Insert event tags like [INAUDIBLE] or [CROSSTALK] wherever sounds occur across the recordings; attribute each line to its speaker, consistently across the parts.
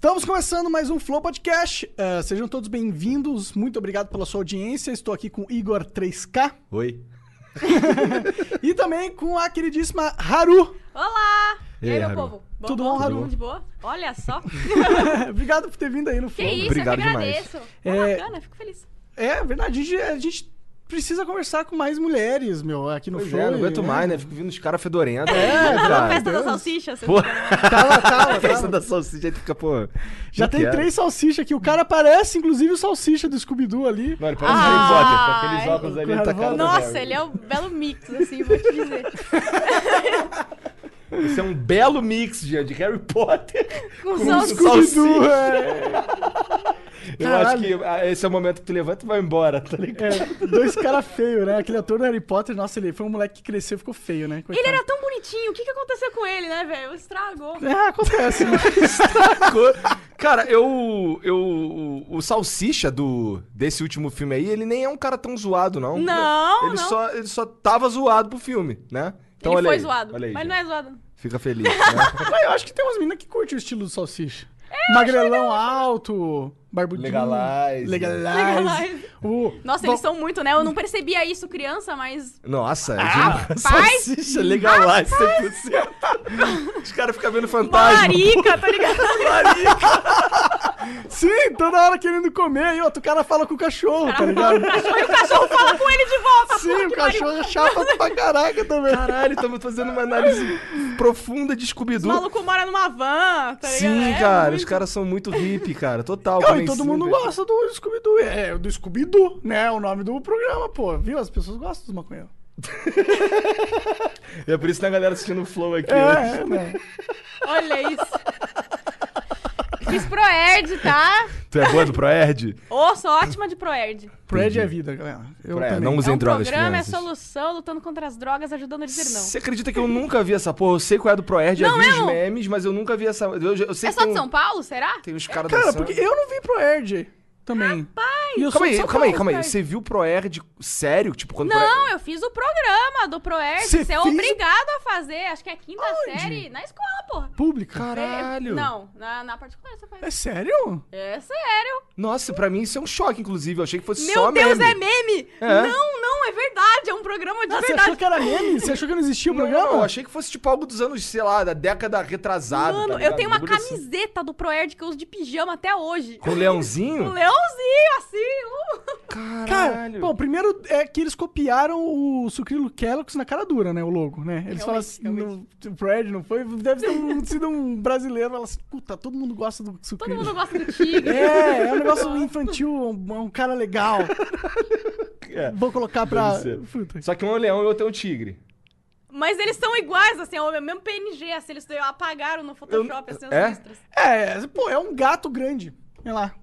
Speaker 1: Estamos começando mais um Flow Podcast. Eh, sejam todos bem-vindos. Muito obrigado pela sua audiência. Estou aqui com Igor 3K
Speaker 2: Oi.
Speaker 1: e também com a queridíssima Haru. [LAUGHS]
Speaker 3: Olá! E
Speaker 2: E aí,
Speaker 3: aí, meu
Speaker 2: Haru?
Speaker 3: povo? Bom,
Speaker 1: Tudo
Speaker 3: bom?
Speaker 1: bom, Haru?
Speaker 3: Tudo de boa?
Speaker 2: [LAUGHS]
Speaker 3: Olha só. Que
Speaker 1: obrigado por ter vindo aí no Flow.
Speaker 3: isso,
Speaker 2: Obrigado
Speaker 3: eu que
Speaker 2: demais.
Speaker 3: agradeço. Pô,
Speaker 1: É-
Speaker 3: bacana, fico feliz.
Speaker 1: É verdade, a gente, a gente precisa conversar com mais mulheres, meu, aqui no
Speaker 2: Pois
Speaker 1: Flow.
Speaker 2: é, não aguento
Speaker 1: e-
Speaker 2: mais, né? Fico vindo os caras fedorentos.
Speaker 1: É,
Speaker 2: cara.
Speaker 3: Festa da salsicha, vocês
Speaker 2: Pô.
Speaker 3: ficaram-
Speaker 1: Tala,
Speaker 2: [LAUGHS]
Speaker 1: tala,
Speaker 2: A festa
Speaker 1: tala.
Speaker 2: da salsicha aí tu fica, pô.
Speaker 1: tá Já
Speaker 2: não
Speaker 1: tem
Speaker 2: quero.
Speaker 1: três salsichas aqui. O cara parece, inclusive, o salsicha do Scooby-Doo ali.
Speaker 2: Não, ele parece
Speaker 3: Ah,
Speaker 2: Harry um Potter. Aqueles óculos ali, ele tá a cara do
Speaker 3: Nossa,
Speaker 2: Harry.
Speaker 3: ele é um belo mix, assim, vou te dizer.
Speaker 2: Isso é um belo mix, Jean, de Harry Potter.
Speaker 3: Com
Speaker 2: Com
Speaker 3: salsicha.
Speaker 1: Scooby-Doo,
Speaker 2: Salsicha.
Speaker 1: é.
Speaker 2: Eu acho que ah, esse é o momento que tu levanta e vai embora, tá ligado?
Speaker 1: É, Dois caras feios, né? Aquele ator do Harry Potter, nossa, ele foi um moleque que cresceu e ficou feio, né?
Speaker 3: Ele era tão bonitinho, o que, que aconteceu com ele, né, velho? Estragou.
Speaker 1: É, acontece, né?
Speaker 2: Cara, eu, eu. O o Salsicha do, desse último filme aí, ele nem é um cara tão zoado, não.
Speaker 3: Não,
Speaker 2: Ele,
Speaker 3: não.
Speaker 2: Só, ele só tava zoado pro filme, né? Então,
Speaker 3: ele
Speaker 2: olha
Speaker 3: foi
Speaker 2: aí,
Speaker 3: zoado,
Speaker 2: Olha aí,
Speaker 3: mas
Speaker 2: Jean.
Speaker 3: não é zoado.
Speaker 2: Fica feliz. Né?
Speaker 1: Mas eu acho que tem umas meninas que curtem o estilo do salsicha.
Speaker 3: É,
Speaker 1: Magrelão alto, barbudinho.
Speaker 2: Legalize.
Speaker 1: Legalize.
Speaker 3: Legalize.
Speaker 1: O...
Speaker 3: Nossa,
Speaker 1: Bom,
Speaker 3: eles são muito, né? Eu não percebia isso criança, mas...
Speaker 2: Nossa,
Speaker 1: Ah,
Speaker 2: [LAUGHS] gente, salsicha legal lá, 100%. Os caras ficam vendo fantasma.
Speaker 3: Marica, tá ligado? [LAUGHS]
Speaker 1: Sim, toda hora querendo comer. Aí, outro cara fala com o cachorro, tá ligado?
Speaker 3: [LAUGHS] E o cachorro fala com ele de volta.
Speaker 1: Sim, o cachorro é chapa pra caraca também.
Speaker 2: Caralho, estamos fazendo uma análise profunda de
Speaker 3: O
Speaker 2: Scooby-Doo.
Speaker 3: maluco mora numa van, tá ligado?
Speaker 2: Sim,
Speaker 3: É
Speaker 2: cara,
Speaker 3: muito-
Speaker 2: os caras são muito hippie, cara, total.
Speaker 1: Não, e
Speaker 2: comem
Speaker 1: todo mundo
Speaker 2: cinza.
Speaker 1: gosta do Scooby-Doo. É, do Scooby-Doo, né? O nome do programa, pô. Viu? As pessoas gostam dos maconheiros.
Speaker 2: É por isso que tem a galera assistindo o Flow aqui. né?
Speaker 1: É, é, né?
Speaker 3: Olha isso. Fiz Proerd, tá?
Speaker 2: Tu é boa do Proerd?
Speaker 3: Ô, sou ótima de Proerd.
Speaker 1: Pred é vida, galera. Eu
Speaker 2: Proerd,
Speaker 1: também.
Speaker 2: não usem
Speaker 3: é um
Speaker 2: drogas,
Speaker 3: programa,
Speaker 2: crianças.
Speaker 3: é solução, lutando contra as drogas, ajudando a dizer não.
Speaker 2: Você acredita que eu nunca vi essa porra? Eu sei qual é a do Proerd, já
Speaker 3: Não,
Speaker 2: vi
Speaker 3: é
Speaker 2: os
Speaker 3: um-
Speaker 2: memes, mas eu nunca vi essa. Eu, eu sei
Speaker 3: É
Speaker 2: que
Speaker 3: só
Speaker 2: tem
Speaker 3: de
Speaker 2: um-
Speaker 3: São Paulo, será?
Speaker 2: Tem os caras
Speaker 1: Cara,
Speaker 2: dançando.
Speaker 1: porque eu não vim pro Erd também. Rapaz, e eu sou
Speaker 2: Calma
Speaker 1: de
Speaker 2: aí,
Speaker 1: São
Speaker 2: calma aí,
Speaker 1: Paulo,
Speaker 2: calma aí.
Speaker 1: cara.
Speaker 2: Você viu o Proerd sério? Tipo, quando. Proerd-
Speaker 3: Não, eu fiz o programa do Proerd.
Speaker 1: Você
Speaker 3: Você
Speaker 1: fez
Speaker 3: é
Speaker 1: o-
Speaker 3: obrigado a fazer, acho que é quinta
Speaker 1: Aonde?
Speaker 3: série, na escola, porra.
Speaker 1: Pública.
Speaker 2: Caralho.
Speaker 3: É, Não, na, na particular você
Speaker 1: É
Speaker 3: faz.
Speaker 1: sério?
Speaker 3: É sério.
Speaker 2: Nossa, pra mim isso é um choque, inclusive. Eu achei que fosse
Speaker 3: Meu
Speaker 2: só
Speaker 3: Deus,
Speaker 2: meme.
Speaker 3: é meme!
Speaker 2: É.
Speaker 3: Não, não, é verdade, é um programa de
Speaker 1: Ah, você
Speaker 3: verdade.
Speaker 1: achou que era meme? Você achou que não existia o
Speaker 2: Não,
Speaker 1: programa?
Speaker 2: eu achei que fosse tipo algo dos anos, sei lá, da década retrasada.
Speaker 3: Mano,
Speaker 2: tá
Speaker 3: eu
Speaker 2: ligado?
Speaker 3: tenho uma
Speaker 2: Bagulho assim.
Speaker 3: camiseta do Proerd que eu uso de pijama até hoje.
Speaker 2: Com o
Speaker 3: Um
Speaker 2: leãozinho?
Speaker 3: leãozinho, assim. uh.
Speaker 1: Cara,
Speaker 2: Caralho.
Speaker 1: bom, primeiro é que eles copiaram o Sucrilo Kellogg's na cara dura, né? O logo, né? Eles falam assim, no, o Fred não foi, deve ter um- sido um brasileiro, fala assim, puta, todo mundo gosta do
Speaker 3: [LAUGHS] Todo
Speaker 1: Sucrilo.
Speaker 3: mundo gosta do tigre.
Speaker 1: É, é um negócio infantil, um, um cara legal. Vou colocar pra...
Speaker 2: É. Deve ser.
Speaker 1: Puta.
Speaker 2: Só que um é um leão e o outro é um tigre.
Speaker 3: Mas eles são iguais, assim, é o mesmo PNG, assim, eles apagaram no Photoshop,
Speaker 2: Eu-
Speaker 3: assim,
Speaker 2: é?
Speaker 3: as listras.
Speaker 1: É, pô, é um gato grande. Olha lá.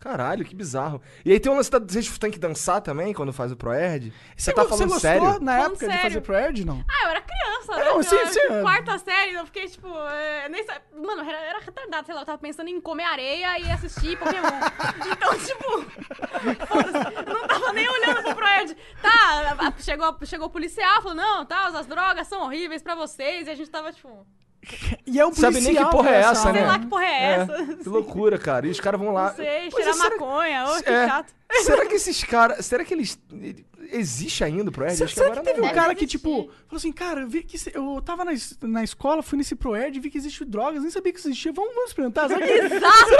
Speaker 2: Caralho, que bizarro. E aí tem um lance da. Vocês têm que dançar também quando faz o Proerd? Você tá
Speaker 1: go-
Speaker 2: falando
Speaker 1: gostou
Speaker 2: sério?
Speaker 1: na
Speaker 3: Falando
Speaker 1: época de
Speaker 3: sério.
Speaker 1: fazer Proerd, não?
Speaker 3: Ah, eu era criança, né?
Speaker 1: Não,
Speaker 3: Eu
Speaker 1: sim,
Speaker 3: era
Speaker 1: sim, é.
Speaker 3: Quarta série, eu fiquei, tipo, é, nem sa- Mano, era, era retardado, sei lá, eu tava pensando em comer areia e assistir
Speaker 1: [LAUGHS]
Speaker 3: Pokémon. então, tipo, foda-se, eu não tava nem olhando pro Proerd. Tá, a- a- chegou, chegou o policial, falou, não, tá, as drogas são horríveis pra vocês, e a gente tava, tipo,
Speaker 1: E é um policial.
Speaker 2: Sabe nem que porra é
Speaker 1: engraçado.
Speaker 2: essa, né?
Speaker 3: sei lá que porra é essa?
Speaker 2: Que loucura, cara. E os caras vão lá.
Speaker 3: Não sei,
Speaker 2: Mas
Speaker 3: cheirar
Speaker 2: será-
Speaker 3: maconha, ô, que
Speaker 2: É.
Speaker 3: [LAUGHS] chato.
Speaker 2: Será que esses caras. Será que eles. Existe ainda o Proerd?
Speaker 1: Será,
Speaker 2: Acho
Speaker 1: será
Speaker 2: agora
Speaker 1: que teve um
Speaker 2: não.
Speaker 3: Deve
Speaker 1: cara que,
Speaker 3: existir.
Speaker 1: tipo, falou assim, cara, eu vi que se- eu tava na, es- na escola, fui nesse Proerd, vi que existe drogas, nem sabia que existia. Vamos, vamos experimentar.
Speaker 3: [LAUGHS]
Speaker 1: Será que...
Speaker 3: Exato,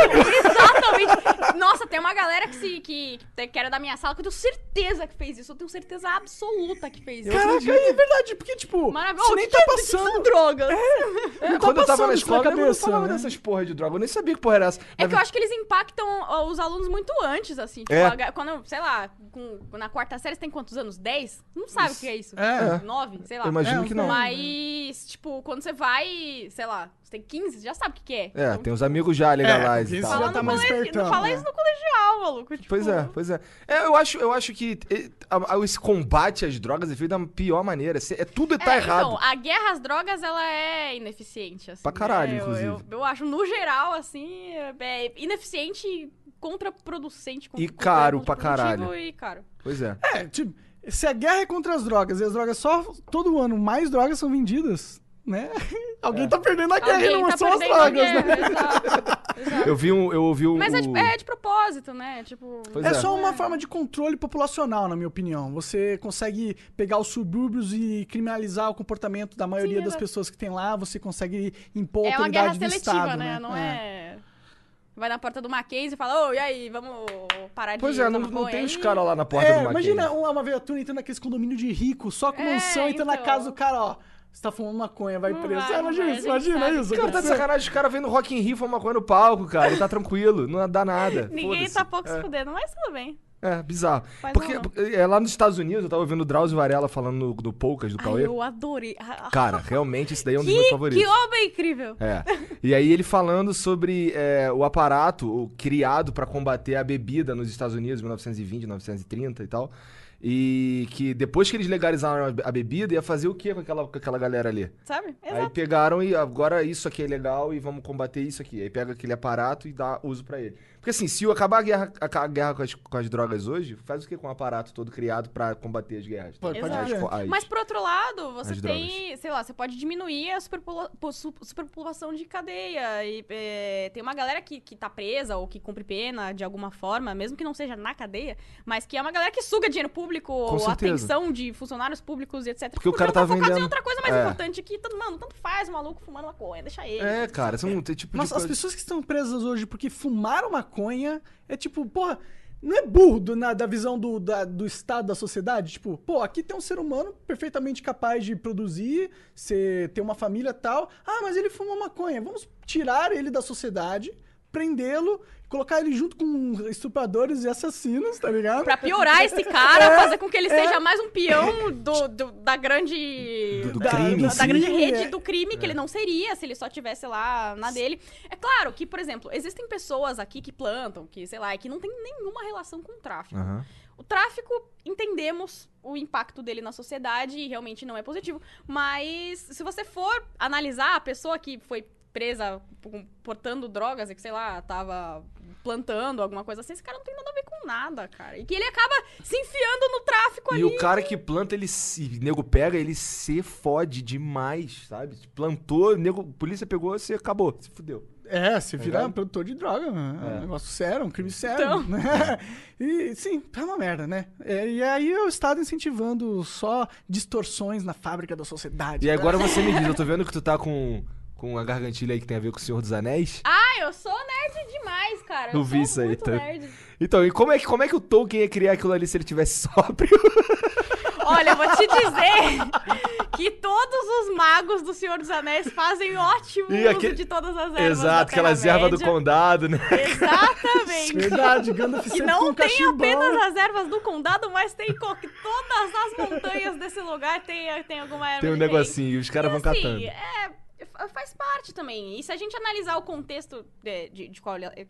Speaker 3: exatamente. Nossa, tem uma galera que, se, que, que era da minha sala que eu tenho certeza que fez isso. Eu tenho certeza absoluta que fez isso.
Speaker 1: Caraca, é verdade, porque, tipo,
Speaker 3: Maravilhoso.
Speaker 1: você
Speaker 3: O
Speaker 1: nem
Speaker 3: que
Speaker 1: tá
Speaker 3: é- o que são
Speaker 1: passando.
Speaker 3: drogas.
Speaker 1: não tá
Speaker 2: Quando eu tava
Speaker 1: passando
Speaker 2: na
Speaker 1: isso
Speaker 2: escola,
Speaker 1: na
Speaker 2: eu não
Speaker 1: cabeça,
Speaker 2: falava
Speaker 1: né?
Speaker 2: dessas porra de droga. Eu nem sabia que porra era essa.
Speaker 3: É
Speaker 2: Na
Speaker 3: que eu acho que eles impactam ó, os alunos muito antes, assim. Tipo,
Speaker 2: É.
Speaker 3: a ga- quando, sei lá, com- na quarta série você tem quantos anos? 10? Não sabe o que é isso.
Speaker 1: É.
Speaker 3: Nove, sei lá.
Speaker 2: Eu imagino
Speaker 1: É,
Speaker 2: que não.
Speaker 3: Mas, tipo, quando você vai, sei lá, você tem 15, já sabe o que, que é.
Speaker 2: É, tem uns amigos já legais
Speaker 1: É,
Speaker 2: e
Speaker 1: isso
Speaker 2: tal.
Speaker 1: já
Speaker 3: Fala,
Speaker 1: tá
Speaker 3: no
Speaker 1: mais
Speaker 3: colegi...
Speaker 1: espertão,
Speaker 3: não fala
Speaker 1: né?
Speaker 3: isso no colegial, maluco. tipo,
Speaker 2: Pois é, pois é. É, eu acho, eu acho que eh, a- a- esse combate às drogas é feito da pior maneira. Cê- É, tudo [LAUGHS] tá
Speaker 3: é,
Speaker 2: errado.
Speaker 3: Então, a guerra às drogas, ela é ineficiente, assim.
Speaker 2: Pra caralho,
Speaker 3: né? Eu-
Speaker 2: inclusive.
Speaker 3: Eu, eu acho, no geral, assim, é- é ineficiente e contraproducente.
Speaker 2: E
Speaker 3: contra-
Speaker 2: caro pra
Speaker 3: contraprodutivo
Speaker 2: caralho.
Speaker 3: E caro.
Speaker 2: Pois é.
Speaker 1: É, tipo, se a guerra é contra as drogas e as drogas só todo ano mais drogas são vendidas, né? Alguém tá perdendo a guerra,
Speaker 3: Alguém
Speaker 1: não
Speaker 2: é
Speaker 3: tá
Speaker 1: são as
Speaker 3: perdendo a
Speaker 1: drogas, né?
Speaker 3: guerra, exato, exato.
Speaker 2: [LAUGHS] Eu vi um. Eu ouvi um
Speaker 3: Mas é de,
Speaker 2: o-
Speaker 3: é de propósito, né? Tipo...
Speaker 2: Pois
Speaker 1: É só uma forma de controle populacional, na minha opinião. Você consegue pegar os subúrbios e criminalizar o comportamento da maioria
Speaker 3: Sim,
Speaker 1: das
Speaker 3: exato.
Speaker 1: pessoas que tem lá, você consegue impor a
Speaker 3: É uma guerra
Speaker 1: autoridade do
Speaker 3: seletiva,
Speaker 1: Estado,
Speaker 3: né?
Speaker 1: né?
Speaker 3: Não é... Vai na porta do Mackenzie e fala, ô, e aí, vamos parar de...
Speaker 2: Pois é, não,
Speaker 3: tomar
Speaker 2: não tem
Speaker 3: banho
Speaker 2: os
Speaker 3: aí?"
Speaker 2: caras lá na porta
Speaker 1: É,
Speaker 2: do Mackenzie.
Speaker 1: imagina uma, uma viatura entrando naqueles condomínio de rico, só com
Speaker 3: É,
Speaker 1: mansão, entrando na
Speaker 3: então.
Speaker 1: casa do cara, ó. Você tá fumando maconha, vai
Speaker 3: Não
Speaker 1: preso.
Speaker 3: vai,
Speaker 1: É,
Speaker 3: não
Speaker 1: imagina
Speaker 3: vai,
Speaker 1: isso,
Speaker 3: a gente
Speaker 1: imagina
Speaker 3: sabe
Speaker 1: isso.
Speaker 3: que
Speaker 2: Cara, tá de
Speaker 1: acontecer.
Speaker 2: sacanagem. O cara vem no Rock in Rio, foi maconha no palco, cara. Ele tá tranquilo, não dá nada.
Speaker 3: [LAUGHS] Ninguém
Speaker 2: foda-se.
Speaker 3: tá pouco se
Speaker 2: é,
Speaker 3: fudendo, mas tudo bem.
Speaker 2: é, bizarro.
Speaker 3: Mas
Speaker 2: Porque
Speaker 3: não, não.
Speaker 2: porque, é, lá nos Estados Unidos, eu tava ouvindo o Drauzio Varela falando no, no Poucas do
Speaker 3: Ai,
Speaker 2: Cauê.
Speaker 3: eu adorei. Ah,
Speaker 2: Cara, realmente esse daí Tá, é um dos meus
Speaker 3: que,
Speaker 2: favoritos.
Speaker 3: que obra incrível.
Speaker 2: É. E aí ele falando sobre é, o aparato o- criado pra combater a bebida nos Estados Unidos, 1920, 1930 e tal. E que depois que eles legalizaram a be- a bebida, ia fazer o que com aquela, com aquela galera ali?
Speaker 3: Sabe?
Speaker 2: Aí
Speaker 3: Exato.
Speaker 2: pegaram e agora isso aqui é legal e vamos combater isso aqui. Aí pega aquele aparato e dá uso pra ele. Porque assim, se acabar a guerra, a, a guerra com, as, com as drogas hoje, faz o que com o aparato todo criado pra combater as guerras?
Speaker 1: Pode-
Speaker 3: pode
Speaker 2: As-
Speaker 1: crer.
Speaker 2: as-
Speaker 3: Mas por outro lado, você
Speaker 2: As
Speaker 3: tem, sei lá, você pode diminuir a superpopula- po- su- superpopulação de cadeia. E é, tem uma galera que, que tá presa ou que cumpre pena de alguma forma, mesmo que não seja na cadeia, mas que é uma galera que suga dinheiro público, ou
Speaker 2: certeza.
Speaker 3: atenção de funcionários públicos e etc.
Speaker 2: Porque o cara
Speaker 3: ela tá,
Speaker 2: tá
Speaker 3: focado em
Speaker 2: vendendo.
Speaker 3: outra coisa mais
Speaker 2: É.
Speaker 3: importante que, tanto- mano, tanto faz o maluco fumando maconha, deixa ele.
Speaker 2: É, cara, são tem tipo de
Speaker 1: Nossa, as
Speaker 2: coisa-
Speaker 1: pessoas que estão presas hoje porque fumaram maconha é tipo, porra, não é burro do- na- da visão do, da- do estado da sociedade? Tipo, pô, aqui tem um ser humano perfeitamente capaz de produzir, ser, ter uma família e tal. Ah, mas ele fumou maconha. Vamos tirar ele da sociedade, prendê-lo, colocar ele junto com estupradores e assassinos, tá ligado?
Speaker 3: Pra piorar esse
Speaker 2: É.
Speaker 3: cara, fazer com que ele seja mais um peão do, do- da grande.
Speaker 2: Do- do
Speaker 3: da,
Speaker 2: crime,
Speaker 3: da,
Speaker 2: sim.
Speaker 3: da grande rede
Speaker 1: É.
Speaker 3: do crime que ele não seria se ele só tivesse lá na dele. É claro que, por exemplo, existem pessoas aqui que plantam, que, sei lá, e que não tem nenhuma relação com o tráfico.
Speaker 2: Aham.
Speaker 3: O tráfico, entendemos o impacto dele na sociedade e realmente não é positivo. Mas se você for analisar a pessoa que foi presa com- portando drogas e que, sei lá, tava plantando alguma coisa assim, esse cara não tem nada a ver com nada, cara. E que ele acaba se enfiando no
Speaker 2: E
Speaker 3: tráfico ali.
Speaker 2: o cara que planta, ele se. Nego pega, ele se fode demais, sabe? Plantou, nego, polícia pegou, você acabou, se fudeu.
Speaker 1: É, você vira
Speaker 2: ligado?
Speaker 1: produtor de droga, mano. É. um
Speaker 2: É.
Speaker 1: negócio sério, um crime sério.
Speaker 3: Então.
Speaker 1: né? [LAUGHS] E sim, é uma merda, né? É, e aí o Estado incentivando só distorções na fábrica da sociedade.
Speaker 2: E agora você me diz, eu tô vendo que tu tá com, com a gargantilha aí que tem a ver com o Senhor dos Anéis.
Speaker 3: Ah, eu sou nerd demais, cara.
Speaker 2: Eu
Speaker 3: Eu
Speaker 2: vi
Speaker 3: sou
Speaker 2: isso aí,
Speaker 3: muito
Speaker 2: tá?
Speaker 3: nerd.
Speaker 2: Então, e como é, que, como é que o Tolkien ia criar aquilo ali se ele tivesse [LAUGHS] sóbrio?
Speaker 3: Olha, eu vou te dizer que todos os magos do Senhor dos Anéis fazem um ótimo
Speaker 2: E
Speaker 3: uso
Speaker 2: aquele-
Speaker 3: de todas as ervas. da
Speaker 2: Exato, aquelas ervas do
Speaker 3: Terra-média.
Speaker 2: condado, né? [LAUGHS]
Speaker 3: Exatamente.
Speaker 1: Verdade, Gandalf
Speaker 3: Que
Speaker 1: sempre com
Speaker 3: não
Speaker 1: um
Speaker 3: tem
Speaker 1: cachimbão.
Speaker 3: apenas as ervas do condado, mas tem co- que todas as montanhas desse lugar tem, tem alguma erva.
Speaker 2: Tem um
Speaker 3: diferente.
Speaker 2: negocinho, e os caras vão
Speaker 3: E, assim,
Speaker 2: catando.
Speaker 3: É, fa- faz parte também. E se a gente analisar o contexto de, de- de qual ele- eh,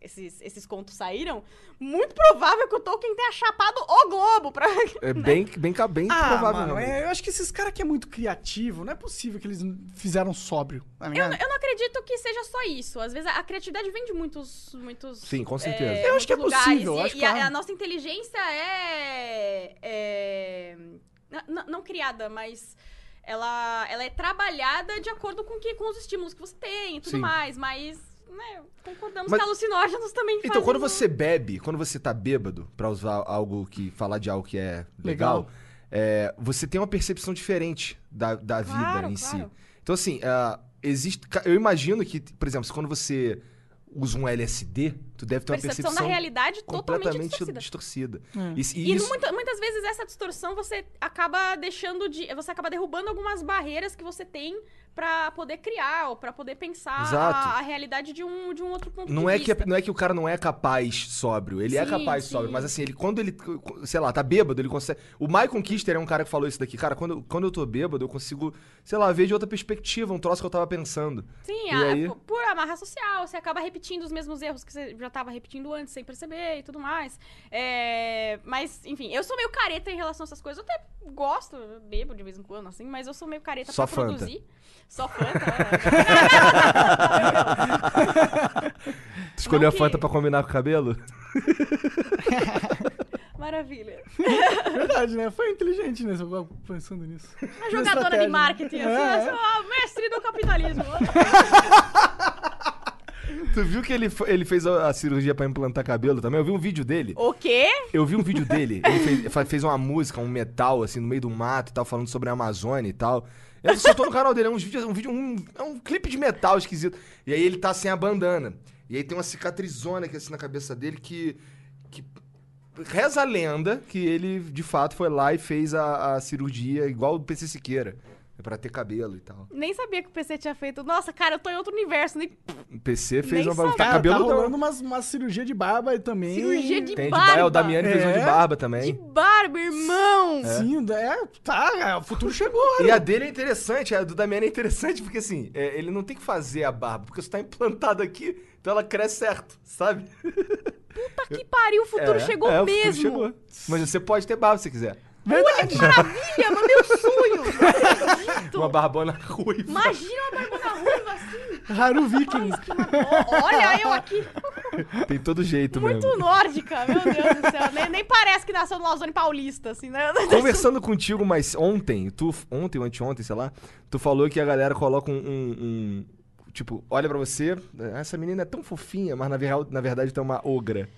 Speaker 3: esses, esses contos saíram, muito provável que o Tolkien tenha chapado o Globo pra.
Speaker 2: É bem, bem, ca- bem
Speaker 1: Ah,
Speaker 2: provável.
Speaker 1: mano,
Speaker 2: realmente.
Speaker 1: é, eu acho que esses caras que é muito criativo, não é possível que eles fizeram sóbrio, tá ligado?
Speaker 3: Eu não acredito que seja só isso. Às vezes a a criatividade vem de muitos. muitos
Speaker 2: Sim, com certeza.
Speaker 1: Eu acho que é um
Speaker 3: muitos
Speaker 1: possível,
Speaker 3: lugares,
Speaker 1: acho
Speaker 3: e,
Speaker 1: que
Speaker 3: e a,
Speaker 1: há.
Speaker 3: a nossa inteligência é. é n- n- não criada, mas. Ela, ela é trabalhada de acordo com, que, com os estímulos que você tem e tudo
Speaker 2: Sim.
Speaker 3: mais, mas. né, concordamos
Speaker 2: Mas-
Speaker 3: que alucinógenos também
Speaker 2: Então,
Speaker 3: fazem
Speaker 2: quando
Speaker 3: um-
Speaker 2: você bebe, quando você tá bêbado, pra usar algo que. falar de algo que é legal,
Speaker 1: Legal.
Speaker 2: é, você tem uma percepção diferente da, da vida
Speaker 3: Claro,
Speaker 2: em si.
Speaker 3: claro.
Speaker 2: Então, assim, ah, existe. ca- Eu imagino que, por exemplo, se quando você usa um LSD, tu deve ter uma
Speaker 3: Percepção
Speaker 2: percepção
Speaker 3: da realidade totalmente
Speaker 2: completamente
Speaker 3: distorcida.
Speaker 2: distorcida.
Speaker 1: Hum.
Speaker 2: Isso-
Speaker 3: E
Speaker 2: isso-
Speaker 3: muita- muitas vezes essa distorção você acaba deixando de. Você acaba derrubando algumas barreiras que você tem pra poder criar ou pra poder pensar
Speaker 2: Exato.
Speaker 3: a, a realidade de um, de um outro ponto
Speaker 2: Não
Speaker 3: de
Speaker 2: é, que,
Speaker 3: vista.
Speaker 2: não é que o cara não é capaz sóbrio. Ele é
Speaker 3: Sim,
Speaker 2: capaz
Speaker 3: sim.
Speaker 2: sóbrio. Mas assim, ele quando ele, sei lá, tá bêbado, ele consegue. O Michael Kister é um cara que falou isso daqui. Cara, quando, eu- quando eu tô bêbado, eu consigo, sei lá, ver de outra perspectiva um troço que eu tava pensando.
Speaker 3: Sim,
Speaker 2: E
Speaker 3: a-
Speaker 2: aí?
Speaker 3: por- por amarra social, você acaba repetindo os mesmos erros que você já estava repetindo antes, sem perceber e tudo mais. É, mas, enfim, eu sou meio careta em relação a essas coisas. Eu até gosto, eu bebo de vez em quando, assim, mas eu sou meio careta
Speaker 2: Só
Speaker 3: pra
Speaker 2: Fanta.
Speaker 3: produzir. Só Fanta.
Speaker 2: Tu escolheu
Speaker 3: Não
Speaker 2: a Fanta
Speaker 3: que-
Speaker 2: pra combinar com o
Speaker 3: [LAUGHS]
Speaker 2: cabelo?
Speaker 3: é, [LAUGHS] Maravilha.
Speaker 1: Verdade, né? Foi inteligente, né? Eu tava pensando nisso.
Speaker 3: Uma É jogadora de
Speaker 1: estratégia.
Speaker 3: marketing, assim,
Speaker 1: É,
Speaker 3: eu
Speaker 1: é.
Speaker 3: sou a mestre do capitalismo.
Speaker 2: Tu viu que ele, fo- ele fez a a cirurgia pra implantar cabelo também? Eu vi um vídeo dele.
Speaker 3: [LAUGHS] o quê?
Speaker 2: Eu vi um vídeo dele. Ele fez, fa- fez uma música, um metal, assim, no meio do mato e tal, falando sobre a Amazônia e tal. Eu só tô no canal dele, é uns vídeos, um vídeo, um, é um clipe de metal esquisito. E aí ele tá sem a bandana. E aí tem uma cicatrizona aqui assim na cabeça dele que. que reza a lenda que ele, de fato, foi lá e fez a, a cirurgia igual o PC Siqueira. né, Pra ter cabelo e tal.
Speaker 3: Nem sabia que o PC tinha feito. Nossa, cara, eu tô em outro universo. Nem...
Speaker 2: O PC fez
Speaker 3: Nem
Speaker 2: uma.
Speaker 3: sabe.
Speaker 2: Tá
Speaker 1: Cara, tá
Speaker 2: cabelo
Speaker 1: rolando umas, umas cirurgia de barba aí também.
Speaker 3: Cirurgia um de
Speaker 2: Tem de
Speaker 3: barba.
Speaker 2: barba. O Damiani fez uma de
Speaker 1: É?
Speaker 2: barba
Speaker 3: De
Speaker 2: também.
Speaker 3: barba, irmão!
Speaker 1: Sim, é, tá, é, o futuro chegou.
Speaker 2: E a dele é interessante, a do Damiani é interessante, porque assim, é, ele não tem que fazer a barba, porque você tá implantado aqui, então ela cresce certo, sabe?
Speaker 3: Puta que pariu, o futuro
Speaker 2: É,
Speaker 3: chegou
Speaker 2: é, o futuro
Speaker 3: mesmo.
Speaker 2: chegou. Mas você pode ter barba se quiser.
Speaker 1: Verdade.
Speaker 3: Maravilha, mas meu
Speaker 2: Uma
Speaker 3: sonho! Não acredito!
Speaker 2: barbona [LAUGHS] ruiva.
Speaker 3: Imagina uma barbona ruiva assim!
Speaker 1: Raro Vikings.
Speaker 3: Ai, que maravilha. Olha eu aqui,
Speaker 2: Tem todo jeito
Speaker 3: muito
Speaker 2: mesmo.
Speaker 3: nórdica, meu Deus do céu. Nem, nem parece que nasceu no Lausanne Paulista,
Speaker 2: [LAUGHS]
Speaker 3: assim, né?
Speaker 2: Conversando contigo, mas ontem, tu, ontem ou anteontem, sei lá, tu falou que a galera coloca um. um- um- tipo, olha pra você, "Ah, essa menina é tão fofinha, mas na, real- na verdade tu é uma ogra.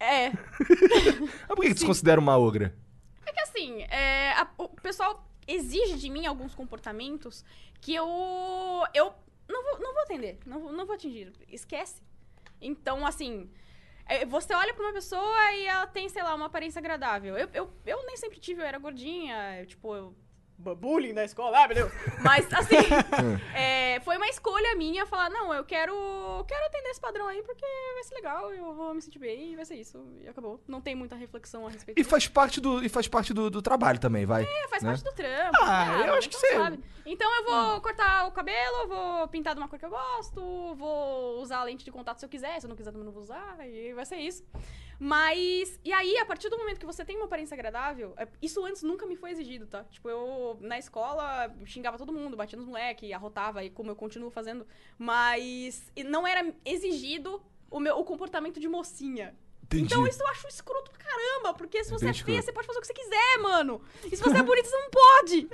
Speaker 3: É,
Speaker 2: Mas por que, que tu se considera uma ogra?
Speaker 3: é que assim, é, a- o pessoal exige de mim alguns comportamentos que eu. Eu não vou, não vou atender, não, vou- não vou atingir, esquece. Então, assim. é, Você olha pra uma pessoa e ela tem, sei lá, uma aparência agradável. Eu, eu, eu nem sempre tive, eu era gordinha, eu, tipo, eu bu- bullying na escola, ah, meu Deus. [LAUGHS] Mas, assim, é, foi uma escolha minha falar, não, eu quero, quero atender esse padrão aí porque vai ser legal, eu vou me sentir bem e vai ser isso. E acabou. Não tem muita reflexão a respeito
Speaker 2: E faz parte do, e faz parte do, do trabalho também, vai.
Speaker 3: é, faz
Speaker 2: né?
Speaker 3: parte do trampo.
Speaker 1: Ah,
Speaker 3: cara,
Speaker 1: eu acho que
Speaker 3: então
Speaker 1: você-
Speaker 3: sabe. Então eu vou cortar o cabelo, vou pintar de uma cor que eu gosto, vou usar a lente de contato se eu quiser, se eu não quiser também não vou usar, e vai ser isso. Mas, e aí, a partir do momento que você tem uma aparência agradável, é- isso antes nunca me foi exigido, tá? Tipo, eu, na escola, xingava todo mundo, batia nos moleques, arrotava, e como eu continuo fazendo, mas e não era exigido o meu o comportamento de mocinha.
Speaker 2: Entendi.
Speaker 3: Então isso eu acho escroto pra caramba, porque se
Speaker 2: É
Speaker 3: você
Speaker 2: bem
Speaker 3: é feia,
Speaker 2: escroto.
Speaker 3: você pode fazer o que você quiser, mano. E se
Speaker 2: [LAUGHS]
Speaker 3: você é bonita, você não pode.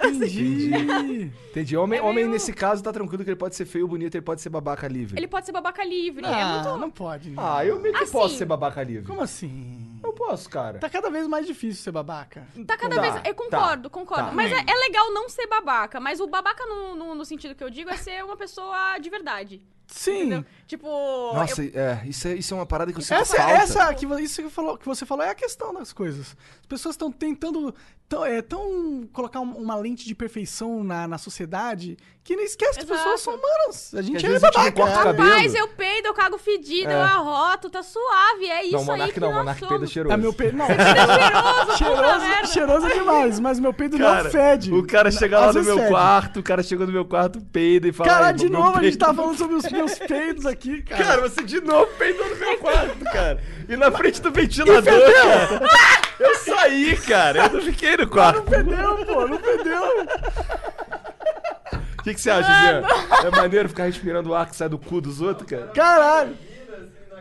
Speaker 1: Entendi.
Speaker 2: Entendi. Homem,
Speaker 3: É
Speaker 2: homem
Speaker 3: meio-
Speaker 2: nesse caso, tá tranquilo que ele pode ser feio ou bonito, ele pode ser babaca livre.
Speaker 3: Ele pode ser babaca livre. é
Speaker 1: Ah,
Speaker 3: muito.
Speaker 1: não pode, né?
Speaker 2: Ah, eu meio que
Speaker 3: Assim.
Speaker 2: posso ser babaca livre.
Speaker 1: Como assim?
Speaker 2: Eu posso, cara.
Speaker 1: Tá cada vez mais difícil ser babaca.
Speaker 3: Tá cada
Speaker 2: Tá,
Speaker 3: vez. Eu concordo,
Speaker 2: tá,
Speaker 3: concordo.
Speaker 2: tá.
Speaker 3: Mas é, é legal não ser babaca. Mas o babaca, no, no, no sentido que eu digo, é ser uma pessoa de verdade.
Speaker 1: Sim.
Speaker 3: Entendeu? Tipo.
Speaker 2: Nossa, é, isso é, isso é uma parada que eu sinto
Speaker 1: Essa,
Speaker 2: falta.
Speaker 1: essa que, vo- isso que, falou, que você falou é a questão das coisas. As pessoas estão tentando tão, é, tão colocar um- uma lente de perfeição na, na sociedade que nem esquece que as
Speaker 3: Exato.
Speaker 1: pessoas são humanas. A gente
Speaker 2: às
Speaker 1: é
Speaker 2: vezes a gente não
Speaker 1: babaca.
Speaker 2: corta o
Speaker 1: cara.
Speaker 2: cabelo.
Speaker 3: Rapaz, eu peido, eu cago fedido,
Speaker 2: tá É.
Speaker 3: eu arroto, tá suave. É isso
Speaker 2: não,
Speaker 3: aí que
Speaker 2: Monark não,
Speaker 3: nós
Speaker 2: Monark
Speaker 3: somos. Tá
Speaker 2: peida cheiroso.
Speaker 1: Ah, meu peido não.
Speaker 2: [LAUGHS]
Speaker 3: Cheiroso, puta merda. [LAUGHS]
Speaker 1: cheiroso, cheiroso é demais, mas meu peido não fede.
Speaker 2: O cara chega
Speaker 1: Às
Speaker 2: lá no
Speaker 1: vezes
Speaker 2: meu
Speaker 1: fede.
Speaker 2: quarto, o cara chega no meu quarto, peida e fala. "Ai,
Speaker 1: Caralho, de
Speaker 2: meu
Speaker 1: novo a gente
Speaker 2: peido".
Speaker 1: tá falando sobre os meus peidos aqui, cara.
Speaker 2: Cara, você de novo peidou no meu quarto, cara. E na frente do ventilador, cara. Eu saí, cara. Eu não fiquei no quarto.
Speaker 1: Perdeu, pô, não perdeu.
Speaker 2: O que, que você acha, Jean? É maneiro ficar respirando o ar que sai do cu dos outros, cara?
Speaker 1: Caralho.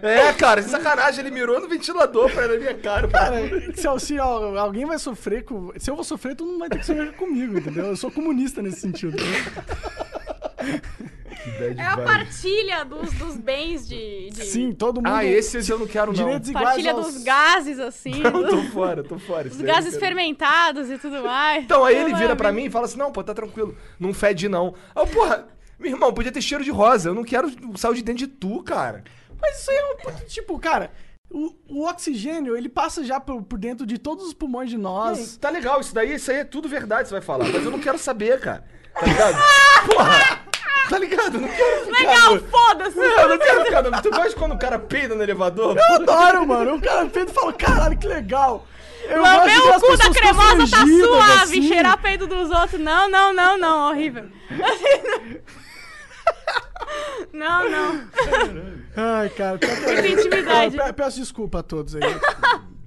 Speaker 2: É, cara, de sacanagem, ele mirou no ventilador pra na minha cara.
Speaker 1: Cara, É, se, al- se al- alguém vai sofrer com. Se eu vou sofrer, todo mundo vai ter que sofrer comigo, entendeu? Eu sou comunista nesse sentido.
Speaker 3: É a partilha dos, dos bens de. de-
Speaker 1: Sim, todo mundo.
Speaker 2: Ah, esses eu não quero, não. [LAUGHS]
Speaker 1: Direitos iguais.
Speaker 3: Partilha
Speaker 1: aos-
Speaker 3: dos gases, assim.
Speaker 2: Não,
Speaker 3: dos-
Speaker 2: tô fora, tô fora.
Speaker 3: Os
Speaker 2: isso aí
Speaker 3: gases
Speaker 2: eu não quero.
Speaker 3: fermentados e tudo mais.
Speaker 2: Né, Então, aí ele vira pra mim e fala assim: não, pô, tá tranquilo, não Ah, fede não. Aí eu, porra, meu irmão, podia ter cheiro de rosa, eu não quero sal de dentro de tu, cara.
Speaker 1: Mas isso aí é um. puto- Tipo, cara, o, o oxigênio, ele passa já por, por dentro de todos os pulmões de nós.
Speaker 2: Tá legal, isso daí, isso aí é tudo verdade, você vai falar. Mas eu não quero saber, cara. Tá
Speaker 3: [LAUGHS]
Speaker 2: ligado? Porra! Tá ligado? Eu Não quero ficar
Speaker 3: Legal,
Speaker 2: no-
Speaker 3: foda-se!
Speaker 2: Eu não quero ficar no... Tu mais quando o cara peida no elevador?
Speaker 3: [LAUGHS]
Speaker 1: Eu adoro, mano. O cara feito e fala, caralho, que legal. Eu
Speaker 3: Lamber
Speaker 1: gosto de ver
Speaker 3: o
Speaker 1: as
Speaker 3: cu da
Speaker 1: pessoas
Speaker 3: cremosa tá
Speaker 1: constrangidas,
Speaker 3: suave,
Speaker 1: assim.
Speaker 3: cheirar peido dos outros. Não, não, não, não,
Speaker 2: [LAUGHS]
Speaker 3: horrível. Não, não.
Speaker 1: Ai, cara. pior que-
Speaker 3: [LAUGHS] Muita intimidade.
Speaker 1: Ah, pe- Peço desculpa a todos aí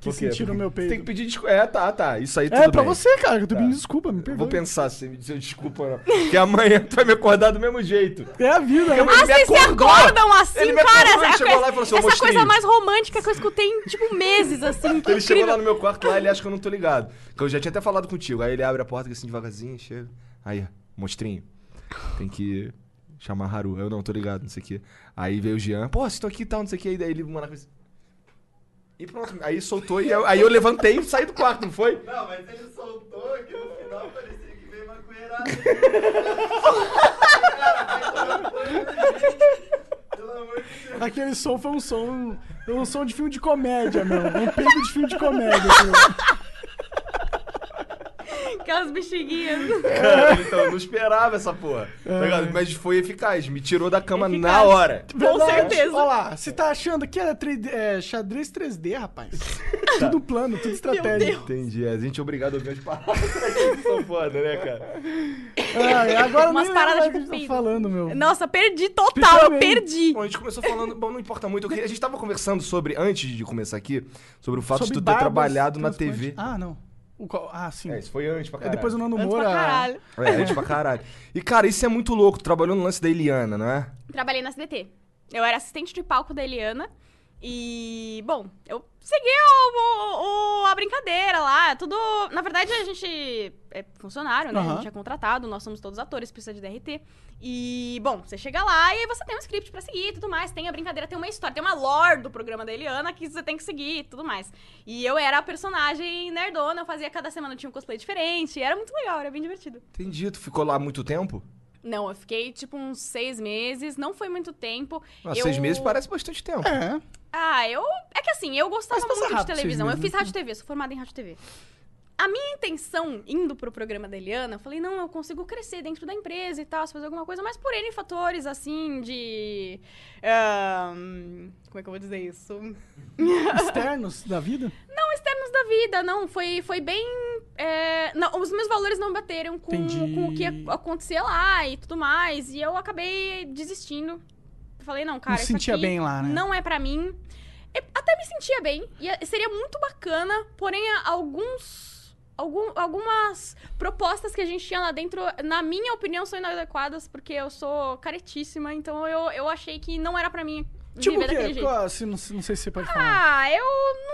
Speaker 1: que
Speaker 2: Por quê?
Speaker 1: sentiram o meu
Speaker 2: Você tem que
Speaker 1: peito.
Speaker 2: pedir desculpa. É, tá, tá. Isso aí tudo
Speaker 1: É, pra
Speaker 2: bem.
Speaker 1: você, cara, que eu tô pedindo
Speaker 2: Tá.
Speaker 1: desculpa, me
Speaker 2: Eu vou
Speaker 1: perdoe.
Speaker 2: pensar se me dizer desculpa ou não. Porque amanhã tu vai me acordar do mesmo jeito.
Speaker 1: É a vida, né?
Speaker 2: Eu-
Speaker 3: Ah,
Speaker 2: Ele me
Speaker 3: vocês se
Speaker 2: acordou.
Speaker 3: acordam assim,
Speaker 2: Ele me
Speaker 3: cara?
Speaker 2: acordou, ele
Speaker 3: essa
Speaker 2: chegou lá e falou assim,
Speaker 3: coisa,
Speaker 2: "Ô,
Speaker 3: essa
Speaker 2: monstrinho."
Speaker 3: coisa mais romântica que eu escutei em, tipo, meses, assim. Que
Speaker 2: Ele chegou lá
Speaker 3: incrível.
Speaker 2: no meu quarto lá, ele acha que eu não tô ligado. Que eu já tinha até falado contigo. Aí ele abre a porta assim devagarzinho, chega. Aí, monstrinho, tem que chamar a Haru. Eu não, tô ligado, não sei o quê. Aí veio o Jean, pô, vocês estão aqui e tal, não sei o quê. Aí daí ele manda coisa. E pronto, aí soltou, e eu- aí eu levantei e saí do quarto, não foi?
Speaker 4: Não, mas ele soltou que no final parecia que veio maconheirada. Pelo amor de Deus.
Speaker 1: Aquele som foi um som. Um som de filme de comédia, meu. Um peito de filme de comédia. assim.
Speaker 3: Aquelas bexiguinhas.
Speaker 2: Cara, então eu não esperava essa porra.
Speaker 1: É.
Speaker 2: Tá ligado? Mas foi eficaz, me tirou da cama na
Speaker 3: Eficaz.
Speaker 2: hora.
Speaker 3: Com
Speaker 1: Verdade.
Speaker 3: certeza.
Speaker 1: Olha lá, você tá achando que era 3D, é, xadrez 3D, rapaz? [LAUGHS] Tudo plano, tudo estratégia.
Speaker 2: Entendi, a gente é obrigado a ouvir as palavras aqui, são foda, né, cara?
Speaker 1: Ai, Ah, agora
Speaker 3: Umas
Speaker 1: nem
Speaker 3: paradas
Speaker 1: lembro mais
Speaker 3: de
Speaker 1: o que a gente
Speaker 3: cupido.
Speaker 1: tá falando, meu.
Speaker 3: Nossa, perdi total, eu
Speaker 1: Também.
Speaker 3: perdi.
Speaker 2: Bom, a gente começou falando. Bom, não importa muito. eu queria- a gente tava conversando sobre, antes de começar aqui, sobre o fato
Speaker 1: Sobre
Speaker 2: de tu ter
Speaker 1: barbas,
Speaker 2: trabalhado na
Speaker 1: transplante.
Speaker 2: TV.
Speaker 1: Ah, não. O qual- Ah, sim.
Speaker 2: É, isso foi antes pra
Speaker 1: É,
Speaker 2: caralho.
Speaker 1: depois o Nando
Speaker 3: Antes pra
Speaker 1: Moura.
Speaker 3: caralho.
Speaker 2: É, antes pra caralho. E, cara, isso é muito louco. Tu trabalhou no lance da Eliana, não é?
Speaker 3: Trabalhei na SBT. Eu era assistente de palco da Eliana. E, bom, eu segui o- o- o- a brincadeira lá. Tudo. Na verdade, a gente é funcionário, né? A
Speaker 1: Aham.
Speaker 3: gente é contratado, nós somos todos atores, precisa de DRT. E, bom, você chega lá e aí você tem um script pra seguir e tudo mais. Tem a brincadeira, tem uma história, tem uma lore do programa da Eliana que você tem que seguir e tudo mais. E eu era a personagem nerdona, eu fazia cada semana tinha um cosplay diferente. Era muito legal, era bem divertido.
Speaker 2: Entendi. Tu ficou lá há muito tempo?
Speaker 3: Não, eu fiquei tipo uns seis meses, não foi muito tempo.
Speaker 2: Ah,
Speaker 3: Eu-
Speaker 2: Seis meses parece bastante tempo.
Speaker 1: É.
Speaker 3: Ah, eu. É que assim, eu gostava
Speaker 1: Mas passa
Speaker 3: muito de
Speaker 1: rápido, seis
Speaker 3: televisão. Eu
Speaker 1: meses,
Speaker 3: fiz
Speaker 1: né?
Speaker 3: rádio e TV, sou formada em rádio e TV. A minha intenção, indo pro programa da Eliana, eu falei, não, eu consigo crescer dentro da empresa e tal, se fazer alguma coisa, mas por N fatores, assim, de. ahn, como é que eu vou dizer isso?
Speaker 1: Externos da vida?
Speaker 3: Não, externos da vida, não. Foi, foi bem. é, não, os meus valores não bateram com,
Speaker 1: Entendi.
Speaker 3: com o que ac- acontecia lá e tudo mais. E eu acabei desistindo. Falei, não, cara,
Speaker 1: Não
Speaker 3: isso
Speaker 1: sentia
Speaker 3: aqui
Speaker 1: bem lá, né?
Speaker 3: não é pra mim. Eu até me sentia bem. E é- seria muito bacana, porém, há alguns. algum- algumas propostas que a gente tinha lá dentro, na minha opinião, são inadequadas, porque eu sou caretíssima, então eu, eu achei que não era pra mim
Speaker 1: Tipo o
Speaker 3: viver
Speaker 1: quê?
Speaker 3: daquele jeito.
Speaker 1: Qual- se- não, não sei se você pode falar.
Speaker 3: Ah, eu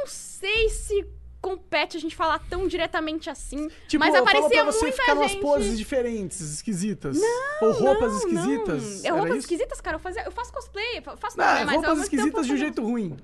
Speaker 3: não sei se compete a gente falar tão diretamente assim.
Speaker 1: tipo,
Speaker 3: mas
Speaker 1: eu falo
Speaker 3: aparecia
Speaker 1: pra você
Speaker 3: muita
Speaker 1: ficar umas
Speaker 3: gente.
Speaker 1: poses diferentes, esquisitas. Ou roupas
Speaker 3: Não,
Speaker 1: esquisitas.
Speaker 3: Não. É
Speaker 1: Era
Speaker 3: roupas
Speaker 1: isso?
Speaker 3: esquisitas, cara. Eu, fazia, eu faço cosplay, fa- faço
Speaker 1: Ah,
Speaker 3: cosplay, mas
Speaker 1: roupas
Speaker 3: ao mesmo tempo eu
Speaker 1: esquisitas de um
Speaker 3: faço-
Speaker 1: jeito ruim.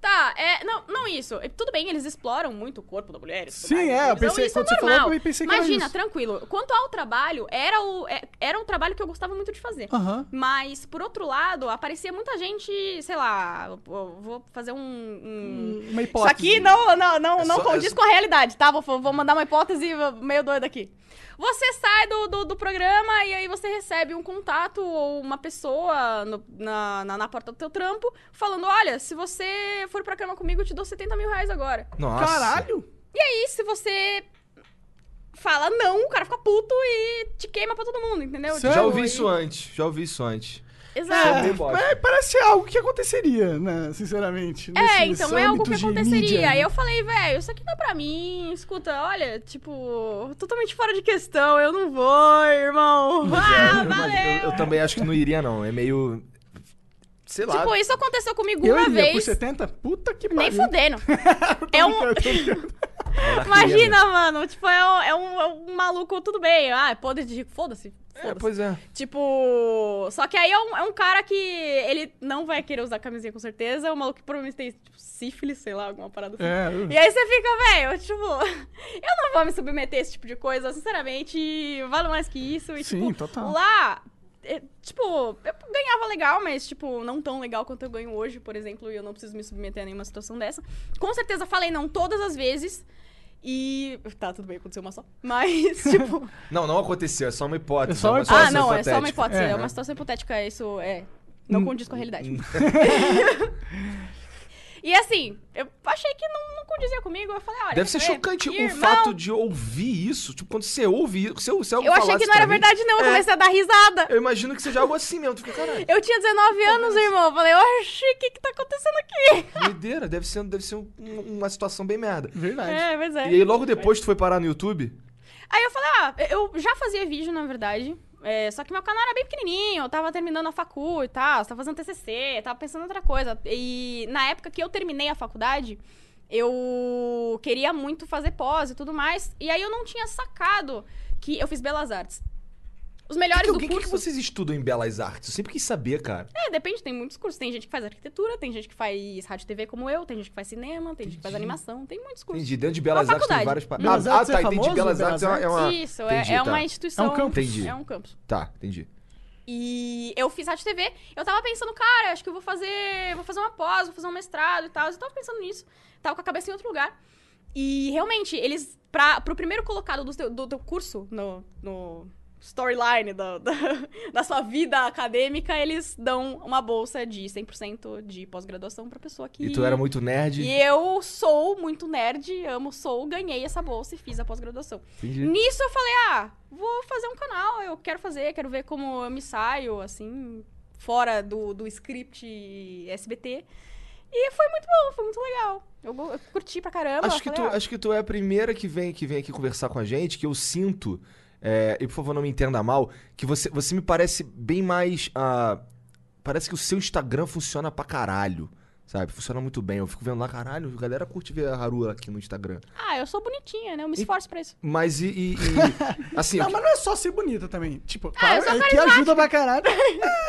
Speaker 3: Tá, é. Não, não isso. E Tudo bem, eles exploram muito o corpo da mulher. e tudo
Speaker 1: Sim,
Speaker 3: mais,
Speaker 1: é, eu
Speaker 3: televisão,
Speaker 1: pensei-
Speaker 3: isso
Speaker 1: quando
Speaker 3: é
Speaker 1: você falou,
Speaker 3: normal.
Speaker 1: eu pensei que era
Speaker 3: Imagina,
Speaker 1: isso.
Speaker 3: tranquilo. Quanto ao trabalho, era, o, é- era um trabalho que eu gostava muito de fazer.
Speaker 1: Aham.
Speaker 3: Mas, por outro lado, aparecia muita gente, sei lá, eu- eu vou fazer um- um
Speaker 1: Uma
Speaker 3: Isso
Speaker 1: hipótese.
Speaker 3: aqui não, não, não,
Speaker 2: É
Speaker 3: não
Speaker 2: só- é
Speaker 3: condiz
Speaker 2: só-
Speaker 3: com a realidade, tá? Vou, vou mandar uma hipótese meio doida aqui. Você sai do, do, do programa e aí você recebe um contato ou uma pessoa no- na, na, na porta do teu trampo falando, olha, se você for pra cama comigo, eu te dou 70 mil reais agora.
Speaker 2: Nossa.
Speaker 1: Caralho!
Speaker 3: E se você fala não, o cara fica puto e te queima pra todo mundo, entendeu?
Speaker 1: Sério?
Speaker 2: Já
Speaker 3: Tipo,
Speaker 2: ouvi
Speaker 3: e-
Speaker 2: isso antes, já ouvi isso antes.
Speaker 3: Exato.
Speaker 2: bem bosta.
Speaker 1: é, parece algo que aconteceria, né? Sinceramente.
Speaker 3: É,
Speaker 1: nesses
Speaker 3: então é algo que
Speaker 1: âmbitos de
Speaker 3: aconteceria.
Speaker 1: mídia. né?
Speaker 3: Aí eu falei, velho, isso aqui não é pra mim. Escuta, olha, tipo, totalmente fora de questão. Eu não vou, irmão.
Speaker 2: Mas
Speaker 3: Ah,
Speaker 2: eu,
Speaker 3: valeu.
Speaker 2: eu também acho que não iria, não. É meio. Sei lá.
Speaker 3: Tipo, isso aconteceu comigo
Speaker 1: é, Eu
Speaker 3: uma
Speaker 1: iria por
Speaker 3: vez.
Speaker 1: 70? Puta que
Speaker 3: Nem
Speaker 1: pariu. Tá
Speaker 3: fudendo. é um. [LAUGHS]
Speaker 2: monarquia, né?
Speaker 3: Imagina, mano. Tipo, é um, é um- é um maluco, tudo bem. Ah, é poder de rico. Foda-se.
Speaker 2: É,
Speaker 3: Foda-se.
Speaker 2: pois é.
Speaker 3: Tipo, só que aí é um, é um cara que ele não vai querer usar camisinha com certeza. É um maluco que provavelmente tem tipo, sífilis, sei lá, alguma parada assim.
Speaker 1: É,
Speaker 3: E aí você fica, velho, tipo, [LAUGHS] eu não vou me submeter a esse tipo de coisa, sinceramente, vale mais que isso. E,
Speaker 1: Sim,
Speaker 3: tipo,
Speaker 1: total.
Speaker 3: lá, é, tipo, eu ganhava legal, mas, tipo, não tão legal quanto eu ganho hoje, por exemplo, e eu não preciso me submeter a nenhuma situação dessa. Com certeza falei não todas as vezes. E. Tá, tudo bem, aconteceu uma só. Mas, [LAUGHS] tipo.
Speaker 2: Não, não aconteceu, é só uma
Speaker 1: É
Speaker 2: hipótese.
Speaker 1: só uma
Speaker 2: é uma
Speaker 3: ah,
Speaker 2: situação
Speaker 3: não, é só
Speaker 2: hipotética. né? Hum.
Speaker 3: uma hipótese.
Speaker 1: É.
Speaker 3: É, uma situação hipotética, isso é. Não condiz com a realidade. [LAUGHS] e assim, eu achei que não, não condizia comigo. Eu falei, olha.
Speaker 2: Deve ser
Speaker 3: é,
Speaker 2: chocante o
Speaker 3: irmão,
Speaker 2: fato de ouvir isso. Tipo, quando você ouve isso, se, eu- se algo
Speaker 3: Eu achei
Speaker 2: falasse
Speaker 3: que não era
Speaker 2: pra mim,
Speaker 3: verdade, não. Eu comecei a dar
Speaker 2: assim, É.
Speaker 3: risada.
Speaker 2: Eu Tá imagino que seja algo assim mesmo. Tu fica, caralho,
Speaker 3: Eu tinha 19 anos, irmão. Eu falei, oxe, o que que tá acontecendo aqui?
Speaker 2: doideira, deve ser, deve ser um- uma situação bem merda.
Speaker 1: Verdade.
Speaker 3: É, pois é.
Speaker 2: E aí, logo depois, tu foi parar no YouTube?
Speaker 3: Aí eu falei, ah, eu já fazia vídeo, na verdade. é, só que meu canal era bem pequenininho, eu tava terminando a facu e tal, tava fazendo TCC, tava pensando em outra coisa. E na época que eu terminei a faculdade, eu queria muito fazer pós e tudo mais. E aí eu não tinha sacado que eu fiz Belas Artes. Os melhores
Speaker 2: O
Speaker 3: do
Speaker 2: que, que,
Speaker 3: curso...
Speaker 2: que vocês estudam em Belas Artes? Eu sempre quis saber, cara.
Speaker 3: É, depende, tem muitos cursos. Tem gente que faz arquitetura, tem gente que faz rádio e TV como eu, tem gente que faz cinema, tem gente que faz animação, tem muitos cursos.
Speaker 2: Entendi. Dentro de Belas
Speaker 3: Uma
Speaker 2: Artes tem
Speaker 3: faculdade.
Speaker 2: várias... pa-
Speaker 1: Belas
Speaker 2: ah,
Speaker 1: Artes
Speaker 2: tá,
Speaker 1: é
Speaker 2: entendi.
Speaker 1: famoso,
Speaker 2: Belas
Speaker 1: Belas
Speaker 2: Artes é uma... é uma-
Speaker 3: Isso, é-
Speaker 2: Entendi,
Speaker 3: é,
Speaker 2: tá.
Speaker 3: uma instituição...
Speaker 1: É um campus.
Speaker 2: Entendi.
Speaker 3: É um campus.
Speaker 2: Tá, entendi.
Speaker 3: E eu fiz rádio e TV, eu tava pensando, cara, acho que eu vou fazer, vou fazer uma pós, vou fazer um mestrado e tal. Eu tava pensando nisso, tava com a cabeça em outro lugar. E realmente, eles, pra, pro primeiro colocado do teu, do teu curso, no, no storyline da, [LAUGHS] da, da sua vida acadêmica, eles dão uma bolsa de 100% de pós-graduação pra pessoa que.
Speaker 2: E tu era um muito nerd?
Speaker 3: E eu sou muito nerd, amo, sou, ganhei essa bolsa e fiz a pós-graduação.
Speaker 2: Entendi.
Speaker 3: Nisso eu falei, ah, vou fazer um canal, eu quero fazer, quero ver como eu me saio, assim, fora do, do script SBT. E foi muito bom, foi muito legal. Eu, go- eu curti pra caramba.
Speaker 2: Acho que, tu,
Speaker 3: falei, ah,
Speaker 2: acho que tu é a primeira que vem, que vem aqui conversar com a gente, que eu sinto, é, e por favor não me entenda mal, que você, você me parece bem mais. ah, parece que o seu Instagram funciona pra caralho. Sabe? Funciona muito bem. Eu fico vendo lá, caralho, a galera curte ver a Haru aqui no Instagram.
Speaker 3: ah, eu sou bonitinha, né? Eu me esforço pra isso.
Speaker 2: Mas e. e- e-
Speaker 3: [LAUGHS]
Speaker 2: assim,
Speaker 1: Não,
Speaker 2: o
Speaker 1: mas não é só ser bonita também. Tipo,
Speaker 3: Ah, eu
Speaker 1: claro,
Speaker 3: sou
Speaker 1: é que ajuda pra caralho.
Speaker 2: Só que eu queria-
Speaker 3: E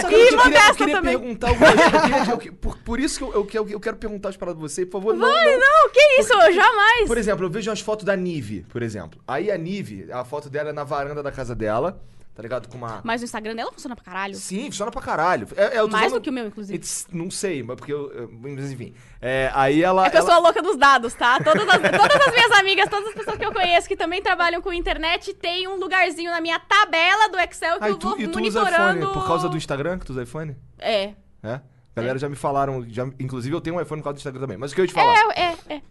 Speaker 2: eu queria, eu
Speaker 3: modesta
Speaker 2: queria
Speaker 3: também.
Speaker 2: perguntar alguma coisa, eu queria- eu que- por, por isso que eu, eu que- eu quero perguntar as paradas pra você, por favor. não- não-
Speaker 3: Não, que isso, eu jamais!
Speaker 2: Por exemplo, eu vejo as fotos da Nive, por exemplo. Aí a Nive, a foto dela é na varanda da casa dela, tá ligado? Com uma.
Speaker 3: Mas o Instagram dela funciona pra caralho.
Speaker 2: Sim, funciona pra caralho. É, é, eu tô
Speaker 3: Mais
Speaker 2: usando-
Speaker 3: do que o meu, inclusive.
Speaker 2: It's- não sei, mas porque eu. eu- Mas enfim. É, aí ela.
Speaker 3: É que eu
Speaker 2: ela-
Speaker 3: sou a louca dos dados, tá? Todas as, todas as minhas amigas, todas as pessoas que eu conheço que também trabalham com internet, tem um lugarzinho na minha tabela do Excel que
Speaker 2: Ah, e
Speaker 3: eu vou
Speaker 2: tu, e tu usa
Speaker 3: monitorando.
Speaker 2: iPhone por causa do Instagram que tu usa iPhone?
Speaker 3: É.
Speaker 2: É? Galera já me falaram, já, inclusive eu tenho um iPhone por causa do Instagram também. Mas o que eu ia te falar?
Speaker 3: É, é, é.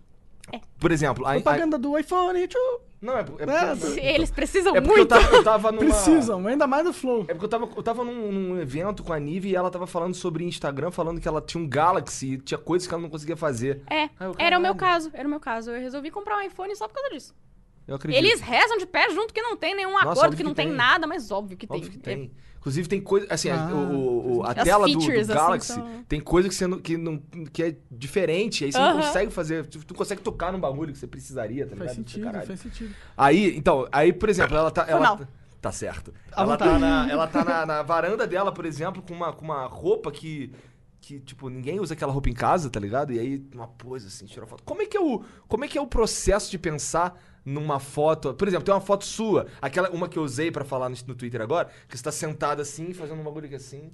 Speaker 2: por exemplo, a, a-
Speaker 1: Propaganda do iPhone, tchu.
Speaker 3: [LAUGHS]
Speaker 2: Não, é, por- é,
Speaker 1: Nada.
Speaker 2: porque-
Speaker 3: Eles precisam
Speaker 2: é porque eu
Speaker 3: muito.
Speaker 2: tava, eu tava numa.
Speaker 1: Precisam, ainda mais do Flow.
Speaker 2: É porque eu tava, eu tava num, num evento com a Nive e ela tava falando sobre Instagram, falando que ela tinha um Galaxy e tinha coisas que ela não conseguia fazer.
Speaker 3: É,
Speaker 2: Ai, o
Speaker 3: era o meu
Speaker 2: caralho.
Speaker 3: caso, era o meu caso. Eu resolvi comprar um iPhone só por causa disso.
Speaker 2: Eu acredito.
Speaker 3: Eles rezam de pé junto que não tem nenhum
Speaker 2: Nossa,
Speaker 3: acordo,
Speaker 2: óbvio
Speaker 3: que não
Speaker 2: que
Speaker 3: tem.
Speaker 2: tem.
Speaker 3: nada, mas óbvio que
Speaker 2: Óbvio
Speaker 3: tem.
Speaker 2: que tem. Inclusive tem coisa, assim, a-
Speaker 1: Ah,
Speaker 2: o- o- o- a
Speaker 3: As
Speaker 2: tela do- do,
Speaker 3: features, assim,
Speaker 2: Galaxy
Speaker 3: são-
Speaker 2: tem coisa que você não, que não que é diferente, aí você não
Speaker 3: Aham.
Speaker 2: consegue fazer, tu, tu consegue tocar num bagulho que você precisaria, tá
Speaker 1: Faz
Speaker 2: ligado?
Speaker 1: sentido,
Speaker 2: Caralho.
Speaker 1: faz sentido.
Speaker 2: Aí, então, aí, por exemplo, ela tá. ela
Speaker 3: mal.
Speaker 2: tá- Tá certo.
Speaker 1: À
Speaker 2: ela tá,
Speaker 1: vontade.
Speaker 2: na, ela tá na, na varanda dela, por exemplo, com uma, com uma roupa que. Que, tipo, ninguém usa aquela roupa em casa, tá ligado? E aí, uma pose assim, tira foto. Como é que é o, como é, que é o processo de pensar numa foto? Por exemplo, tem uma foto sua, aquela uma que eu usei pra falar no, no Twitter agora, que você tá sentada assim, fazendo um bagulho aqui assim.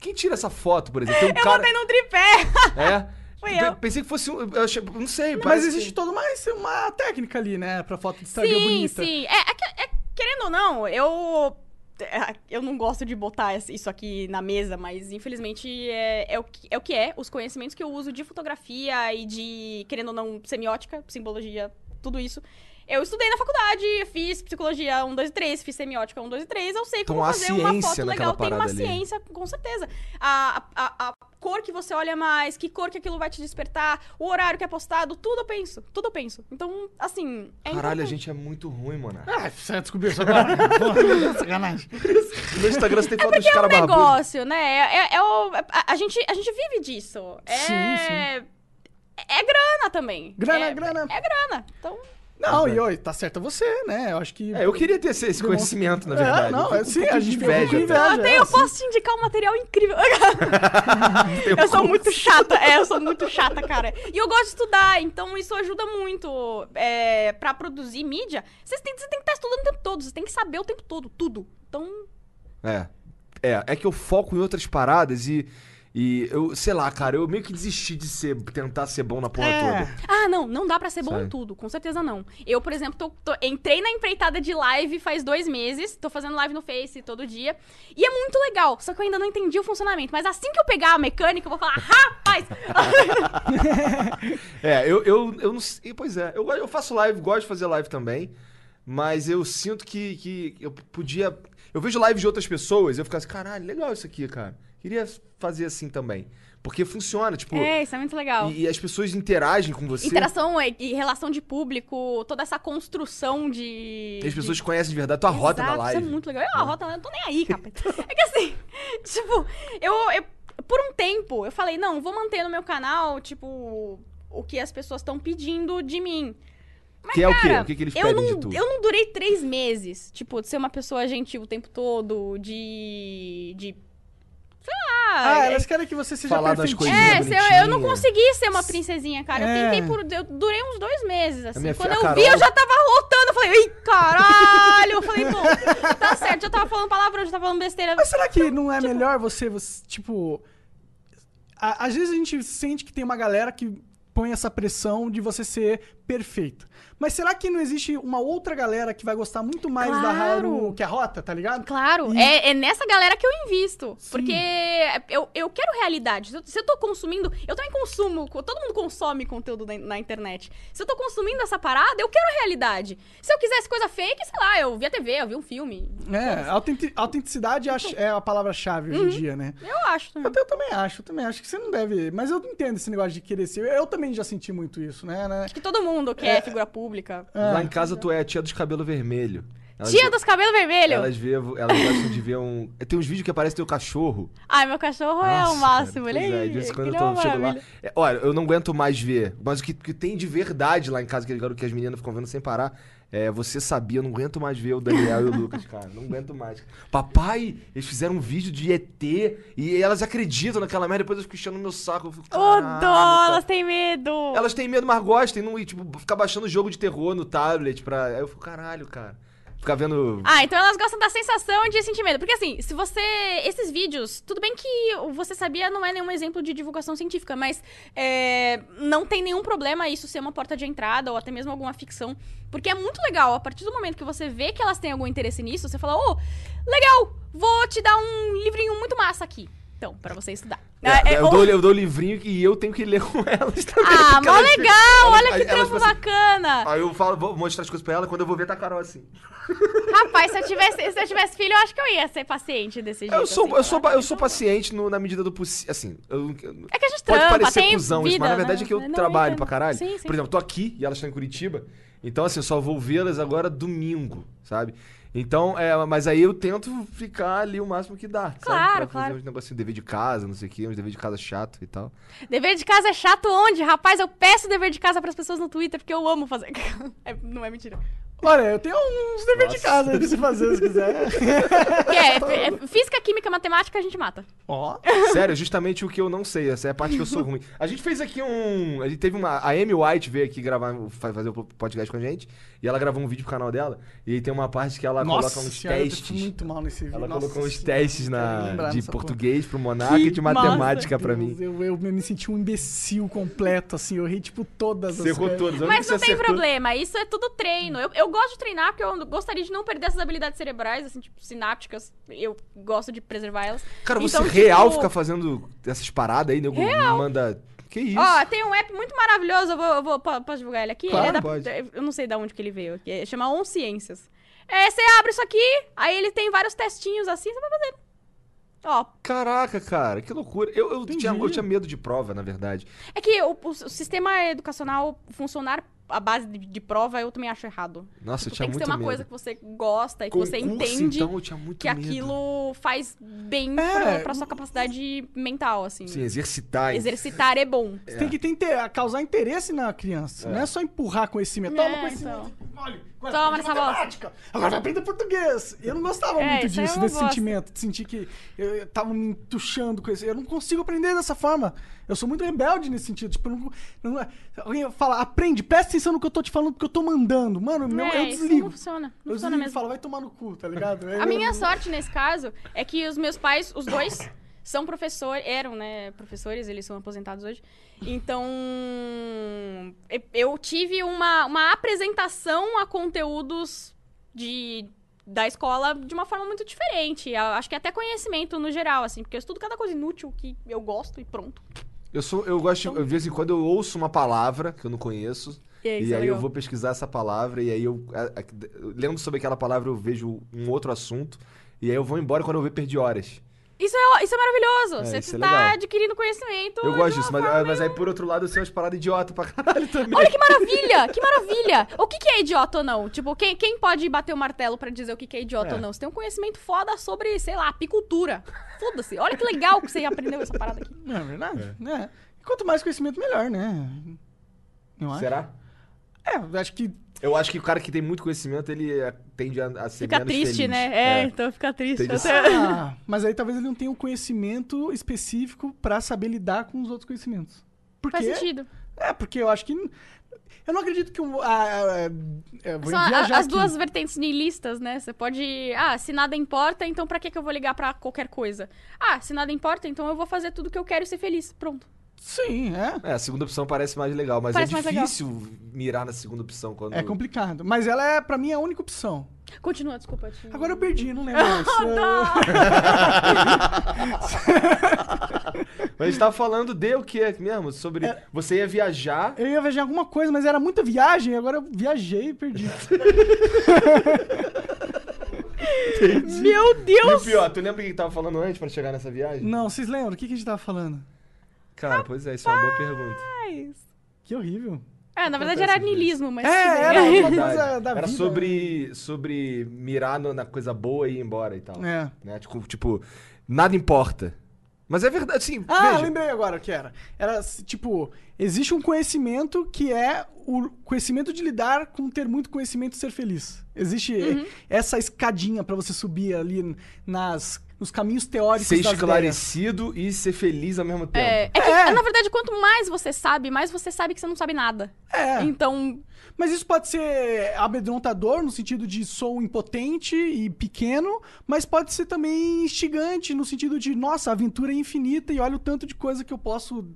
Speaker 2: Quem tira essa foto, por exemplo? Tem um
Speaker 3: Eu
Speaker 2: cara.
Speaker 3: botei num tripé.
Speaker 2: É.
Speaker 3: Fui eu.
Speaker 2: Pensei que fosse um. Eu achei, não sei,
Speaker 1: Mas
Speaker 2: parece que-
Speaker 1: existe toda uma, é uma técnica ali, né? Pra foto de Instagram
Speaker 3: Sim,
Speaker 1: bonita.
Speaker 3: sim. É, é que- é- querendo ou não, eu. é, Eu não gosto de botar esse- isso aqui na mesa, mas infelizmente é, é o, que, é o que é. Os conhecimentos que eu uso de fotografia e de, querendo ou não, semiótica, simbologia, tudo isso. Eu estudei na faculdade, fiz psicologia 1, 2 e 3, fiz semiótica 1, 2 e 3. Eu sei como
Speaker 2: Então há
Speaker 3: fazer uma
Speaker 2: ciência
Speaker 3: foto
Speaker 2: naquela
Speaker 3: legal. Tem uma
Speaker 2: parada ali.
Speaker 3: ciência, com certeza. A, a, a cor que você olha mais, que cor que aquilo vai te despertar, o horário que é postado, tudo eu penso. Tudo eu penso. Então, assim. É
Speaker 2: Caralho, a
Speaker 3: importante.
Speaker 2: gente é muito ruim, mano.
Speaker 1: Ah, você descobriu isso
Speaker 2: [LAUGHS]
Speaker 1: agora. Porra, sacanagem.
Speaker 2: No meu Instagram você tem foto dos caras
Speaker 1: Tá
Speaker 3: é um
Speaker 2: barbudos.
Speaker 3: negócio, né? É, é- é o- a, a gente, a gente vive disso. É,
Speaker 1: Sim, sim.
Speaker 3: É grana também.
Speaker 1: Grana,
Speaker 3: é,
Speaker 1: grana.
Speaker 3: É grana. Então,
Speaker 1: Não, e oi, tá certa você, né? Eu acho que.
Speaker 2: É, eu queria ter esse, esse
Speaker 1: Demonstra-
Speaker 2: conhecimento, na verdade.
Speaker 1: É, não,
Speaker 2: Um
Speaker 1: é, sim,
Speaker 2: pouquinho
Speaker 1: a
Speaker 2: de
Speaker 1: gente
Speaker 2: inveja. tá?
Speaker 1: fica com inveja.
Speaker 2: até.
Speaker 3: eu, tenho- eu posso te indicar um material incrível. [LAUGHS]
Speaker 2: um
Speaker 3: eu sou muito chata. É, eu sou muito chata, cara. E eu gosto de estudar, então isso ajuda muito é, pra produzir mídia. Vocês têm- Você tem, que estar estudando o tempo todo, você tem que saber o tempo todo, tudo. Então,
Speaker 2: É. É, é que eu foco em outras paradas e. E eu, sei lá, cara, eu meio que desisti de ser, tentar ser bom na porra
Speaker 1: É.
Speaker 2: toda.
Speaker 3: Ah, não, não dá pra ser bom
Speaker 2: Sabe?
Speaker 3: em tudo, com certeza não. Eu, por exemplo, tô- tô- entrei na empreitada de live faz dois meses, tô fazendo live no Face todo dia, e é muito legal, só que eu ainda não entendi o funcionamento. Mas assim que eu pegar a mecânica, eu vou falar,
Speaker 2: [LAUGHS]
Speaker 3: rapaz!
Speaker 2: É, eu, eu, eu não sei. Pois é, eu, eu faço live, gosto de fazer live também. Mas eu sinto que, que eu podia. Eu vejo lives de outras pessoas e eu fico assim, caralho, legal isso aqui, cara. Queria fazer assim também. Porque funciona, tipo.
Speaker 3: é, isso é muito legal.
Speaker 2: E, e as pessoas interagem com você.
Speaker 3: Interação e, e relação de público, toda essa construção de.
Speaker 2: E as pessoas
Speaker 3: de...
Speaker 2: te conhecem de verdade, tua rota na
Speaker 3: Exato,
Speaker 2: live.
Speaker 3: Isso é muito legal. Eu, a rota, eu não tô nem aí, capa.
Speaker 2: [LAUGHS]
Speaker 3: é que assim, [LAUGHS] tipo, eu, eu- Por um tempo, eu falei, não, vou manter no meu canal, tipo, o que as pessoas estão pedindo de mim.
Speaker 2: que é o quê?
Speaker 3: cara,
Speaker 2: O que, que eles
Speaker 3: Eu
Speaker 2: pedem
Speaker 3: não,
Speaker 2: de tu?
Speaker 3: eu não durei três meses, tipo, de ser uma pessoa gentil o tempo todo, de. de. Sei lá.
Speaker 1: Ah,
Speaker 3: é-
Speaker 1: elas querem que você seja
Speaker 2: Falar das né?
Speaker 1: perfeitinho.
Speaker 2: coisinhas.
Speaker 3: é, se eu, eu não
Speaker 2: bonitinha.
Speaker 3: consegui ser uma princesinha,
Speaker 1: É.
Speaker 3: cara. Eu tentei por. Eu durei uns dois meses, assim.
Speaker 2: minha
Speaker 3: Quando
Speaker 2: filha-
Speaker 3: eu
Speaker 2: a
Speaker 3: vi, eu
Speaker 2: Carol-
Speaker 3: já tava rotando. Eu falei, ei, caralho! Eu falei, bom, tá certo, já tava falando palavrão, já tava falando besteira.
Speaker 1: Mas será que não é melhor você, você tipo. a- às vezes a gente sente que tem uma galera que põe essa pressão de você ser perfeito. Mas será que não existe uma outra galera que vai gostar muito mais da
Speaker 3: Claro.
Speaker 1: Haru que a Rota, tá ligado?
Speaker 3: Claro,
Speaker 1: E-
Speaker 3: é, é nessa galera que eu invisto.
Speaker 1: Sim.
Speaker 3: Porque eu, eu quero realidade. Se eu, se eu tô consumindo, eu também consumo, co- todo mundo consome conteúdo na, na internet. Se eu tô consumindo essa parada, eu quero realidade. Se eu quisesse coisa fake, sei lá, eu via TV, eu vi um filme.
Speaker 1: É, autenti- autenticidade é a ch- é a palavra-chave hoje em dia, né?
Speaker 3: Eu acho. também.
Speaker 1: Até eu também acho, eu também acho que você não deve. Mas eu entendo esse negócio de querer ser. Eu também já senti muito isso, né? né?
Speaker 3: Acho que todo mundo
Speaker 2: É.
Speaker 3: quer figura pública.
Speaker 2: Lá em casa tu é a tia dos cabelos vermelho. Elas-
Speaker 3: Tia dos cabelos vermelhos!
Speaker 2: Elas, vê, elas gostam de ver um. Tem uns vídeos que aparece teu cachorro.
Speaker 3: Ai, meu cachorro é o
Speaker 2: Nossa,
Speaker 3: máximo,
Speaker 2: cara,
Speaker 3: ele
Speaker 2: pois
Speaker 3: é.
Speaker 2: é, de vez em quando
Speaker 3: ele
Speaker 2: eu
Speaker 3: é
Speaker 2: tô,
Speaker 3: uma
Speaker 2: chego lá.
Speaker 3: maravilha.
Speaker 2: É, olha, eu não aguento mais ver. Mas o que, que tem de verdade lá em casa, que eu quero que as meninas ficam vendo sem parar. É, você sabia, eu não aguento mais ver o Daniel e o Lucas, cara. Não aguento mais. Papai, eles fizeram um vídeo de ET e elas acreditam naquela merda, depois eu fico enchendo o meu saco. Eu fico,
Speaker 3: Ô,
Speaker 2: "Caralho,
Speaker 3: dó,
Speaker 2: cara."
Speaker 3: elas têm medo!
Speaker 2: Elas têm medo, mas gostam, e não, e, tipo, ficar baixando jogo de terror no tablet pra. Aí eu fico, caralho, cara. Ficar vendo.
Speaker 3: Ah, então elas gostam da sensação de sentir medo. Porque assim, se você. Esses vídeos, tudo bem que o você sabia não é nenhum exemplo de divulgação científica, mas é, não tem nenhum problema isso ser uma porta de entrada ou até mesmo alguma ficção. Porque é muito legal. A partir do momento que você vê que elas têm algum interesse nisso, você fala, ô, legal! Vou te dar um livrinho muito massa aqui. Então, pra você estudar.
Speaker 2: É,
Speaker 3: É, é,
Speaker 2: eu,
Speaker 3: ou-
Speaker 2: dou, eu dou o livrinho e eu tenho que ler com [LAUGHS] elas também.
Speaker 3: Ah,
Speaker 2: porque
Speaker 3: mó
Speaker 2: elas ficam-
Speaker 3: legal!
Speaker 2: elas-
Speaker 3: Olha que
Speaker 2: elas ficam
Speaker 3: trampo
Speaker 2: assim,
Speaker 3: bacana!
Speaker 2: Aí eu falo, vou mostrar as coisas pra ela, quando eu vou ver tá a Carol assim.
Speaker 3: Rapaz, se eu, tivesse, se eu tivesse filho, eu acho que eu ia ser paciente desse jeito.
Speaker 2: Eu sou,
Speaker 3: assim,
Speaker 2: eu sou,
Speaker 3: falar,
Speaker 2: eu sou
Speaker 3: "Então,
Speaker 2: paciente no- na medida do possível. Assim, eu- eu-
Speaker 3: É que a gente
Speaker 2: pode
Speaker 3: trampa,
Speaker 2: parecer
Speaker 3: tem
Speaker 2: cuzão
Speaker 3: vida,
Speaker 2: isso, mas na verdade
Speaker 3: né?
Speaker 2: é que eu
Speaker 3: Não, eu
Speaker 2: trabalho
Speaker 3: entendo.
Speaker 2: pra caralho.
Speaker 3: Sim, sim.
Speaker 2: Por exemplo, eu tô aqui e elas estão em Curitiba. Então, assim, eu só vou vê-las agora domingo, sabe? Então, é, mas aí eu tento ficar ali o máximo que dá.
Speaker 3: Claro,
Speaker 2: sabe? Pra
Speaker 3: claro.
Speaker 2: Fazer uns negocinhos, dever de casa, não sei o quê, uns dever de casa chato e tal. [LAUGHS]
Speaker 3: Dever de casa é chato onde? Rapaz, eu peço dever de casa pras pessoas no Twitter, porque eu amo fazer. [LAUGHS] É, não é mentira.
Speaker 1: Olha, eu tenho uns deveres de
Speaker 2: Nossa.
Speaker 1: casa aí pra você fazer se
Speaker 2: [LAUGHS]
Speaker 1: quiser.
Speaker 3: Porque é, é- física, química, matemática, a gente mata.
Speaker 1: Ó.
Speaker 2: Sério, é justamente o que eu não sei. Essa é a parte que eu sou ruim. A gente fez aqui um. A gente teve uma. A Amy White veio aqui gravar, fa- fazer o podcast com a gente. E ela gravou um vídeo pro canal dela. E aí tem uma parte que ela
Speaker 1: Nossa,
Speaker 2: coloca uns
Speaker 1: senhora, eu tô
Speaker 2: testes.
Speaker 1: muito mal nesse vídeo.
Speaker 2: Ela
Speaker 1: Nossa
Speaker 2: colocou uns
Speaker 1: senhora,
Speaker 2: testes
Speaker 1: não quero nem
Speaker 2: na,
Speaker 1: lembrar
Speaker 2: de
Speaker 1: dessa porra.
Speaker 2: português pro Monarca e de
Speaker 1: Que
Speaker 2: matemática pra
Speaker 1: Deus,
Speaker 2: mim.
Speaker 1: Eu, eu me senti um imbecil completo, assim. Eu errei, tipo, todas
Speaker 2: Você
Speaker 1: as
Speaker 2: errou
Speaker 1: coisas.
Speaker 2: todas. a única que
Speaker 3: Mas
Speaker 2: você
Speaker 3: não tem
Speaker 2: acertou-
Speaker 3: problema, isso é tudo treino. Eu, eu gosto de treinar, porque eu gostaria de não perder essas habilidades cerebrais, assim, tipo, sinápticas. Eu gosto de preservar elas.
Speaker 2: Cara, você
Speaker 3: Então,
Speaker 2: real
Speaker 3: tipo-
Speaker 2: fica fazendo essas paradas aí, nego? Manda. Que isso?
Speaker 3: Ó, tem um app muito maravilhoso, eu vou, eu vou- po- posso divulgar ele aqui?
Speaker 2: Claro,
Speaker 3: Ele é da-
Speaker 2: pode.
Speaker 3: Eu não sei de onde que ele veio, que é- chama On Ciências. É, você abre isso aqui, aí ele tem vários testinhos assim, você vai fazendo. Ó,
Speaker 2: Caraca, cara, que loucura. Eu, eu, tinha, eu
Speaker 1: Entendi.
Speaker 2: tinha medo de prova, na verdade.
Speaker 3: é que o, o sistema educacional funcionar à base de, de prova eu também acho errado.
Speaker 2: Nossa, eu
Speaker 3: Tipo,
Speaker 2: tinha
Speaker 3: tem que
Speaker 2: muito
Speaker 3: ser uma
Speaker 2: medo.
Speaker 3: coisa que você gosta e que você
Speaker 2: Concurso,
Speaker 3: entende
Speaker 2: então, eu tinha muito
Speaker 3: que
Speaker 2: medo.
Speaker 3: aquilo faz bem
Speaker 1: É,
Speaker 3: pra, pra sua capacidade mental, assim.
Speaker 2: Sim, exercitar. isso.
Speaker 3: Exercitar é bom.
Speaker 1: Você tem que ter inte- causar interesse na criança. Não é só empurrar conhecimento.
Speaker 3: É,
Speaker 1: Toma conhecimento.
Speaker 3: então.
Speaker 1: mole. Agora
Speaker 3: Toma
Speaker 1: aprende
Speaker 3: nessa bosta.
Speaker 1: matemática, Agora vai aprender português. Eu não gostava
Speaker 3: É,
Speaker 1: muito
Speaker 3: isso aí
Speaker 1: disso,
Speaker 3: eu não
Speaker 1: desse
Speaker 3: gosto.
Speaker 1: sentimento, de sentir que eu, eu tava me entuchando com isso. Eu não consigo aprender dessa forma. Eu sou muito rebelde nesse sentido. Tipo, eu não, não, alguém fala, aprende, presta atenção no que eu tô te falando, porque eu tô mandando. Mano, meu,
Speaker 3: é,
Speaker 1: eu
Speaker 3: isso
Speaker 1: desligo.
Speaker 3: não funciona. Não
Speaker 1: eu
Speaker 3: funciona
Speaker 1: desligo e
Speaker 3: mesmo.
Speaker 1: falo, vai tomar no cu, tá ligado?
Speaker 3: A minha sorte nesse caso é que os meus pais, os dois, são professores, eram, né, professores, eles são aposentados hoje. Então, e- eu tive uma, uma apresentação a conteúdos de da escola de uma forma muito diferente. Eu acho que até conhecimento no geral, assim, porque eu estudo cada coisa inútil que eu gosto e pronto.
Speaker 2: Eu sou, eu gosto,
Speaker 3: Então
Speaker 2: de vez em quando eu ouço uma palavra que eu não conheço.
Speaker 3: E é isso,
Speaker 2: e
Speaker 3: é
Speaker 2: aí
Speaker 3: legal.
Speaker 2: eu vou pesquisar essa palavra, e aí eu, a- a- eu lembro sobre aquela palavra, eu vejo um outro assunto, e aí eu vou embora e quando eu ver, perdi horas.
Speaker 3: Isso é, isso é maravilhoso.
Speaker 2: É,
Speaker 3: Você
Speaker 2: isso é
Speaker 3: está
Speaker 2: legal.
Speaker 3: adquirindo conhecimento.
Speaker 2: eu gosto
Speaker 3: de uma
Speaker 2: disso, mas, ah,
Speaker 3: forma
Speaker 2: mas aí por outro lado eu sei umas paradas idiota pra caralho [LAUGHS] também.
Speaker 3: Olha que maravilha! Que maravilha! O que, que é idiota ou não? Tipo, quem, quem pode bater o martelo pra dizer o que, que é idiota
Speaker 2: É.
Speaker 3: ou não? Você tem um conhecimento foda sobre, sei lá, apicultura. Foda-se. Olha que legal que você aprendeu essa parada aqui.
Speaker 1: Não é verdade? né? E Quanto mais conhecimento, melhor, né? Não acho?
Speaker 2: Será?
Speaker 1: É, eu acho que
Speaker 2: Eu acho que o cara que tem muito conhecimento, ele é, tende a, a ser
Speaker 3: Fica
Speaker 2: menos
Speaker 3: triste,
Speaker 2: feliz.
Speaker 3: né? É, então fica triste.
Speaker 2: Tem isso.
Speaker 3: Até-
Speaker 1: Ah, mas aí talvez ele não tenha um conhecimento específico pra saber lidar com os outros conhecimentos. Por
Speaker 3: Faz
Speaker 1: quê?
Speaker 3: sentido.
Speaker 1: É, porque eu acho que. Eu não acredito que. um- ah, ah, ah, eu vou
Speaker 3: São a-
Speaker 1: viajar
Speaker 3: as
Speaker 1: aqui.
Speaker 3: duas vertentes nihilistas, né? Você pode. Ah, se nada importa, então pra que, que eu vou ligar pra qualquer coisa? Ah, se nada importa, então eu vou fazer tudo que eu quero e ser feliz. Pronto.
Speaker 1: Sim, é.
Speaker 2: É, a segunda opção parece mais legal, mas
Speaker 3: Parece
Speaker 2: é
Speaker 3: mais legal.
Speaker 2: difícil mirar na segunda opção quando.
Speaker 1: É complicado. Mas ela é, pra mim, a única opção.
Speaker 3: Continua, desculpa. Te...
Speaker 1: Agora eu perdi, não
Speaker 3: [LAUGHS]
Speaker 1: lembro. mais.
Speaker 2: Mas a gente tava falando de o que mesmo? Sobre você ia viajar.
Speaker 1: Eu ia viajar alguma coisa, mas era muita viagem, agora eu viajei e perdi.
Speaker 3: Meu
Speaker 2: E o
Speaker 1: é
Speaker 3: Deus!
Speaker 2: pior, tu lembra o que que tava falando antes pra chegar nessa viagem?
Speaker 1: não, vocês lembram? O que, que a gente tava falando?
Speaker 2: Cara, pois é, isso é uma boa pergunta.
Speaker 1: Que horrível.
Speaker 3: É, na verdade era
Speaker 2: Acontece, gente.
Speaker 3: niilismo, mas.
Speaker 1: É,
Speaker 3: tudo bem.
Speaker 1: era alguma
Speaker 2: Verdade.
Speaker 1: coisa da
Speaker 3: né?
Speaker 2: Era
Speaker 1: vida.
Speaker 2: sobre, sobre mirar no- na coisa boa e ir embora e tal.
Speaker 1: É.
Speaker 2: Né? Tipo, tipo, nada importa. Mas é verdade, assim,
Speaker 1: Ah,
Speaker 2: veja.
Speaker 1: lembrei agora o que era. Era s- tipo, existe um conhecimento que é o conhecimento de lidar com ter muito conhecimento e ser feliz. Existe
Speaker 3: Uhum.
Speaker 1: eh, essa escadinha pra você subir ali n- nas nos caminhos teóricos
Speaker 2: ser
Speaker 1: das ideias.
Speaker 2: esclarecido e ser feliz ao mesmo tempo.
Speaker 3: É, é que,
Speaker 1: É.
Speaker 3: na verdade, quanto mais você sabe, mais você sabe que você não sabe nada.
Speaker 1: É.
Speaker 3: Então,
Speaker 1: Mas isso pode ser amedrontador no sentido de sou impotente e pequeno, mas pode ser também instigante no sentido de, nossa, a aventura é infinita e olha o tanto de coisa que eu posso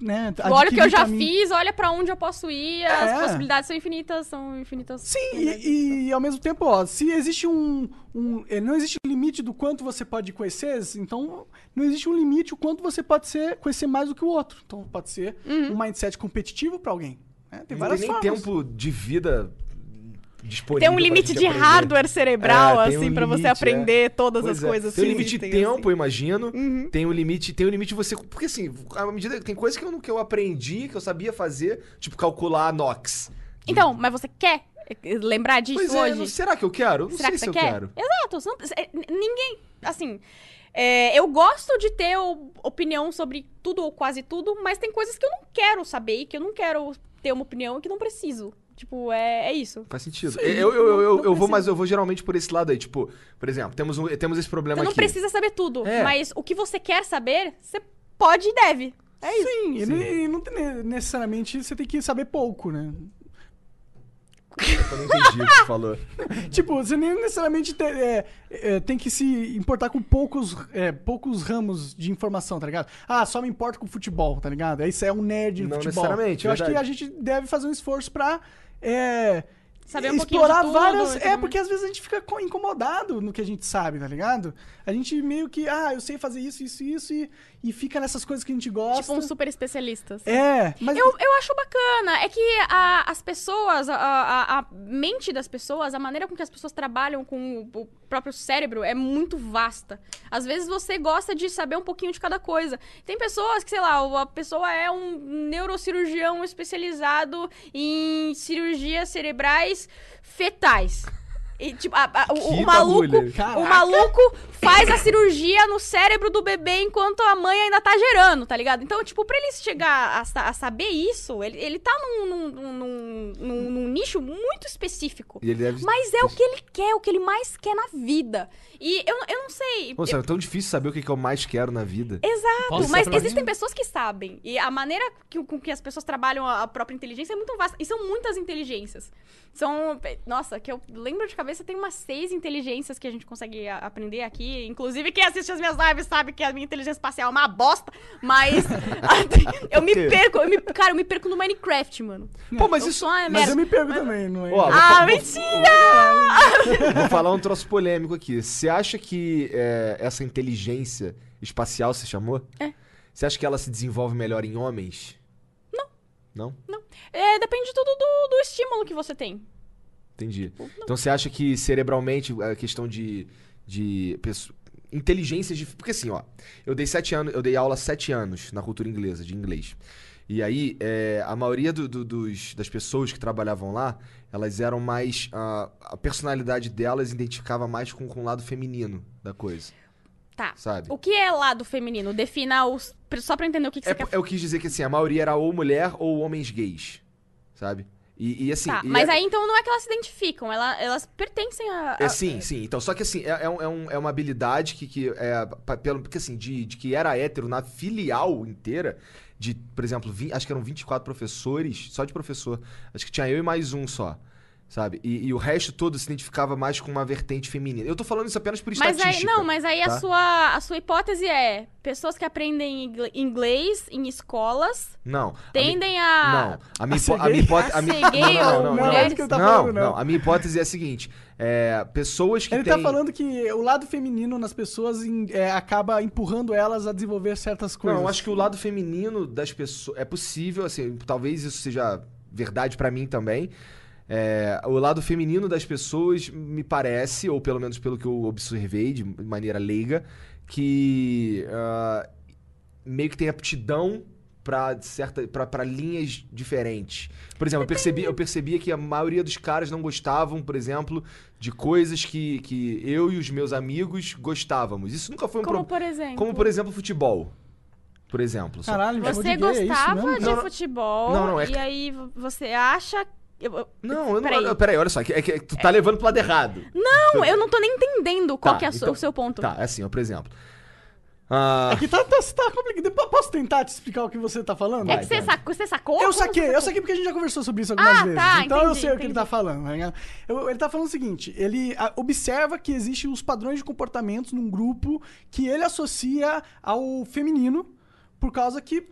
Speaker 1: né,
Speaker 3: olha o que
Speaker 1: adquirir
Speaker 3: eu já
Speaker 1: pra mim.
Speaker 3: fiz, olha pra onde eu posso ir, as
Speaker 1: É.
Speaker 3: possibilidades são infinitas, são infinitas.
Speaker 1: Sim,
Speaker 2: É
Speaker 3: Verdade,
Speaker 1: e, e ao mesmo tempo, ó, se existe um, um- eh, Não existe limite do quanto você pode conhecer, então não existe um limite o quanto você pode ser, conhecer mais do que o outro. Então pode ser um mindset competitivo pra alguém. né? Tem
Speaker 2: Uhum. Não tem
Speaker 1: várias
Speaker 2: nem
Speaker 1: formas.
Speaker 2: tempo de vida disponível.
Speaker 3: Tem um
Speaker 2: pra
Speaker 3: limite
Speaker 2: gente
Speaker 3: de
Speaker 2: aprender.
Speaker 3: hardware cerebral,
Speaker 2: É, tem um
Speaker 3: assim, pra você
Speaker 2: limite,
Speaker 3: aprender todas
Speaker 2: Pois
Speaker 3: as
Speaker 2: é.
Speaker 3: coisas.
Speaker 2: Tem um
Speaker 3: que
Speaker 2: limite de
Speaker 3: existem,
Speaker 2: tempo,
Speaker 3: assim.
Speaker 2: eu imagino. Tem um limite, tem um limite de você. Porque assim, à medida que tem coisas que eu, não- que eu aprendi, que eu sabia fazer, tipo calcular a NOx.
Speaker 3: Então, mas você quer eh, lembrar disso
Speaker 2: Pois é,
Speaker 3: hoje?
Speaker 2: não- será que eu quero? Não
Speaker 3: Será
Speaker 2: sei
Speaker 3: que
Speaker 2: se
Speaker 3: você
Speaker 2: eu
Speaker 3: quer?
Speaker 2: quero.
Speaker 3: Exato. você não- é, n- ninguém. Assim. é, eu gosto de ter o- opinião sobre tudo ou quase tudo, mas tem coisas que eu não quero saber e que eu não quero ter uma opinião e que não preciso. Tipo, é, é isso.
Speaker 2: Faz sentido. eu, eu, eu, eu,
Speaker 3: não
Speaker 2: eu vou,
Speaker 3: precisa.
Speaker 2: mas eu vou geralmente por esse lado aí. Tipo, por exemplo, temos, um, temos esse
Speaker 3: Você
Speaker 2: problema
Speaker 3: não
Speaker 2: aqui.
Speaker 3: precisa saber tudo,
Speaker 2: É.
Speaker 3: mas o que você quer saber, você pode e deve. É isso.
Speaker 1: Sim, e não- e não tem ne- necessariamente você tem que saber pouco, né?
Speaker 2: Eu não entendi o que você falou.
Speaker 1: tipo, você nem necessariamente te- é, é, tem que se importar com poucos, é, poucos ramos de informação, tá ligado? Ah, só me importo com futebol, tá ligado? Aí Isso é um nerd no
Speaker 2: Não
Speaker 1: futebol.
Speaker 2: necessariamente,
Speaker 1: Eu acho que a
Speaker 2: verdade.
Speaker 1: gente deve fazer um esforço pra. é,
Speaker 3: Saber um pouquinho
Speaker 1: explorar
Speaker 3: de tudo,
Speaker 1: várias.
Speaker 3: de
Speaker 1: É,
Speaker 3: tudo.
Speaker 1: porque às vezes a gente fica co- incomodado no que a gente sabe, tá ligado? A gente meio que, ah, eu sei fazer isso, isso, isso, e, e fica nessas coisas que a gente gosta.
Speaker 3: Tipo, um super especialista. assim.
Speaker 1: É, mas.
Speaker 3: Eu, eu acho bacana. É que a- as pessoas, a, a- a mente das pessoas, a maneira com que as pessoas trabalham com o, o próprio cérebro é muito vasta. Às vezes você gosta de saber um pouquinho de cada coisa. Tem pessoas que, sei lá, a pessoa é um neurocirurgião especializado em cirurgias cerebrais fetais. E, tipo, a- a- o, o
Speaker 2: Que
Speaker 3: maluco,
Speaker 2: bagulho.
Speaker 1: Caraca.
Speaker 3: o um maluco faz a cirurgia no cérebro do bebê enquanto a mãe ainda tá gerando, tá ligado? Então, tipo, pra ele chegar a, sa- a saber isso, ele, ele tá num, num- num- num- num nicho muito específico.
Speaker 2: E ele deve.
Speaker 3: Mas é o que ele quer, o que ele mais quer na vida. E eu, eu não sei.
Speaker 2: Nossa, é tão difícil saber o que que eu mais quero na vida.
Speaker 3: Exato,
Speaker 5: Nossa,
Speaker 3: mas
Speaker 5: pra mim-
Speaker 3: existem pessoas que sabem. E a maneira que- com que as pessoas trabalham a a própria inteligência é muito vasta. E são muitas inteligências. São. Nossa, que eu lembro de cabeça, tem umas seis inteligências que a gente consegue a- aprender aqui. Inclusive, quem assiste as minhas lives sabe que a minha inteligência espacial é uma bosta. Mas. [LAUGHS] assim, eu me
Speaker 2: Por quê?
Speaker 3: perco. eu me- cara, eu me perco no Minecraft, mano.
Speaker 2: Pô, mas
Speaker 3: É, Eu
Speaker 2: isso.
Speaker 3: sou uma
Speaker 1: Mas
Speaker 3: merda.
Speaker 1: eu me perco também, não é?
Speaker 2: Ó,
Speaker 3: Ah, mentira!
Speaker 2: Vou falar um troço polêmico aqui. Você acha que é, essa inteligência espacial, você chamou?
Speaker 3: É.
Speaker 2: Você acha que ela se desenvolve melhor em homens? Não. Não?
Speaker 3: É, depende tudo do, do estímulo que você tem.
Speaker 2: Entendi.
Speaker 3: Tipo,
Speaker 2: Então você acha que cerebralmente a questão de. de pesso- inteligências de. Porque assim, ó, eu dei sete anos, eu dei aula há sete anos na cultura inglesa, de inglês. E aí, é, a maioria do- do- dos, das pessoas que trabalhavam lá, elas eram mais. A, a personalidade delas identificava mais com, com o lado feminino da coisa,
Speaker 3: Tá.
Speaker 2: sabe?
Speaker 3: O que é lado feminino? Defina os. Só pra eu entender o que, que
Speaker 2: É,
Speaker 3: você quer
Speaker 2: eu quis dizer que assim, a maioria era ou mulher ou homens gays, sabe? E, e, assim.
Speaker 3: Tá,
Speaker 2: e
Speaker 3: mas
Speaker 2: é-
Speaker 3: aí então não é que elas se identificam, ela- elas pertencem a.
Speaker 2: É,
Speaker 3: a-
Speaker 2: sim, sim. Então, só que assim, é, é um- é um- é uma habilidade que, que é, pa- pelo, porque assim, de, de que era hétero na filial inteira, de, por exemplo, vin- acho que eram 24 professores, só de professor. Acho que tinha eu e mais um só, sabe? E, e o resto todo se identificava mais com uma vertente feminina. Eu tô falando isso apenas por
Speaker 3: mas aí,
Speaker 2: estatística.
Speaker 3: não, mas aí
Speaker 2: tá?
Speaker 3: a, sua, a sua hipótese é: pessoas que aprendem ingle- inglês em escolas
Speaker 2: Não. a mi-
Speaker 3: tendem a.
Speaker 2: Tá, Não, a minha,
Speaker 1: a ser
Speaker 2: hipo- a minha
Speaker 1: gay?
Speaker 2: hipótese.
Speaker 3: A
Speaker 2: a minha-
Speaker 3: ser gay
Speaker 2: não, não,
Speaker 3: ou
Speaker 2: não, não,
Speaker 1: Não, é isso que ele tá
Speaker 2: não,
Speaker 1: falando, não.
Speaker 2: não, a minha hipótese é a seguinte: é, pessoas que
Speaker 1: Ele
Speaker 2: têm.
Speaker 1: tá falando que o lado feminino nas pessoas em- é, acaba empurrando elas a desenvolver certas coisas.
Speaker 2: Não, eu acho que o lado feminino das pessoas. É possível, assim, talvez isso seja verdade pra mim também. É, o lado feminino das pessoas me parece, ou pelo menos pelo que eu observei de maneira leiga, que ah, meio que tem aptidão pra certa pra- pra linhas diferentes. Por exemplo, eu percebi, eu percebia que a maioria dos caras não gostavam, por exemplo, de coisas que, que eu e os meus amigos gostávamos. Isso nunca foi um
Speaker 3: Como
Speaker 2: pro-
Speaker 3: por exemplo.
Speaker 2: como, por exemplo, futebol. Por exemplo. só.
Speaker 1: Caralho, me chamou de
Speaker 3: Você
Speaker 1: gay, é isso
Speaker 3: gostava
Speaker 1: mesmo?
Speaker 3: de
Speaker 2: Não, não.
Speaker 3: futebol
Speaker 2: Não, não, é que-
Speaker 3: e aí vo- você acha. eu- eu-
Speaker 2: Não, eu não.
Speaker 3: Peraí.
Speaker 2: Peraí, olha só. É que, é que tu tá levando pro lado errado.
Speaker 3: Não, eu não tô nem entendendo qual
Speaker 2: Tá,
Speaker 3: que é a su-
Speaker 2: então-
Speaker 3: o seu ponto.
Speaker 2: Tá, é assim, ó, por exemplo. Ah,
Speaker 1: É que tá, tá, tá complicado. Po- Posso tentar te explicar o que você tá falando?
Speaker 3: É que você sacou? Você sacou?
Speaker 1: Eu
Speaker 3: Como você
Speaker 1: saquei, eu
Speaker 3: sacou?
Speaker 1: saquei porque a gente já conversou sobre isso algumas
Speaker 3: Ah,
Speaker 1: vezes.
Speaker 3: tá,
Speaker 1: então eu
Speaker 3: entendi,
Speaker 1: sei o que ele
Speaker 3: entendi.
Speaker 1: tá falando. tá ligado? Eu- ele tá falando o seguinte: ele ah, observa que existem os padrões de comportamentos num grupo que ele associa ao feminino, por causa que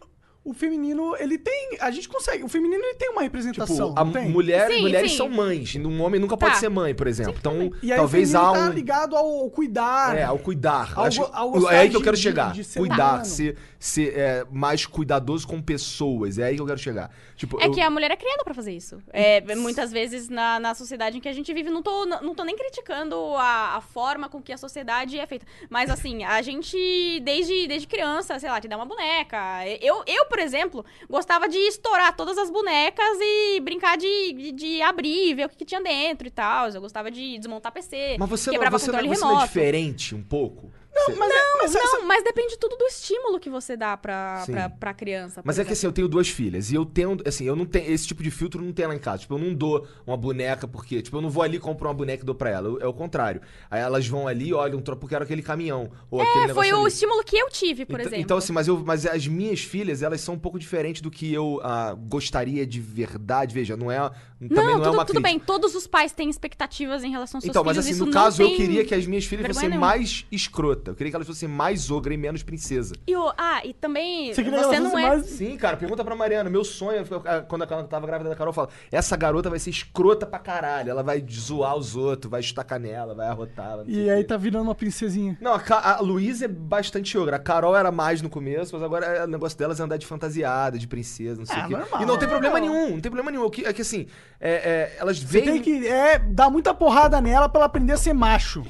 Speaker 1: o feminino, ele tem. A gente consegue. O feminino ele tem uma representação.
Speaker 2: tipo, a
Speaker 1: não tem?
Speaker 2: mulher,
Speaker 3: Sim,
Speaker 2: mulheres
Speaker 3: sim.
Speaker 2: são mães. Um homem nunca pode
Speaker 3: Tá.
Speaker 2: ser mãe, por exemplo. Então,
Speaker 1: E aí
Speaker 2: talvez
Speaker 1: o
Speaker 2: há
Speaker 1: feminino tá
Speaker 2: um.
Speaker 1: ligado ao, ao cuidar.
Speaker 2: É, ao cuidar.
Speaker 1: Ao
Speaker 2: Acho-
Speaker 1: go- ao gostar
Speaker 2: é aí que eu
Speaker 1: de-
Speaker 2: quero
Speaker 1: de-
Speaker 2: chegar.
Speaker 1: de ser
Speaker 2: cuidar,
Speaker 1: humano.
Speaker 2: ser, ser é, mais cuidadoso com pessoas. É aí que eu quero chegar. Tipo,
Speaker 3: É
Speaker 2: eu-
Speaker 3: que a mulher é criada pra fazer isso. É, muitas vezes na, na sociedade em que a gente vive, não tô, não tô nem criticando a, a forma com que a sociedade é feita. Mas assim, a gente, desde, desde criança, sei lá, te dá uma boneca. Eu, eu, por exemplo, gostava de estourar todas as bonecas e brincar de, de, de abrir, ver o que, que tinha dentro e tal. Eu gostava de desmontar PC,
Speaker 2: Mas você, não,
Speaker 3: quebrava
Speaker 2: você, não-
Speaker 3: controle
Speaker 2: você não é
Speaker 3: remoto.
Speaker 2: diferente um pouco? Não,
Speaker 1: Mas, não, mas essa-
Speaker 3: não, mas depende tudo do estímulo que você dá pra,
Speaker 2: Sim.
Speaker 3: pra, pra criança. por
Speaker 2: Mas é que
Speaker 3: exemplo.
Speaker 2: assim, eu tenho duas filhas e eu tenho, assim, eu não tenho, esse tipo de filtro não tem lá em casa. Tipo, eu não dou uma boneca porque, tipo, eu não vou ali, compro uma boneca e dou pra ela. Eu- é o contrário. Aí elas vão ali, olham, tro- porque era aquele caminhão. Ou aquele
Speaker 3: É,
Speaker 2: negócio
Speaker 3: foi o
Speaker 2: ali.
Speaker 3: estímulo que eu tive, por
Speaker 2: então,
Speaker 3: exemplo.
Speaker 2: Então, assim, mas, eu, mas as minhas filhas, elas são um pouco diferentes do que eu ah, gostaria de verdade. Veja, não é, também não
Speaker 3: tudo,
Speaker 2: é uma
Speaker 3: tudo
Speaker 2: crítica.
Speaker 3: bem, todos os pais têm expectativas em relação aos seus
Speaker 2: Então, mas
Speaker 3: filhos.
Speaker 2: assim,
Speaker 3: isso
Speaker 2: no
Speaker 3: não
Speaker 2: caso, eu
Speaker 3: tem-
Speaker 2: queria que as minhas filhas
Speaker 3: vergonha
Speaker 2: fossem
Speaker 3: nenhuma.
Speaker 2: mais escrota. Eu queria que elas fossem mais ogra e menos princesa.
Speaker 3: E o- ah, e também,
Speaker 1: Você
Speaker 3: você,
Speaker 1: queria que ela
Speaker 3: não
Speaker 1: fosse
Speaker 3: é...
Speaker 1: mais-
Speaker 2: Sim, cara, pergunta pra Mariana. Meu sonho, foi- ah, quando ela tava grávida da Carol, eu falo: essa garota vai ser escrota pra caralho. Ela vai zoar os outros, vai chutar canela, vai arrotar. ela não sei
Speaker 1: E
Speaker 2: o
Speaker 1: aí
Speaker 2: quê."
Speaker 1: tá virando uma princesinha.
Speaker 2: Não, a, Ca- a Luísa é bastante ogra. A Carol era mais no começo, mas agora é, o negócio delas é andar de fantasiada, de princesa, não sei
Speaker 1: Ah,
Speaker 2: o quê.
Speaker 1: normal.
Speaker 2: E não tem problema nenhum, não tem problema nenhum. O que- É que assim, é- é, elas
Speaker 1: Você tem
Speaker 2: veem.
Speaker 1: que é, dar muita porrada nela pra ela aprender a ser macho.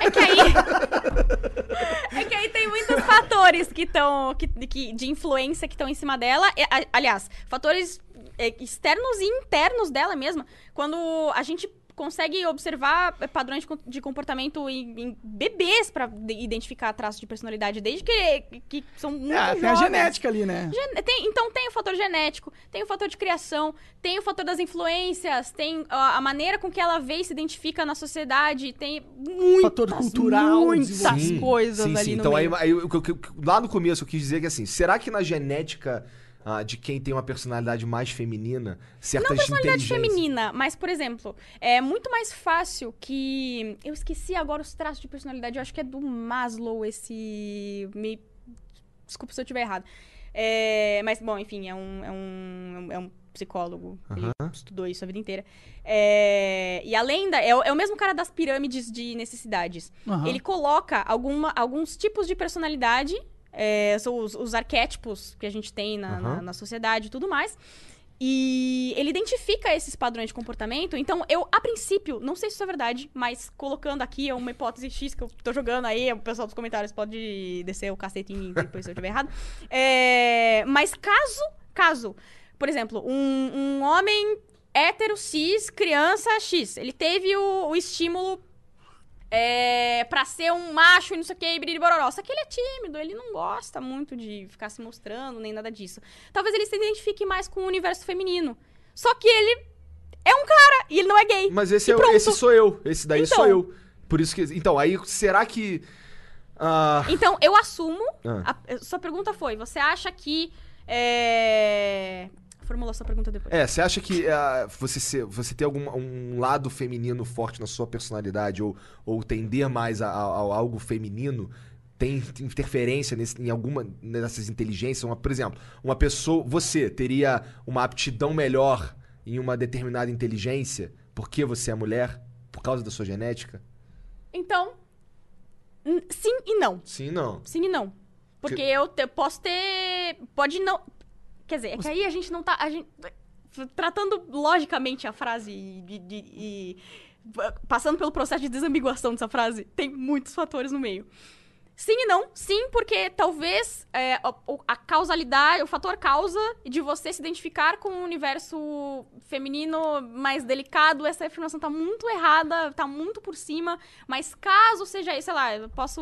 Speaker 3: É que aí... [LAUGHS] é que aí
Speaker 2: [LAUGHS]
Speaker 3: tem muitos fatores que estão... Que, que- de influência que estão em cima dela. E, a- aliás, fatores é, externos e internos dela mesma. Quando a gente consegue observar é, padrões de com- de comportamento em, em bebês pra de- identificar traços de personalidade desde que, que são muito
Speaker 1: É, tem a
Speaker 3: jovens.
Speaker 1: genética ali, né?
Speaker 3: Gen- tem- então tem o fator genético, tem o fator de criação, tem o fator das influências, tem a, a maneira com que ela vê e se identifica na sociedade, tem muitas,
Speaker 1: Fator cultural,
Speaker 3: muitas
Speaker 1: desenvolvimento.
Speaker 3: coisas ali no
Speaker 2: Então aí,
Speaker 3: meio.
Speaker 2: aí o que eu- que eu- lá no começo eu quis dizer que assim, será que na genética ah, de quem tem uma personalidade mais feminina, certas
Speaker 3: Não personalidade
Speaker 2: inteligências-
Speaker 3: feminina, mas, por exemplo, é muito mais fácil que. Eu esqueci agora os traços de personalidade, eu acho que é do Maslow esse. Me... Desculpa se eu estiver errado. É, Mas, bom, enfim, é um, é um, é um psicólogo. Ele
Speaker 2: Aham.
Speaker 3: estudou isso a vida inteira. É, E além da. É, o- é o mesmo cara das pirâmides de necessidades.
Speaker 1: Aham.
Speaker 3: Ele coloca alguma- alguns tipos de personalidade, é, são os, os arquétipos que a gente tem na, na-
Speaker 2: Aham.
Speaker 3: na sociedade e tudo mais. E ele identifica esses padrões de comportamento. Então, eu, a princípio, não sei se isso é verdade, mas colocando aqui é uma hipótese X que eu tô jogando aí, o pessoal dos comentários pode descer o cacete em mim depois se eu tiver errado. É, mas caso, caso, por exemplo, um, um homem hétero, cis, criança, X, ele teve o, o estímulo é, pra ser um macho e não sei o que, e bororó. Só que ele é tímido, ele não gosta muito de ficar se mostrando, nem nada disso. Talvez ele se identifique mais com o universo feminino. Só que ele é um cara e ele não é gay.
Speaker 2: Mas esse,
Speaker 3: E
Speaker 2: é, o-
Speaker 3: pronto.
Speaker 2: esse sou eu, esse daí
Speaker 3: Então.
Speaker 2: sou eu. Por isso que então, aí será que ah,
Speaker 3: Então, eu assumo.
Speaker 2: Ah.
Speaker 3: a- sua pergunta foi: você acha que. É... Formula sua pergunta depois.
Speaker 2: é, você acha que ah, você ser- você ter algum um lado feminino forte na sua personalidade ou, ou tender mais a, a- a algo feminino tem interferência nesse- em alguma dessas inteligências? Uma, por exemplo, uma pessoa, você teria uma aptidão melhor em uma determinada inteligência porque você é mulher por causa da sua genética?
Speaker 3: Então, n- sim e não.
Speaker 2: Sim, não.
Speaker 3: Sim e não. Porque
Speaker 2: Que-
Speaker 3: eu te- posso ter. Pode não. Quer dizer, é que aí a gente não tá. A gente, tratando logicamente a frase e, e- e- e passando pelo processo de desambiguação dessa frase, tem muitos fatores no meio. Sim e não. Sim, porque talvez é, a, o- a causalidade, o fator causa de você se identificar com o universo feminino mais delicado, essa afirmação tá muito errada, tá muito por cima. Mas caso seja isso, sei lá, eu posso.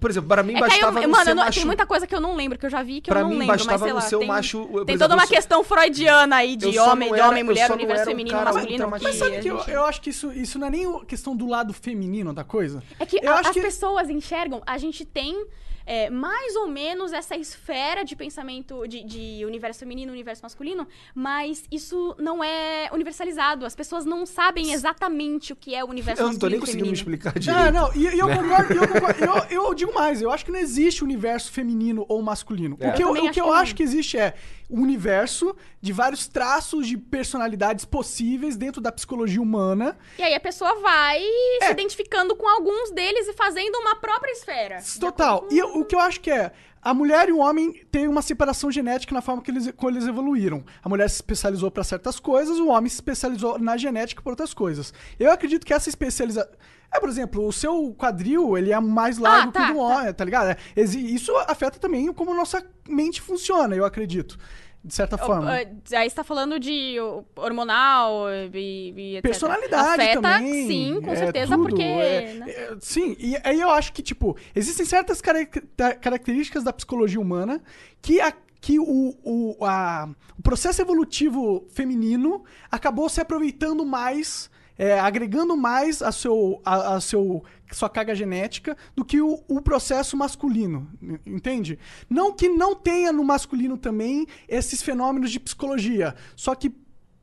Speaker 2: Por exemplo, para mim
Speaker 3: É que aí eu-
Speaker 2: bastava não
Speaker 3: mano,
Speaker 2: ser
Speaker 3: eu não-
Speaker 2: macho
Speaker 3: tem muita coisa que eu não lembro, que eu já vi que eu
Speaker 2: pra
Speaker 3: não
Speaker 2: mim
Speaker 3: lembro,
Speaker 2: bastava
Speaker 3: mas sei
Speaker 2: não
Speaker 3: lá.
Speaker 2: ser o
Speaker 3: tem
Speaker 2: macho. por
Speaker 3: tem
Speaker 2: exemplo,
Speaker 3: toda uma
Speaker 2: eu sou-
Speaker 3: questão freudiana aí
Speaker 2: eu
Speaker 3: de
Speaker 2: só não
Speaker 3: homem, de
Speaker 2: era-
Speaker 3: homem,
Speaker 2: eu
Speaker 3: mulher,
Speaker 2: só não
Speaker 3: universo
Speaker 2: era um
Speaker 3: feminino,
Speaker 2: cara
Speaker 3: masculino.
Speaker 2: ultra
Speaker 1: Mas sabe
Speaker 3: a
Speaker 1: que eu,
Speaker 3: gente-
Speaker 1: eu acho que isso, isso não é nem o- questão do lado feminino da coisa?
Speaker 3: É que
Speaker 1: eu
Speaker 3: a-
Speaker 1: acho
Speaker 3: as
Speaker 1: que-
Speaker 3: pessoas enxergam, a gente tem é, mais ou menos essa esfera de pensamento de, de universo feminino, universo masculino, mas isso não é universalizado. As pessoas não sabem exatamente o que é o universo
Speaker 2: Eu não tô nem
Speaker 3: masculino e
Speaker 2: conseguindo me explicar
Speaker 3: feminino.
Speaker 1: Ah,
Speaker 2: direito. Né?
Speaker 1: não, e, e eu concordo, e eu, concordo eu, eu digo mais, eu acho que não existe universo feminino ou masculino.
Speaker 2: É.
Speaker 1: O que eu,
Speaker 3: Eu também
Speaker 1: o que
Speaker 3: acho
Speaker 1: eu
Speaker 3: que não.
Speaker 1: acho que existe é o universo de vários traços de personalidades possíveis dentro da psicologia humana.
Speaker 3: E aí a pessoa vai
Speaker 2: É.
Speaker 3: se identificando com alguns deles e fazendo uma própria esfera. De
Speaker 1: Total. E eu- o que eu acho que é. A mulher e o homem têm uma separação genética na forma que eles, como eles evoluíram. A mulher se especializou para certas coisas, o homem se especializou na genética para outras coisas. Eu acredito que essa especialização. É, por exemplo, o seu quadril, ele é mais largo
Speaker 3: tá,
Speaker 1: que o do
Speaker 3: tá.
Speaker 1: homem, tá, ligado? É, exi- Isso afeta também como nossa mente funciona, eu acredito. De certa forma.
Speaker 3: Ah, Aí você tá falando de oh, hormonal e, e etc.
Speaker 1: Personalidade
Speaker 3: Afeta,
Speaker 1: também.
Speaker 3: sim, com
Speaker 1: é,
Speaker 3: certeza,
Speaker 1: tudo,
Speaker 3: porque...
Speaker 1: é,
Speaker 3: né?
Speaker 1: é, sim, e aí eu acho que, tipo, existem certas carac- ta- características da psicologia humana que, a- que o, o, a- o processo evolutivo feminino acabou se aproveitando mais, é, agregando mais a, seu, a, a seu, sua carga genética do que o, o processo masculino, en- entende? Não que não tenha no masculino também esses fenômenos de psicologia, só que
Speaker 3: é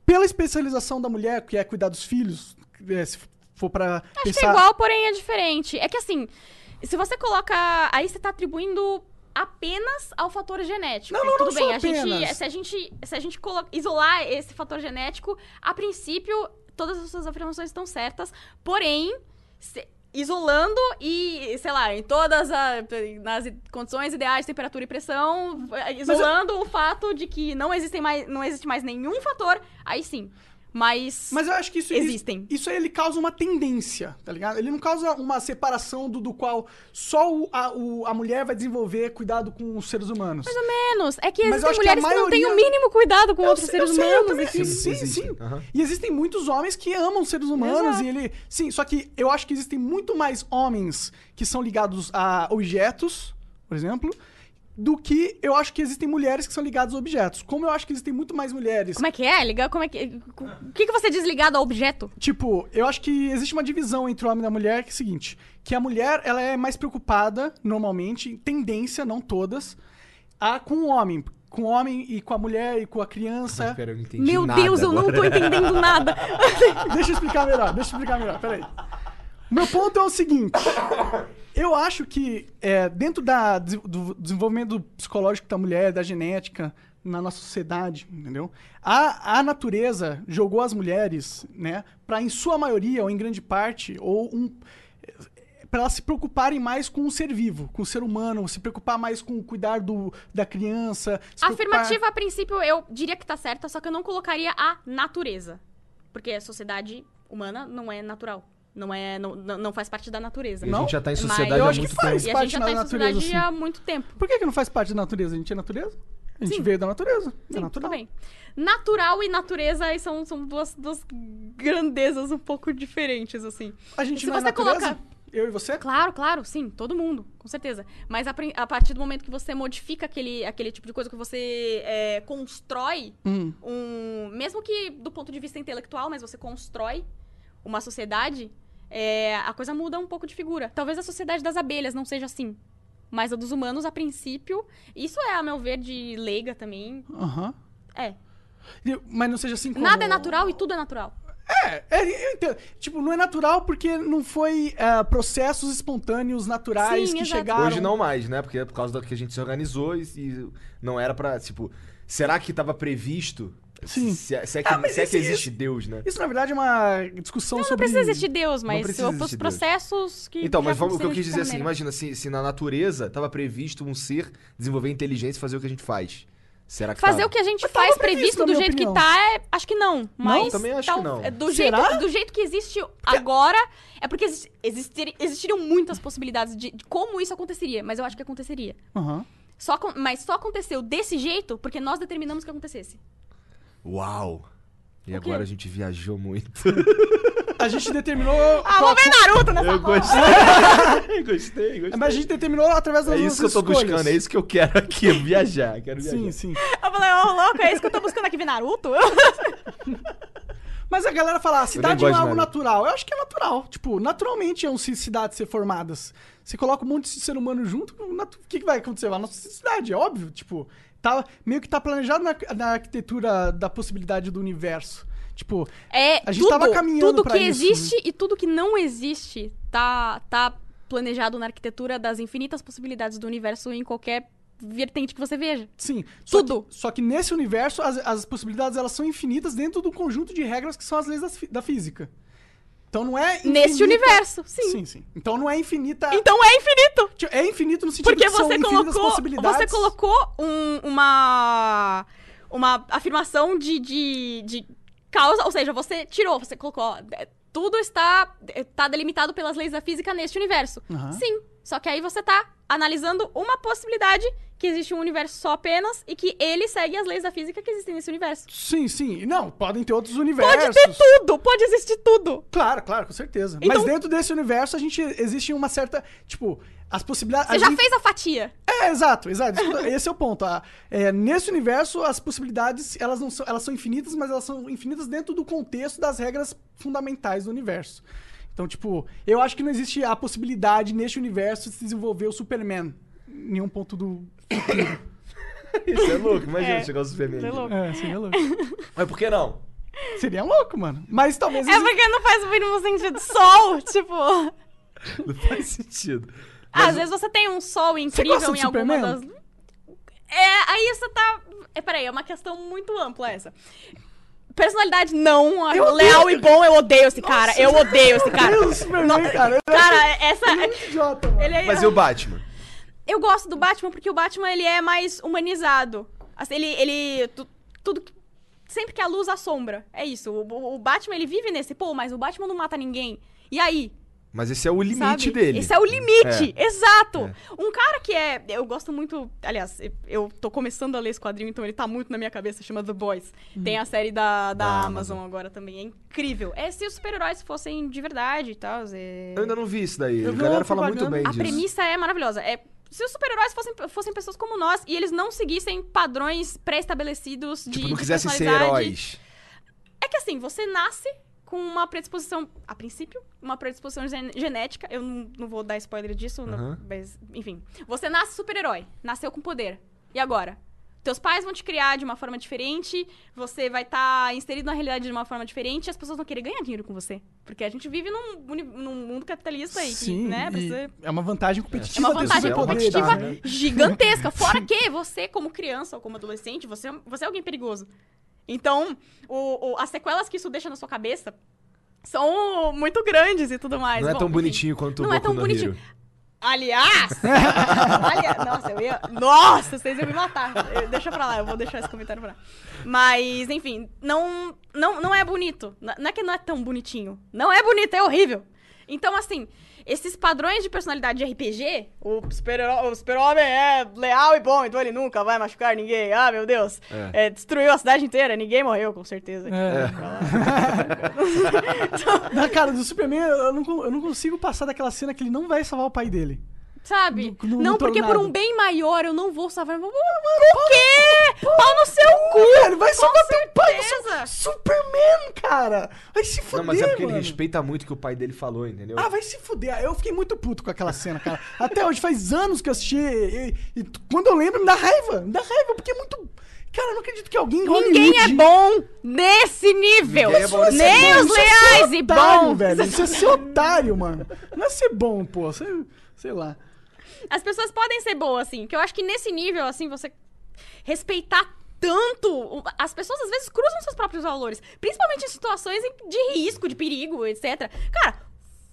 Speaker 1: pela especialização da mulher, que é cuidar dos filhos, é, se for pra
Speaker 3: Acho que
Speaker 1: pensar.
Speaker 3: é igual, porém é diferente. É que assim, se você coloca... Aí você tá atribuindo apenas ao fator genético.
Speaker 1: Não, não,
Speaker 3: Tudo
Speaker 1: não
Speaker 3: bem,
Speaker 1: só
Speaker 3: a gente,
Speaker 1: apenas.
Speaker 3: se a gente, se a gente colo- isolar esse fator genético, a princípio, todas as suas afirmações estão certas, porém... se- Isolando e, sei lá, em todas as nas condições ideais, temperatura e eh, pressão, isolando o fato de que não existem mais, não existe mais nenhum fator, aí sim. Mas.
Speaker 1: Mas eu acho que isso
Speaker 3: Existem.
Speaker 1: Isso, aí ele causa uma tendência, tá ligado? Ele não causa uma separação do, do qual só o- a, o- a mulher vai desenvolver cuidado com os seres humanos.
Speaker 3: Mais ou menos. É que
Speaker 1: Mas eu
Speaker 3: existem
Speaker 1: acho que a
Speaker 3: mulheres que, não têm o
Speaker 1: maioria-
Speaker 3: mínimo cuidado com
Speaker 1: Eu
Speaker 3: outros
Speaker 1: sei- eu
Speaker 3: seres
Speaker 1: sei, eu
Speaker 3: humanos.
Speaker 1: também-
Speaker 3: e
Speaker 1: Sim,
Speaker 3: que-
Speaker 1: sim,
Speaker 2: Existe.
Speaker 1: sim.
Speaker 2: Aham.
Speaker 1: E existem muitos homens que amam seres humanos
Speaker 3: Exato.
Speaker 1: e ele. Sim, só que eu acho que existem muito mais homens que são ligados a objetos, por exemplo, do que eu acho que existem mulheres que são ligadas a objetos. Como eu acho que existem muito mais mulheres.
Speaker 3: Como é que é? Liga, como é que. O que, que você diz ligado ao objeto?
Speaker 1: Tipo, eu acho que existe uma divisão entre o homem e a mulher que é o seguinte: que a mulher ela é mais preocupada, normalmente, em tendência, não todas, a com o homem. Com o homem e com a mulher e com a criança.
Speaker 2: Espera, eu não entendi
Speaker 3: Meu
Speaker 2: nada
Speaker 3: Deus, eu não
Speaker 2: agora.
Speaker 3: tô entendendo
Speaker 1: [LAUGHS]
Speaker 3: nada. [LAUGHS]
Speaker 1: deixa eu explicar melhor, deixa eu explicar melhor, peraí. Meu ponto é o seguinte: eu acho que é, dentro da, des- do desenvolvimento psicológico da mulher, da genética, na nossa sociedade, entendeu? A, a natureza jogou as mulheres, né, pra em sua maioria, ou em grande parte, ou um. Pra elas se preocuparem mais com o ser vivo, com o ser humano, se preocupar mais com cuidar do, da criança. se preocupar-
Speaker 3: Afirmativa, a princípio, eu diria que tá certa, só que eu não colocaria a natureza. Porque a sociedade humana não é natural. Não é. Não, não não faz parte da natureza.
Speaker 2: E a gente já tá em
Speaker 3: Mas-
Speaker 2: sociedade
Speaker 1: Eu
Speaker 2: há
Speaker 1: acho que
Speaker 2: muito
Speaker 1: faz.
Speaker 2: tempo.
Speaker 3: E a
Speaker 1: parte
Speaker 3: gente já
Speaker 1: da
Speaker 3: tá em
Speaker 1: natureza,
Speaker 3: sociedade
Speaker 1: sim.
Speaker 3: há muito tempo.
Speaker 1: Por que, que não faz parte da natureza? A gente é natureza? A gente
Speaker 3: Sim.
Speaker 1: veio da natureza. é
Speaker 3: Sim, tudo
Speaker 1: natural.
Speaker 3: bem. Natural e natureza aí são, são duas, duas grandezas um pouco diferentes, assim.
Speaker 1: A gente
Speaker 3: Se
Speaker 1: não é
Speaker 3: você
Speaker 1: natureza?
Speaker 3: colocar-
Speaker 1: Eu e você? é
Speaker 3: Claro, claro, sim, todo mundo, com certeza. Mas a, prin- a partir do momento que você modifica aquele, aquele tipo de coisa, que você é, constrói
Speaker 1: Hum.
Speaker 3: um. Mesmo que do ponto de vista intelectual, mas você constrói uma sociedade, é, a coisa muda um pouco de figura. Talvez a sociedade das abelhas não seja assim. Mas a dos humanos, a princípio, isso é, a meu ver, de leiga também.
Speaker 1: Aham.
Speaker 3: É.
Speaker 1: E- Mas não seja assim como...
Speaker 3: Nada é natural e tudo é natural.
Speaker 1: É, é, eu entendo. Tipo, não é natural porque não foi ah, processos espontâneos, naturais,
Speaker 3: Sim,
Speaker 1: que
Speaker 3: exato.
Speaker 1: chegaram...
Speaker 2: Hoje não mais, né? Porque é por causa do que a gente se organizou e, e não era pra, tipo... Será que tava previsto?
Speaker 1: Sim.
Speaker 2: Se, é- se é que,
Speaker 1: Ah, mas
Speaker 2: se é que
Speaker 1: isso-
Speaker 2: existe Deus, né?
Speaker 1: Isso, na verdade, é uma discussão
Speaker 3: Não
Speaker 1: sobre...
Speaker 3: precisa existir Deus, mas
Speaker 2: precisa
Speaker 3: os
Speaker 2: existir Deus.
Speaker 3: processos que.
Speaker 2: Então,
Speaker 3: já
Speaker 2: mas vamos, o que eu
Speaker 3: aconteceram
Speaker 2: quis
Speaker 3: de
Speaker 2: dizer assim,
Speaker 3: maneira.
Speaker 2: imagina se, se na natureza tava previsto um ser desenvolver inteligência e fazer o que a gente faz. Será que tá
Speaker 1: Tá.
Speaker 3: Fazer
Speaker 2: tava?
Speaker 3: o que a gente faz
Speaker 1: previsto,
Speaker 3: previsto
Speaker 1: na
Speaker 3: do
Speaker 1: minha
Speaker 3: jeito
Speaker 1: opinião.
Speaker 3: que tá, é- acho que não. Mas
Speaker 2: também acho que não.
Speaker 3: é Do jeito,
Speaker 1: Será?
Speaker 3: do jeito que existe agora, é porque exi- existir- existiriam muitas possibilidades de, de como isso aconteceria, mas eu acho que aconteceria.
Speaker 1: Aham.
Speaker 3: Só, acon- mas só aconteceu desse jeito porque nós determinamos que acontecesse.
Speaker 2: Uau! E
Speaker 3: O quê?
Speaker 2: agora a gente viajou muito.
Speaker 1: A gente determinou...
Speaker 3: Ah, vou ver Naruto nessa
Speaker 2: Eu
Speaker 3: porra!
Speaker 2: gostei. [LAUGHS] gostei, gostei.
Speaker 1: Mas a gente determinou através das
Speaker 2: É isso que eu tô
Speaker 1: nossas
Speaker 2: buscando, é
Speaker 1: escolhas.
Speaker 2: isso que eu quero aqui, eu viajar. Quero viajar. [LAUGHS]
Speaker 1: Sim, sim.
Speaker 3: Eu falei, ô louco, é isso que eu tô buscando aqui, ver Naruto?
Speaker 1: Mas a galera fala, ah, cidade não
Speaker 2: gosto
Speaker 1: é
Speaker 2: de
Speaker 1: algo
Speaker 2: nada.
Speaker 1: natural. Eu acho que é natural. Tipo, naturalmente iam se cidades ser formadas. Você coloca um monte de ser humano junto, natu- o que, que vai acontecer? Vai nossa cidade, é óbvio. Tipo, tá, meio que tá planejado na, na arquitetura da possibilidade do universo. Tipo,
Speaker 3: [LAUGHS] É,
Speaker 1: A gente
Speaker 3: tudo,
Speaker 1: tava caminhando
Speaker 3: tudo
Speaker 1: pra
Speaker 3: que
Speaker 1: isso, né?
Speaker 3: existe e tudo que não existe tá, tá planejado na arquitetura das infinitas possibilidades do universo em qualquer vertente que você veja.
Speaker 1: sim.
Speaker 3: Tudo.
Speaker 1: Que, só que nesse universo, as, as possibilidades elas são infinitas dentro do conjunto de regras que são as leis das fi- da física. Então não é.
Speaker 3: Neste
Speaker 1: infinita-
Speaker 3: universo, sim.
Speaker 1: Sim, sim. Então não é infinita.
Speaker 3: Então é infinito!
Speaker 1: Tipo, É infinito no sentido
Speaker 3: Porque
Speaker 1: que são
Speaker 3: você
Speaker 1: infinitas
Speaker 3: colocou,
Speaker 1: possibilidades.
Speaker 3: você colocou um- uma, uma afirmação de, de, de causa, ou seja, você tirou, você colocou, ó, é, tudo está, é, tá delimitado pelas leis da física neste universo.
Speaker 1: Aham.
Speaker 3: Sim, só que aí você tá analisando uma possibilidade que existe um universo só apenas e que ele segue as leis da física que existem nesse universo.
Speaker 1: Sim, sim. Não, podem ter outros
Speaker 3: Pode
Speaker 1: universos.
Speaker 3: ter tudo, pode existir tudo.
Speaker 1: Claro, claro, com certeza.
Speaker 3: Então-
Speaker 1: Mas dentro desse universo, a gente existe uma certa. Tipo, as possibilidades.
Speaker 3: Você
Speaker 1: a
Speaker 3: já
Speaker 1: gente-
Speaker 3: fez a fatia.
Speaker 1: É, exato, exato. Isso- [LAUGHS] Esse é o ponto. ah. É, nesse universo, as possibilidades, elas não são, elas são infinitas, mas elas são infinitas dentro do contexto das regras fundamentais do universo. Então, tipo, eu acho que não existe a possibilidade neste universo de se desenvolver o Superman. Em nenhum ponto do.
Speaker 2: Isso é louco, imagina
Speaker 3: É,
Speaker 2: chegar o Superman.
Speaker 3: isso é
Speaker 2: aqui.
Speaker 3: louco.
Speaker 1: É, seria louco.
Speaker 2: Mas por que não? [LAUGHS]
Speaker 1: seria louco, mano. Mas talvez.
Speaker 3: É porque não faz o mínimo sentido. Sol, tipo.
Speaker 2: Não faz sentido.
Speaker 3: Ah, Às vezes você tem um sol incrível
Speaker 1: gosta do
Speaker 3: em alguma
Speaker 1: Superman?
Speaker 3: das. É, aí você tá. É, peraí, é uma questão muito ampla essa. Personalidade não, a-
Speaker 1: Eu
Speaker 3: leal
Speaker 1: odeio-
Speaker 3: e bom, eu odeio esse cara. Eu odeio esse cara.
Speaker 1: [LAUGHS] Deus, Superman, cara. Ele é
Speaker 3: Cara, essa.
Speaker 1: muito idiota, mano.
Speaker 3: Ele é...
Speaker 2: Mas e o Batman?
Speaker 3: Eu gosto do Batman porque o Batman ele é mais humanizado. Assim, ele. ele tu- tudo que- sempre que a luz assombra. É isso. O- O, o Batman, ele vive nesse. Pô, mas o Batman não mata ninguém. E aí?
Speaker 2: Mas esse é o limite
Speaker 3: sabe?
Speaker 2: dele.
Speaker 3: Esse é o limite, exato. Um cara que é. Eu gosto muito. Aliás, eu tô começando a ler esse quadrinho, então ele tá muito na minha cabeça, chama The Boys. Tem a série da, da
Speaker 2: Uhum. Da
Speaker 3: Amazon,
Speaker 2: Amazon.
Speaker 3: agora também. É incrível. É se os super-heróis fossem de verdade e tal. é-
Speaker 2: Eu ainda não vi isso daí.
Speaker 1: Eu
Speaker 2: a
Speaker 1: vi
Speaker 2: galera
Speaker 1: uma
Speaker 2: fala muito
Speaker 1: propaganda.
Speaker 2: bem
Speaker 3: A
Speaker 2: disso.
Speaker 3: premissa é maravilhosa. É. Se os super-heróis fossem, fossem pessoas como nós e eles não seguissem padrões pré-estabelecidos de.
Speaker 2: Tipo, não
Speaker 3: de
Speaker 2: quisessem ser
Speaker 3: personalidade.
Speaker 2: heróis.
Speaker 3: É que assim, você nasce com uma predisposição, a princípio, uma predisposição gen- genética. Eu não, não vou dar spoiler disso, não-
Speaker 2: Aham.
Speaker 3: mas, enfim. Você nasce super-herói, nasceu com poder. E agora? Teus pais vão te criar de uma forma diferente, você vai estar inserido na realidade de uma forma diferente, e as pessoas vão querer ganhar dinheiro com você. Porque a gente vive num, uni- num mundo capitalista aí, que,
Speaker 1: Sim,
Speaker 3: né?
Speaker 1: e
Speaker 3: precisa-
Speaker 1: é uma vantagem
Speaker 3: é
Speaker 1: competitiva
Speaker 3: uma
Speaker 1: ter
Speaker 3: vantagem
Speaker 1: superpoderes,
Speaker 3: competitiva
Speaker 1: né?
Speaker 3: [LAUGHS] gigantesca. Fora que você, como criança ou como adolescente, você, é um- você é alguém perigoso. Então, o- o- as sequelas que isso deixa na sua cabeça são muito grandes e tudo mais.
Speaker 2: não é
Speaker 3: Bom,
Speaker 2: tão
Speaker 3: enfim.
Speaker 2: bonitinho quanto o
Speaker 3: Não
Speaker 2: Boku
Speaker 3: é tão
Speaker 2: no
Speaker 3: bonitinho.
Speaker 2: Hero.
Speaker 3: Aliás! Aliás- nossa, eu ia. Nossa, vocês iam me matar. Eu- deixa pra lá, eu vou deixar esse comentário pra lá. Mas, enfim, não, não, não é bonito. N- Não é que não é tão bonitinho. Não é bonito, é horrível. Então, assim, esses padrões de personalidade de RPG, o super-heró- o super-homem é leal e bom, então ele nunca vai machucar ninguém. Ah, meu Deus.
Speaker 2: É.
Speaker 3: É, destruiu a cidade inteira, ninguém morreu, com certeza.
Speaker 1: É. [LAUGHS] Na cara do Superman, eu não, con- eu não consigo passar daquela cena que ele não vai salvar o pai dele.
Speaker 3: Sabe?
Speaker 1: No- no
Speaker 3: não, porque por um
Speaker 1: tornado.
Speaker 3: bem maior eu não vou salvar. Por quê? Pau no seu cu!
Speaker 1: Ele vai salvar teu pai! eu sou
Speaker 3: certeza.
Speaker 1: Superman, cara! Vai se fuder,
Speaker 2: Não, mas é porque
Speaker 1: mano.
Speaker 2: ele respeita muito o que o pai dele falou, entendeu?
Speaker 1: Ah, vai se fuder. Eu fiquei muito puto com aquela cena, cara. Até hoje faz anos que eu assisti e, e t- quando eu lembro me dá raiva, me dá raiva, porque é muito... Cara, eu não acredito que alguém em
Speaker 3: Ninguém é
Speaker 1: Hollywood-
Speaker 3: bom nesse nível.
Speaker 2: Ninguém é bom nesse
Speaker 3: Nem
Speaker 1: Mano,
Speaker 3: os
Speaker 1: isso é
Speaker 3: leais
Speaker 1: ser
Speaker 3: e
Speaker 1: otário,
Speaker 3: bom. [LAUGHS]
Speaker 1: velho. Isso é ser otário, mano. Não é ser bom, pô. Sei, sei lá.
Speaker 3: As pessoas podem ser boas, assim. Que eu acho que nesse nível, assim, você respeitar tanto. As pessoas às vezes cruzam seus próprios valores. Principalmente em situações em- de risco, de perigo, etc. Cara,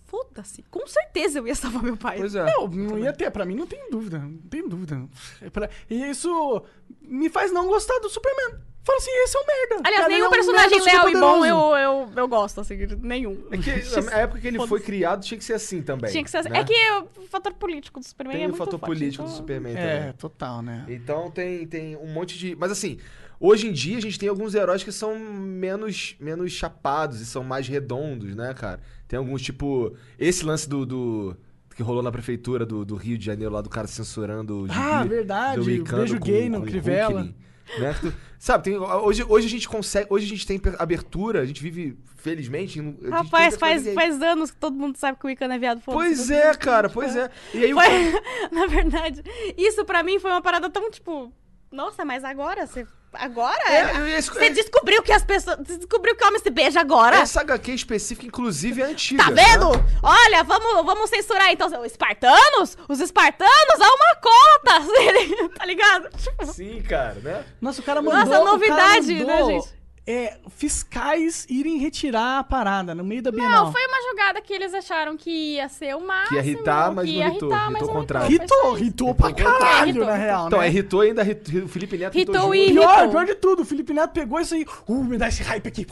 Speaker 3: foda-se. Com certeza eu ia salvar meu pai.
Speaker 2: Pois é.
Speaker 1: Não, não ia ter. Pra mim, não tem dúvida. Não tem dúvida. É pra- E isso me faz não gostar do Superman. Fala assim, esse é um merda.
Speaker 3: Aliás,
Speaker 1: Cara, ele é
Speaker 3: nenhum
Speaker 1: um
Speaker 3: personagem
Speaker 1: merda
Speaker 3: leal e bom
Speaker 1: superpoderoso.
Speaker 3: eu, eu, eu gosto, assim. Nenhum. [LAUGHS]
Speaker 2: É que na época que ele foi criado tinha que ser assim também.
Speaker 3: Tinha que ser assim.
Speaker 2: né?
Speaker 3: É que o fator político do Superman
Speaker 2: Tem
Speaker 3: é
Speaker 2: o
Speaker 3: muito
Speaker 2: fator
Speaker 3: forte,
Speaker 2: político do
Speaker 3: então-
Speaker 2: Superman
Speaker 1: É,
Speaker 2: também.
Speaker 1: total, né?
Speaker 2: Então tem, tem um monte de. Mas assim, hoje em dia a gente tem alguns heróis que são menos, menos chapados e são mais redondos, né, cara? Tem alguns, tipo. Esse lance do. do- que rolou na prefeitura do, do Rio de Janeiro, lá do cara censurando o gibi
Speaker 1: Ah, verdade,
Speaker 2: do Wicano
Speaker 1: beijo
Speaker 2: com-
Speaker 1: gay no
Speaker 2: com o
Speaker 1: Crivella.
Speaker 2: Hulkling, né? Tu- Sabe, tem- hoje, hoje a gente consegue. Hoje a gente tem abertura, a gente vive, felizmente. em um- a gente tem
Speaker 3: Rapaz,
Speaker 2: abertura
Speaker 3: faz,
Speaker 2: gay.
Speaker 3: faz anos que todo mundo sabe que o Wiccan é viado. foda-se.
Speaker 2: Pois
Speaker 3: [LAUGHS]
Speaker 2: é, cara, pois é. E aí o
Speaker 3: Foi- [LAUGHS] na verdade, isso pra mim foi uma parada tão, tipo... Nossa, mas agora? Você... Agora?
Speaker 2: É, é,
Speaker 3: Você
Speaker 2: é,
Speaker 3: descobriu que as pessoas... Você descobriu que homem se beija agora?
Speaker 2: Essa HQ específica, inclusive, é antiga.
Speaker 3: Tá vendo?
Speaker 2: né?
Speaker 3: Olha, vamos, vamos censurar então. Os espartanos? Os espartanos há uma cota! [LAUGHS] tá ligado? Tipo,
Speaker 2: Sim, cara, né?
Speaker 1: Nossa, o cara mandou.
Speaker 3: Nossa,
Speaker 1: o cara
Speaker 3: novidade, né,
Speaker 1: mandou,
Speaker 3: gente?
Speaker 1: É, fiscais irem retirar a parada no meio da Bienal.
Speaker 3: Não, foi uma jogada que eles acharam que ia ser o máximo.
Speaker 2: Que ia irritar, mas
Speaker 3: que
Speaker 2: não
Speaker 3: ia
Speaker 2: irritou,
Speaker 3: irritar,
Speaker 2: irritou
Speaker 3: mas
Speaker 2: o
Speaker 3: não
Speaker 2: contrário.
Speaker 3: irritou, foi só
Speaker 1: Ritou,
Speaker 3: isso.
Speaker 1: ritou pra caralho,
Speaker 3: Ritou,
Speaker 1: na
Speaker 3: ritou.
Speaker 1: real,
Speaker 2: Então,
Speaker 1: né?
Speaker 2: é Ritou e ainda Ritou, o Felipe Neto
Speaker 3: Ritou
Speaker 2: junto.
Speaker 3: e-
Speaker 1: Pior,
Speaker 3: Ritou.
Speaker 1: pior de tudo, o Felipe Neto pegou isso aí. Uh, me dá esse hype aqui.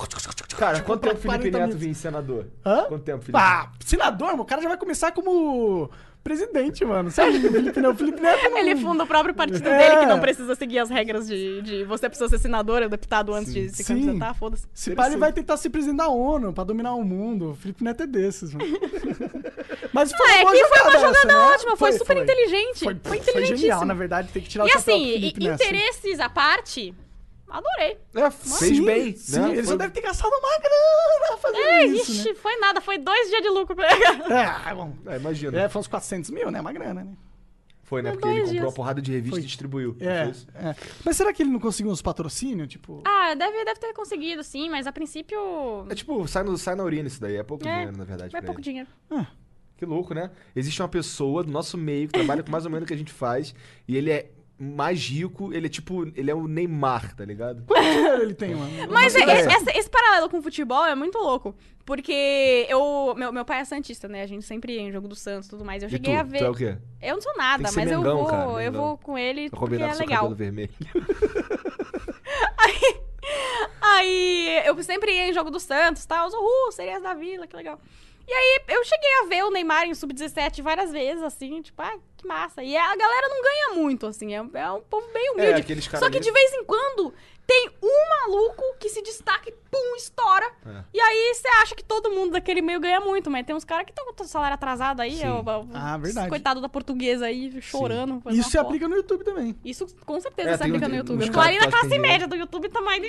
Speaker 2: Cara, quanto tempo o Felipe
Speaker 1: 40
Speaker 2: Neto
Speaker 1: minutos.
Speaker 2: vinha em senador?
Speaker 1: então. Hã?
Speaker 2: Quanto tempo, Felipe?
Speaker 1: Ah, senador, mano, o cara já vai começar como presidente, mano. Sabe o Felipe Neto? O Felipe Neto não...
Speaker 3: [LAUGHS] Ele funda o próprio partido
Speaker 1: É.
Speaker 3: dele, que não precisa seguir as regras de, de você precisa ser senador ou deputado antes de se
Speaker 1: Sim.
Speaker 3: candidatar, foda-se.
Speaker 1: Esse pai ele vai tentar ser presidente da ONU pra dominar o mundo. O Felipe Neto é desses,
Speaker 3: [LAUGHS]
Speaker 1: mano. Mas foi,
Speaker 3: Ah, é
Speaker 1: boa
Speaker 3: que foi uma
Speaker 1: essa,
Speaker 3: jogada
Speaker 1: né?
Speaker 3: ótima, foi, super inteligente. Foi,
Speaker 1: Foi, foi,
Speaker 3: inteligentíssimo.
Speaker 1: genial, na verdade, tem que tirar o
Speaker 3: e
Speaker 1: chapéu
Speaker 3: assim,
Speaker 1: pro Felipe
Speaker 3: e-
Speaker 1: Neto.
Speaker 3: interesses à parte, adorei.
Speaker 2: É, fez
Speaker 1: Sim,
Speaker 2: bem.
Speaker 1: Sim,
Speaker 2: né?
Speaker 1: ele só
Speaker 2: Foi-
Speaker 1: deve ter gastado uma grana fazendo
Speaker 3: É,
Speaker 1: isso,
Speaker 3: ixi, foi nada, foi dois dias de lucro. [LAUGHS] pra-
Speaker 1: né? É, bom.
Speaker 2: É, imagina.
Speaker 1: É, foi uns 400 mil, né? Uma grana, né?
Speaker 2: Foi, né?
Speaker 3: Foi
Speaker 2: Porque ele
Speaker 3: dois
Speaker 2: comprou
Speaker 3: dias.
Speaker 2: uma porrada de revista
Speaker 1: Foi.
Speaker 2: e distribuiu. não
Speaker 1: É,
Speaker 2: foi isso?
Speaker 1: é. Mas será que ele não conseguiu uns patrocínios? Tipo,
Speaker 3: ah, deve, deve ter conseguido, sim, mas a princípio
Speaker 2: É tipo, sai, no, sai na urina isso daí. É pouco
Speaker 3: É,
Speaker 2: dinheiro, na verdade.
Speaker 3: é
Speaker 2: pra
Speaker 3: pouco
Speaker 2: ele.
Speaker 3: dinheiro.
Speaker 2: Que louco, né? Existe uma pessoa do nosso meio que trabalha com mais ou menos o que a gente faz. E ele é mais rico. Ele é tipo. Ele é o Neymar, tá ligado?
Speaker 1: quanto dinheiro [LAUGHS] ele tem, mano?
Speaker 3: Ah, [LAUGHS] Mas é-
Speaker 2: ideia.
Speaker 3: esse, esse- esse paralelo com o futebol é muito louco. Porque eu. Meu, meu pai é Santista, né? A gente sempre ia em jogo do Santos e tudo mais. Eu
Speaker 2: e tu?
Speaker 3: cheguei a ver.
Speaker 2: Tu é o quê?
Speaker 3: Eu não sou
Speaker 2: Tem
Speaker 3: nada,
Speaker 2: que ser
Speaker 3: mas eu
Speaker 2: Mengão,
Speaker 3: vou.
Speaker 2: cara,
Speaker 3: eu
Speaker 2: Mengão.
Speaker 3: vou com ele
Speaker 1: é
Speaker 2: Pra
Speaker 3: porque
Speaker 2: combinar
Speaker 3: é
Speaker 2: com seu
Speaker 3: legal.
Speaker 2: cabelo vermelho.
Speaker 3: Aí sempre ia em jogo do Santos e tal. Uhul, Sereias da Vila, que legal. E aí eu cheguei a ver o Neymar em sub-17 várias vezes, assim, tipo, ah, que massa. E a galera não ganha muito, assim, é, é um povo bem humilde.
Speaker 2: aqueles caras
Speaker 3: Só que
Speaker 2: ali-
Speaker 3: de vez em quando tem um maluco que se destaca e pum, estoura.
Speaker 2: É.
Speaker 3: E aí você acha que todo mundo daquele meio ganha muito, mas tem uns caras que estão com o salário atrasado aí,
Speaker 2: Sim.
Speaker 3: é o- o-
Speaker 1: Ah, verdade.
Speaker 3: coitado da portuguesa aí, chorando. fazendo
Speaker 1: Isso é se
Speaker 3: uma foto.
Speaker 1: aplica no YouTube também.
Speaker 3: Isso com certeza
Speaker 2: É,
Speaker 3: se
Speaker 2: tem
Speaker 3: aplica
Speaker 2: um-
Speaker 3: no
Speaker 2: uns
Speaker 3: YouTube. Tô
Speaker 2: caras
Speaker 3: ali
Speaker 2: que
Speaker 3: na
Speaker 2: acham que
Speaker 3: classe
Speaker 2: tem um.
Speaker 3: média do YouTube também de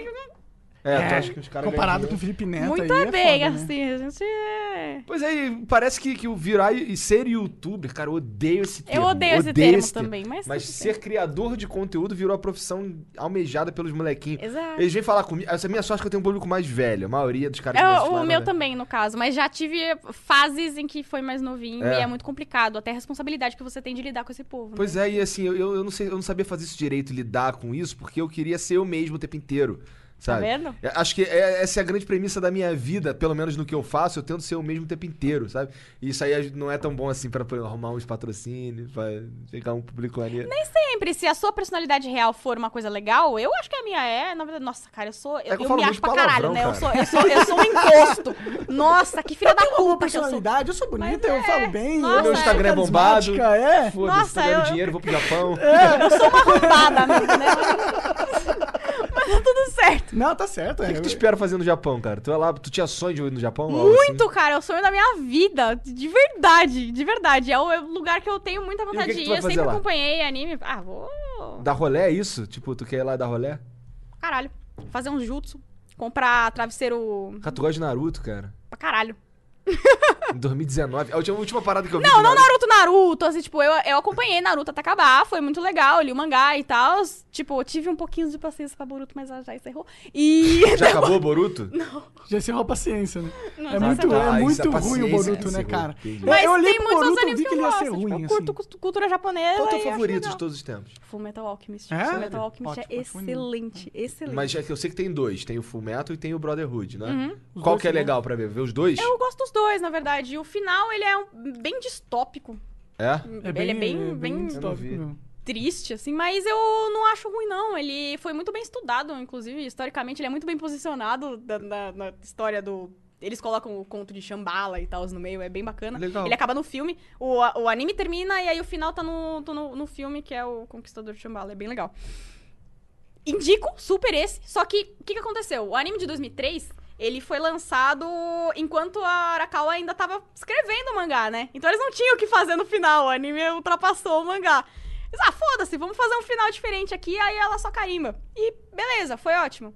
Speaker 2: É, tu acha que os caras
Speaker 1: Comparado
Speaker 2: ganham
Speaker 1: com o Felipe Neto aí,
Speaker 3: muita
Speaker 1: é
Speaker 3: bem,
Speaker 1: foda, né?
Speaker 3: assim, a gente é...
Speaker 2: Pois é, e parece que, que o virar e e ser youtuber, cara, eu odeio esse termo.
Speaker 3: Eu odeio esse termo também, mas...
Speaker 2: Mas
Speaker 3: tudo
Speaker 2: ser criador de conteúdo virou a profissão almejada pelos molequinhos.
Speaker 3: bem. Exato.
Speaker 2: Eles vêm falar comigo. Essa é a minha sorte que eu tenho um público mais velho. A maioria dos caras
Speaker 3: É,
Speaker 2: que me
Speaker 3: o-
Speaker 2: assistem lá
Speaker 3: o
Speaker 2: não
Speaker 3: meu
Speaker 2: é.
Speaker 3: também, no caso. Mas já tive fases em que foi mais novinho
Speaker 2: É.
Speaker 3: e é muito complicado. Até a responsabilidade que você tem de lidar com esse povo. né?
Speaker 2: Pois é, e assim, eu, eu, eu não sei, eu não sabia fazer isso direito, lidar com isso, porque eu queria ser eu mesmo o tempo inteiro.
Speaker 3: Tá
Speaker 2: Sabe?
Speaker 3: vendo?
Speaker 2: É, Acho que é- essa é a grande premissa da minha vida, pelo menos no que eu faço, eu tento ser o mesmo o tempo inteiro, sabe? E isso aí é- não é tão bom assim pra pra arrumar uns patrocínios, pra chegar um público ali.
Speaker 3: Sempre, se a sua personalidade real for uma coisa legal, eu acho que a minha é. Na verdade, nossa, cara, eu sou.
Speaker 2: É que eu
Speaker 3: Eu, eu
Speaker 2: falo
Speaker 3: me
Speaker 2: muito
Speaker 3: acho pra
Speaker 2: palavrão,
Speaker 3: caralho, né? Eu sou,
Speaker 2: cara.
Speaker 3: eu, sou, eu sou um encosto. Nossa, que filha da
Speaker 1: Uma
Speaker 3: puta que eu sou. É.
Speaker 1: personalidade, eu sou bonita, eu falo bem.
Speaker 3: Nossa,
Speaker 1: eu
Speaker 3: Meu
Speaker 2: Instagram é
Speaker 1: sou
Speaker 2: bombado.
Speaker 1: carismática, É.
Speaker 2: Foda-se, tá
Speaker 3: Nossa,
Speaker 2: ganhando
Speaker 3: eu-
Speaker 2: dinheiro, vou pro
Speaker 3: [LAUGHS]
Speaker 2: Japão.
Speaker 3: Arrombada, mesmo, né? Mas tá tudo certo.
Speaker 1: Não, tá certo.
Speaker 2: O que,
Speaker 1: É.
Speaker 2: que tu espera fazer no Japão, cara? Tu é lá, tu tinha sonho de ir no Japão? algo assim?
Speaker 3: Muito, cara, é o sonho da minha vida. De verdade, de verdade. É o é o lugar que eu tenho muita
Speaker 2: que
Speaker 3: vontade
Speaker 2: que
Speaker 3: de
Speaker 2: tu
Speaker 3: ir.
Speaker 2: vai
Speaker 3: Eu
Speaker 2: fazer
Speaker 3: sempre
Speaker 2: lá?
Speaker 3: acompanhei anime. Ah, vou.
Speaker 2: Dar rolé é isso? Tipo, tu quer ir lá dar rolé?
Speaker 3: Caralho. Fazer um jutsu. Comprar travesseiro
Speaker 2: Cara, tu gosta de Naruto, cara?
Speaker 3: pra caralho.
Speaker 2: [LAUGHS] Em 2019. A última, a última parada que eu vi.
Speaker 3: Não,
Speaker 2: de
Speaker 3: não
Speaker 2: Naruto.
Speaker 3: Naruto, Naruto. Assim, tipo, eu, eu acompanhei Naruto até acabar, foi muito legal, li o mangá e tal. Tipo, eu tive um pouquinho de paciência pra Boruto, mas ela já encerrou. E.
Speaker 2: Já acabou o Boruto?
Speaker 1: Já encerrou a paciência, né? [LAUGHS]
Speaker 3: Não,
Speaker 1: É
Speaker 3: já
Speaker 1: muito,
Speaker 3: encerrou.
Speaker 2: tá.
Speaker 1: é
Speaker 2: isso,
Speaker 1: muito
Speaker 2: a
Speaker 1: ruim o
Speaker 2: paciência,
Speaker 1: Boruto, né,
Speaker 2: encerrou,
Speaker 1: cara?
Speaker 2: entendi.
Speaker 3: Mas
Speaker 1: eu olhei
Speaker 3: tem
Speaker 1: pro
Speaker 3: muitos
Speaker 1: Boruto, eu
Speaker 3: animes
Speaker 1: vi que
Speaker 3: que eu
Speaker 1: ele ia
Speaker 3: gosto.
Speaker 1: ser ruim,
Speaker 3: tipo, eu
Speaker 1: assim.
Speaker 3: curto cu- cultura japonesa.
Speaker 2: Qual é o teu
Speaker 3: e acho
Speaker 2: favorito de
Speaker 3: legal.
Speaker 2: todos os tempos?
Speaker 3: Full Metal Alchemist.
Speaker 1: É?
Speaker 3: Full Metal Alchemist
Speaker 1: Ótimo,
Speaker 3: é
Speaker 1: ótimo anime.
Speaker 3: excelente, excelente.
Speaker 2: Mas é que eu sei que tem dois. Tem o Fullmetal e tem o Brotherhood, né? Qual
Speaker 1: dois
Speaker 2: que é
Speaker 1: são
Speaker 2: legal pra ver? Ver os dois?
Speaker 3: Hum. Uhum. Eu gosto dos dois, na verdade. E o final, ele é um- bem distópico.
Speaker 2: É?
Speaker 3: ele é bem, bem
Speaker 2: Eu não vi.
Speaker 1: distópico, meu.
Speaker 3: triste, assim, mas eu não acho ruim, não. Ele foi muito bem estudado, inclusive, historicamente, ele é muito bem posicionado da- na, na história do. Eles colocam o conto de Shambhala e tal no meio, é bem bacana.
Speaker 2: Legal.
Speaker 3: Ele acaba no filme, o, a- o anime termina e aí o final tá no, tá no, no filme, que é o Conquistador de Shambhala, é bem legal. Indico, super esse, só que o que, que aconteceu? O anime de 2003, ele foi lançado enquanto a Arakawa ainda tava escrevendo o mangá, né? Então eles não tinham o que fazer no final, o anime ultrapassou o mangá. Eles, ah, foda-se, vamos fazer um final diferente aqui, aí ela só carimba. E beleza, foi ótimo.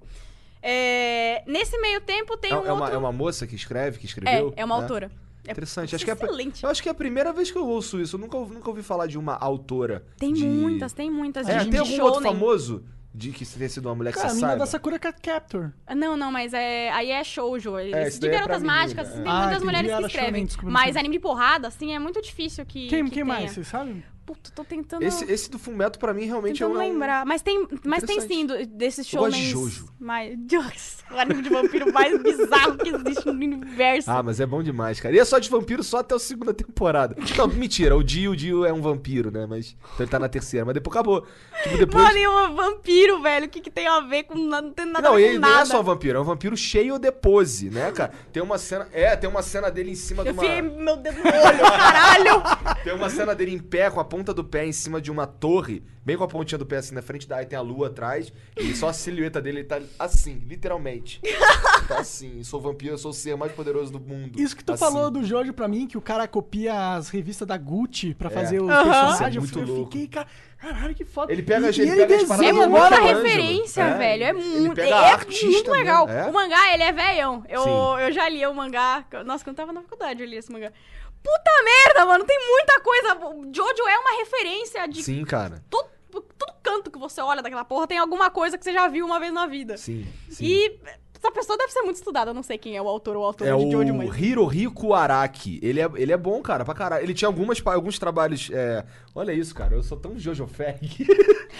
Speaker 3: É, nesse meio tempo tem
Speaker 2: É, é
Speaker 3: um
Speaker 2: uma,
Speaker 3: outro...
Speaker 2: é uma moça que escreve, que
Speaker 3: É,
Speaker 2: escreveu?
Speaker 3: é uma autora. É
Speaker 2: Interessante. Acho que é, a pri-
Speaker 3: excelente.
Speaker 2: eu acho que é a primeira vez que eu ouço isso. Eu nunca, ouvi- nunca ouvi falar de uma autora.
Speaker 3: Tem
Speaker 2: de-
Speaker 3: muitas, tem muitas.
Speaker 2: É,
Speaker 3: de
Speaker 2: tem algum outro
Speaker 3: shounen.
Speaker 2: famoso de que tenha sido uma mulher que
Speaker 1: Cara, a
Speaker 2: você
Speaker 1: mina da
Speaker 3: tá
Speaker 2: saiba?
Speaker 1: Sakura é Cat Captor.
Speaker 3: Não, não, mas é, aí é shoujo.
Speaker 2: isso
Speaker 3: Esse de
Speaker 2: daí é pra
Speaker 3: garotas
Speaker 2: menina,
Speaker 3: mágicas, assim,
Speaker 2: é.
Speaker 3: tem
Speaker 1: Ah,
Speaker 3: muitas
Speaker 1: entendi,
Speaker 3: mulheres que
Speaker 1: era shonen,
Speaker 3: escrevem.
Speaker 1: desculpa,
Speaker 3: Mas
Speaker 1: desculpa.
Speaker 3: anime de porrada, assim, é muito difícil que
Speaker 1: Quem,
Speaker 3: que é?
Speaker 1: quem
Speaker 3: tenha.
Speaker 1: mais, você sabe?
Speaker 3: Puta, tô tentando,
Speaker 2: Esse, esse do Fullmetal, pra mim, realmente é
Speaker 3: tentando
Speaker 2: um... é um-
Speaker 3: lembrar. Mas tem, mas tem
Speaker 2: Interessante.
Speaker 3: sim, do, desses
Speaker 2: Eu gosto de
Speaker 3: shonens...
Speaker 2: shoujo.
Speaker 3: mais- [LAUGHS] Deus, o anime de vampiro mais bizarro que existe no universo.
Speaker 2: Ah, mas é bom demais, cara. E é só de vampiro só até a segunda
Speaker 3: [LAUGHS]
Speaker 2: temporada. Não, mentira. O Dio, o Dio é um vampiro, né? Mas, então ele tá na terceira. Mas depois acabou. Tipo, depois...
Speaker 3: Mano, e um vampiro, velho. O que, que tem a ver com. na- Não tem nada
Speaker 2: não,
Speaker 3: a ver
Speaker 2: ele
Speaker 3: com
Speaker 2: não
Speaker 3: nada.
Speaker 2: é só vampiro, é um vampiro cheio de pose, né, cara? Tem uma cena. É, tem uma cena dele em cima de
Speaker 3: Eu
Speaker 2: uma.
Speaker 3: fiquei meu dedo no olho, caralho.
Speaker 2: Tem uma cena dele em pé, com a ponta do pé em cima de uma torre, bem com a pontinha do pé assim na frente, daí tem a lua atrás, e só a silhueta dele ele tá assim, literalmente. tá assim, sou vampiro, eu sou o ser mais poderoso do mundo.
Speaker 1: Isso que tu
Speaker 2: Assim.
Speaker 1: falou do Jojo pra mim, que o cara copia as revistas da Gucci pra fazer os
Speaker 3: Aham.
Speaker 1: personagens.
Speaker 2: É. Isso é muito
Speaker 1: eu
Speaker 2: louco.
Speaker 1: fiquei, cara, caralho, que foda.
Speaker 2: Ele pega-
Speaker 1: e,
Speaker 2: ele
Speaker 1: e
Speaker 2: pega as paradas
Speaker 3: É
Speaker 1: desenha
Speaker 2: do
Speaker 3: muita
Speaker 1: agora.
Speaker 2: Michelangelo.
Speaker 3: referência,
Speaker 2: É,
Speaker 3: velho. É
Speaker 2: ele
Speaker 3: muito.
Speaker 2: pega
Speaker 3: é
Speaker 2: artista
Speaker 3: muito legal.
Speaker 2: mesmo, é?
Speaker 3: O mangá, ele é velhão. Eu,
Speaker 2: Sim.
Speaker 3: eu já li o mangá. Nossa, quando eu tava na faculdade, eu li esse mangá. Puta merda, mano. Tem muita coisa. O Jojo é uma referência de
Speaker 2: Sim, cara.
Speaker 3: todo, todo canto que você olha daquela porra. Tem alguma coisa que você já viu uma vez na vida.
Speaker 2: Sim. sim.
Speaker 3: E essa pessoa deve ser muito estudada. Eu não sei quem é o autor ou autor
Speaker 2: É
Speaker 3: de Jojo,
Speaker 2: o
Speaker 3: mas.
Speaker 2: Hirohiko Araki. Ele é, ele é bom, cara, pra caralho. Ele tinha algumas, pa- alguns trabalhos. é, Olha isso, cara. Eu sou tão Jojo
Speaker 1: [LAUGHS]
Speaker 2: Fag.